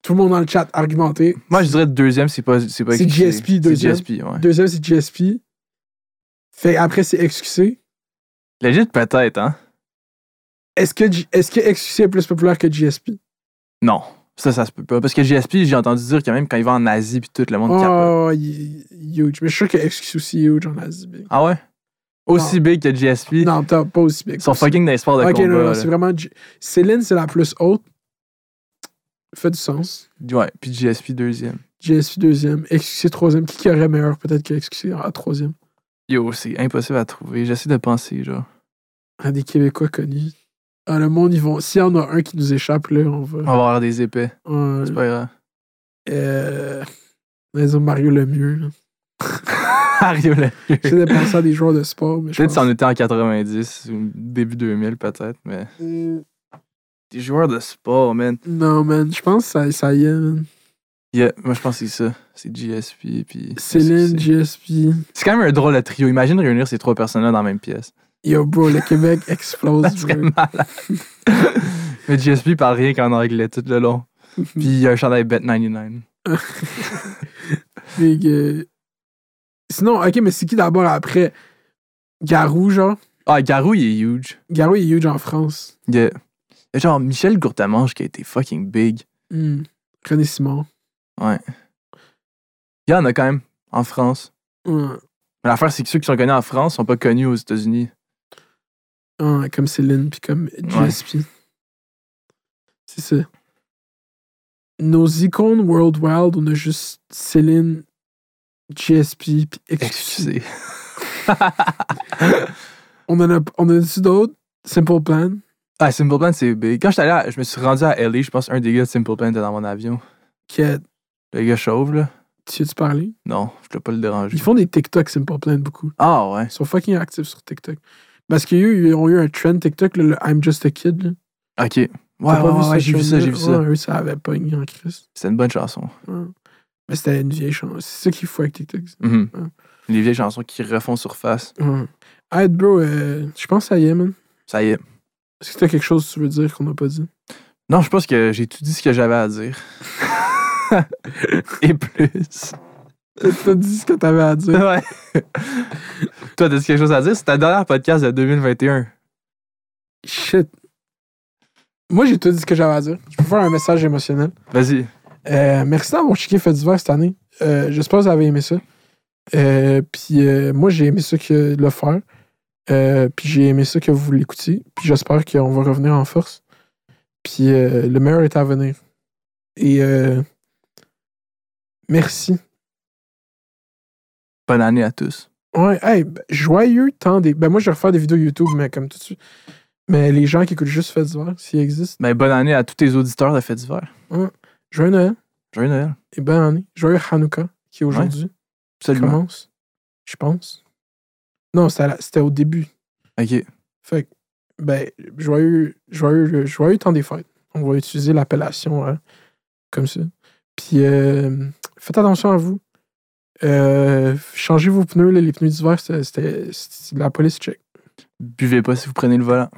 Tout le monde dans le chat argumenté. Moi, je dirais deuxième, c'est pas. C'est pas C'est qui GSP, deuxième. C'est GSP, ouais. Deuxième, c'est GSP. Fait après, c'est XQC. Legit, peut-être, hein? Est-ce que, G- est-ce que XQC est plus populaire que GSP? Non. Ça, ça se peut pas. Parce que GSP, j'ai entendu dire quand même quand il va en Asie, puis tout le monde capote. Oh, il est huge. Mais je suis sûr que XQC est aussi huge en Asie. big. Ah ouais? Aussi big que GSP. Non, t'as pas aussi big. Ils sont fucking dans les sports de Ok, combat. non, non, là. c'est vraiment. G- Céline, c'est la plus haute. Fait du sens. Ouais, puis GSP deuxième. GSP deuxième. XQC troisième. Qui qui aurait meilleur peut-être que XQC en Ah, troisième? Yo, c'est impossible à trouver. J'essaie de penser, genre. Un Ah, des Québécois connus. Ah, le monde, ils vont. S'il y en a un qui nous échappe, là, on On va. va avoir des épais. Euh, Ah, C'est pas grave. euh, on va dire Mario Lemieux. là. Mario Lemieux. J'essaie de penser à des joueurs de sport, mais je Peut-être pense... si on était en 90, ou début 2000, peut-être, mais. Mm, Des joueurs de sport, man. Non, man, je pense que ça, ça y est, man. Yeah, moi je pense que c'est ça. C'est GSP puis. Céline, C'est- GSP. C'est quand même un drôle de trio. Imagine réunir ces trois personnes-là dans la même pièce. Yo, bro, le Québec explose, Ça serait bro. malade. Mais GSP parle rien qu'en anglais tout le long. Mm. Puis il y a un chandail Bet 99. Fait que- euh, Sinon, ok, mais c'est qui d'abord après Garou, genre Ah, Garou, il est huge. Garou il est huge en France. Yeah. Il y a genre Michel Gourtamange qui a été fucking big. Hmm. René Simon. Il y en a quand même en France. Ouais. Mais l'affaire, c'est que ceux qui sont connus en France sont pas connus aux États-Unis. Ouais, comme Céline, puis comme GSP. C'est ça. Nos icônes World Wild, on a juste Céline, GSP, puis XQC. Excusez. On en a, on en a-tu d'autres Simple Plan. Ah, Simple Plan, c'est big. Quand j'étais allé, à- je me suis rendu à LA, je pense un des gars de Simple Plan était dans mon avion. Que, Le gars chauve, là. tu as-tu parlé Non, je peux pas le déranger. Ils font des TikTok Simple Plan beaucoup. Ah ouais. Ils sont fucking actifs sur TikTok. Parce qu'eux, ils ont eu un trend TikTok, là, le I'm Just a Kid. là. Ok. Ouais, T'as pas ouais, vu ce ouais, j'ai vu ça, trend-là? j'ai vu ça. Ouais, eux, ça avait pogné en Christ. C'était une bonne chanson. Ouais. Mais c'était une vieille chanson. C'est ça qu'il faut avec TikTok. ça. Mhm. Ouais. Les vieilles chansons qui refont surface. Ouais. Hey, bro, euh, je pense que ça y est, man. Ça y est. Est-ce que t'as quelque chose que tu veux dire qu'on n'a pas dit? Non, je pense que j'ai tout dit ce que j'avais à dire. Et plus. t'as dit ce que t'avais à dire. Ouais. Toi, t'as quelque chose à dire? C'est ta dernière podcast de 2021. Shit. Moi, j'ai tout dit ce que j'avais à dire. Je peux faire un message émotionnel. Vas-y. Euh, merci d'avoir checké Fait d'hiver cette année. Euh, J'espère que vous avez aimé ça. Euh, puis euh, moi, j'ai aimé ça que de le faire. Euh, puis j'ai aimé ça que vous l'écoutiez. Puis j'espère qu'on va revenir en force. Puis euh, le meilleur est à venir. Et euh, merci. Bonne année à tous. Ouais, hey, ben, joyeux temps des. Ben moi, je vais refaire des vidéos YouTube, mais comme tout de suite. Mais les gens qui écoutent juste Fait d'hiver, s'ils existent, Mais Ben, bonne année à tous tes auditeurs de Fête d'hiver. joyeux Noël Joyeux Noël. et bonne année. Joyeux Hanouka qui est aujourd'hui. Absolument. commence, je pense. Non, c'était à la- c'était au début. Ok. Fait que, ben, joyeux, joyeux, joyeux temps des fêtes. On va utiliser l'appellation hein, comme ça. Puis, euh, faites attention à vous. Euh, changez vos pneus, là, les pneus d'hiver, c'était c'était- c'était de la police check. Buvez pas si vous prenez le volant.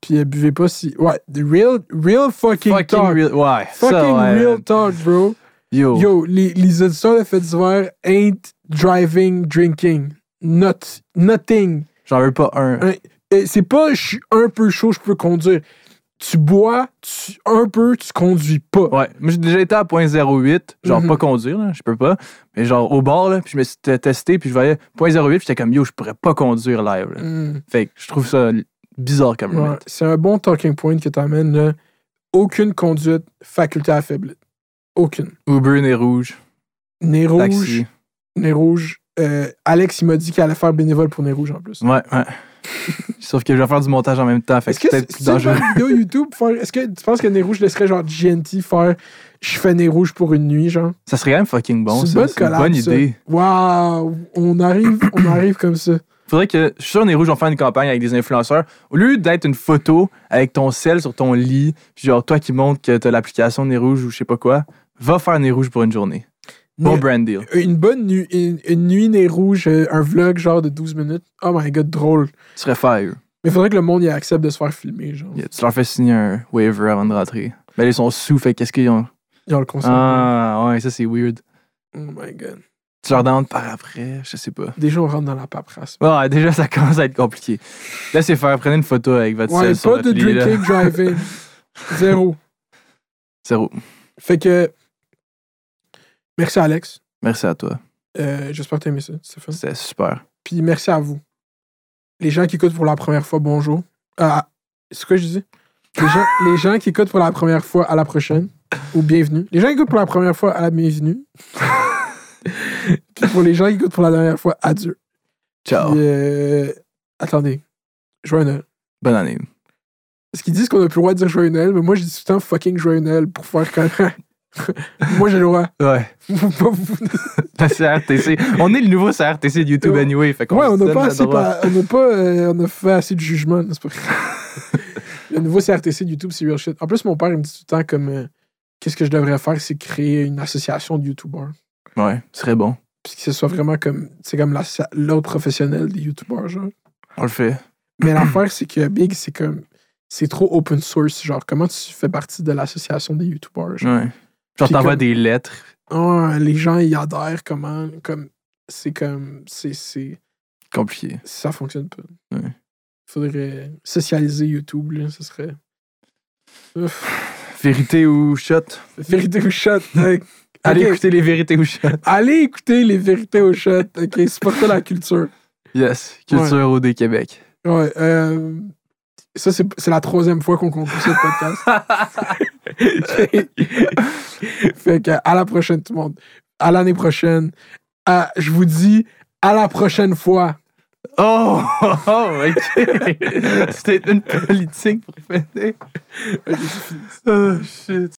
Puis euh, buvez pas si. Ouais, the real, real fucking, Fucking talk. real. Ouais, fucking ça, ouais. Oh. real talk, bro. Yo. Yo, les, les auditeurs de Fait d'hiver ain't driving, drinking. Not, nothing. J'en veux pas un. Un- et C'est pas je suis un peu chaud, je peux conduire. Tu bois tu, un peu, tu conduis pas. Ouais. Moi, j'ai déjà été à 0.08, genre Mhm. pas conduire, là, je peux pas. Mais genre au bord, là, puis je me suis t- testé, puis je voyais 0.08, puis j'étais comme yo, je pourrais pas conduire live. là. Hmm. Fait que je trouve ça bizarre comme Ouais, limite. c'est un bon talking point que t'amènes là. Aucune conduite faculté affaiblie. Aucune. Uber, nez rouge, Nez rouge, taxi. nez rouge. Euh, Alex, il m'a dit qu'il allait faire bénévole pour nez rouge en plus. Ouais, ouais. Sauf que je vais faire du montage en même temps, fait Est-ce que que c'est peut-être c'est plus c'est une dangereux. bonne vidéo YouTube? faire- Est-ce que tu penses que nez rouge laisserait genre GNT faire je fais nez rouge pour une nuit, genre? Ça serait quand même fucking bon, C'est ça. une C'est une collab, bonne ça. idée. Waouh! On arrive, on arrive comme ça. Faudrait que, je suis sûr, Nez Rouge vont faire une campagne avec des influenceurs. Au lieu d'être une photo avec ton sel sur ton lit, puis genre toi qui montre que t'as l'application Nez Rouge ou je sais pas quoi, va faire Nez Rouge pour une journée. Bon Mais- brand deal. Une bonne nuit, une, une nuit nez rouge, euh, un vlog genre de 12 minutes. Oh my god, drôle. Tu serais fire. Mais faudrait que le monde y accepte de se faire filmer, genre. Yeah, Tu leur fais signer un waiver avant de rentrer. Mais ils sont sous, fait qu'est-ce qu'ils ont. Ils ont le concept. Ah, ouais, ça c'est weird. Oh my god. Tu leur demandes par après, je sais pas. Déjà, on rentre dans la paperasse. Ouais, déjà, ça commence à être compliqué. Là, c'est faire. Prenez une photo avec votre Ouais, sel sur pas votre de lit. là. drinking driving. Zéro. Zéro. Fait que. Merci, Alex. Merci à toi. Euh, J'espère que t'as aimé ça, Stéphane. C'était super. Puis merci à vous. Les gens qui écoutent pour la première fois, bonjour. Ah, c'est quoi que je dis? Les gens, les gens qui écoutent pour la première fois, à la prochaine. Ou bienvenue. Les gens qui écoutent pour la première fois, à la bienvenue. Puis pour les gens qui écoutent pour la dernière fois, adieu. Ciao. Puis, euh, attendez. Joyeux Noël. Bonne année. Parce qu'ils disent qu'on a plus le droit de dire Joyeux Noël, mais moi, je dis tout le temps fucking Joyeux Noël pour faire comme... moi, j'ai le droit. Ouais. Vous- pas vous- La CRTC. On est le nouveau CRTC de YouTube Ouais. anyway. Fait qu'on Ouais, se on n'a donne pas le assez droit. pa- on n'a pas, euh, on a fait assez de jugement, c'est pas vrai. Le nouveau CRTC de YouTube, c'est real shit. En plus, mon père, il me dit tout le temps comme euh, qu'est-ce que je devrais faire, c'est créer une association de YouTubers. Ouais, ce serait bon. Puis que ce soit vraiment comme, c'est comme la- l'ordre professionnel des YouTubers, genre. On le fait. Mais l'affaire, c'est que Big, c'est comme, c'est trop open source, genre, comment tu fais partie de l'association des YouTubers, genre. Ouais. Genre, Puis t'envoies comme- des lettres. Ah, les gens y adhèrent, comment, comme, c'est comme, c'est, c'est, Compliqué. ça fonctionne pas. Ouais. Faudrait socialiser YouTube, là, ce serait. Ouf. Vérité ou shot. Vérité au shot. ok. Allez écouter les vérités ou shot. Allez écouter les vérités au shot. Ok, supportez la culture. Yes. Culture au des Québec. Ouais. euh, ça, c'est c'est la troisième fois qu'on conclut ce podcast. Fait- fait que, à la prochaine, tout le monde. À l'année prochaine. À- je vous dis à la prochaine fois. Oh, oh, oh, ok. C'était une politique pour finir. Ok, c'est fini. Oh, shit.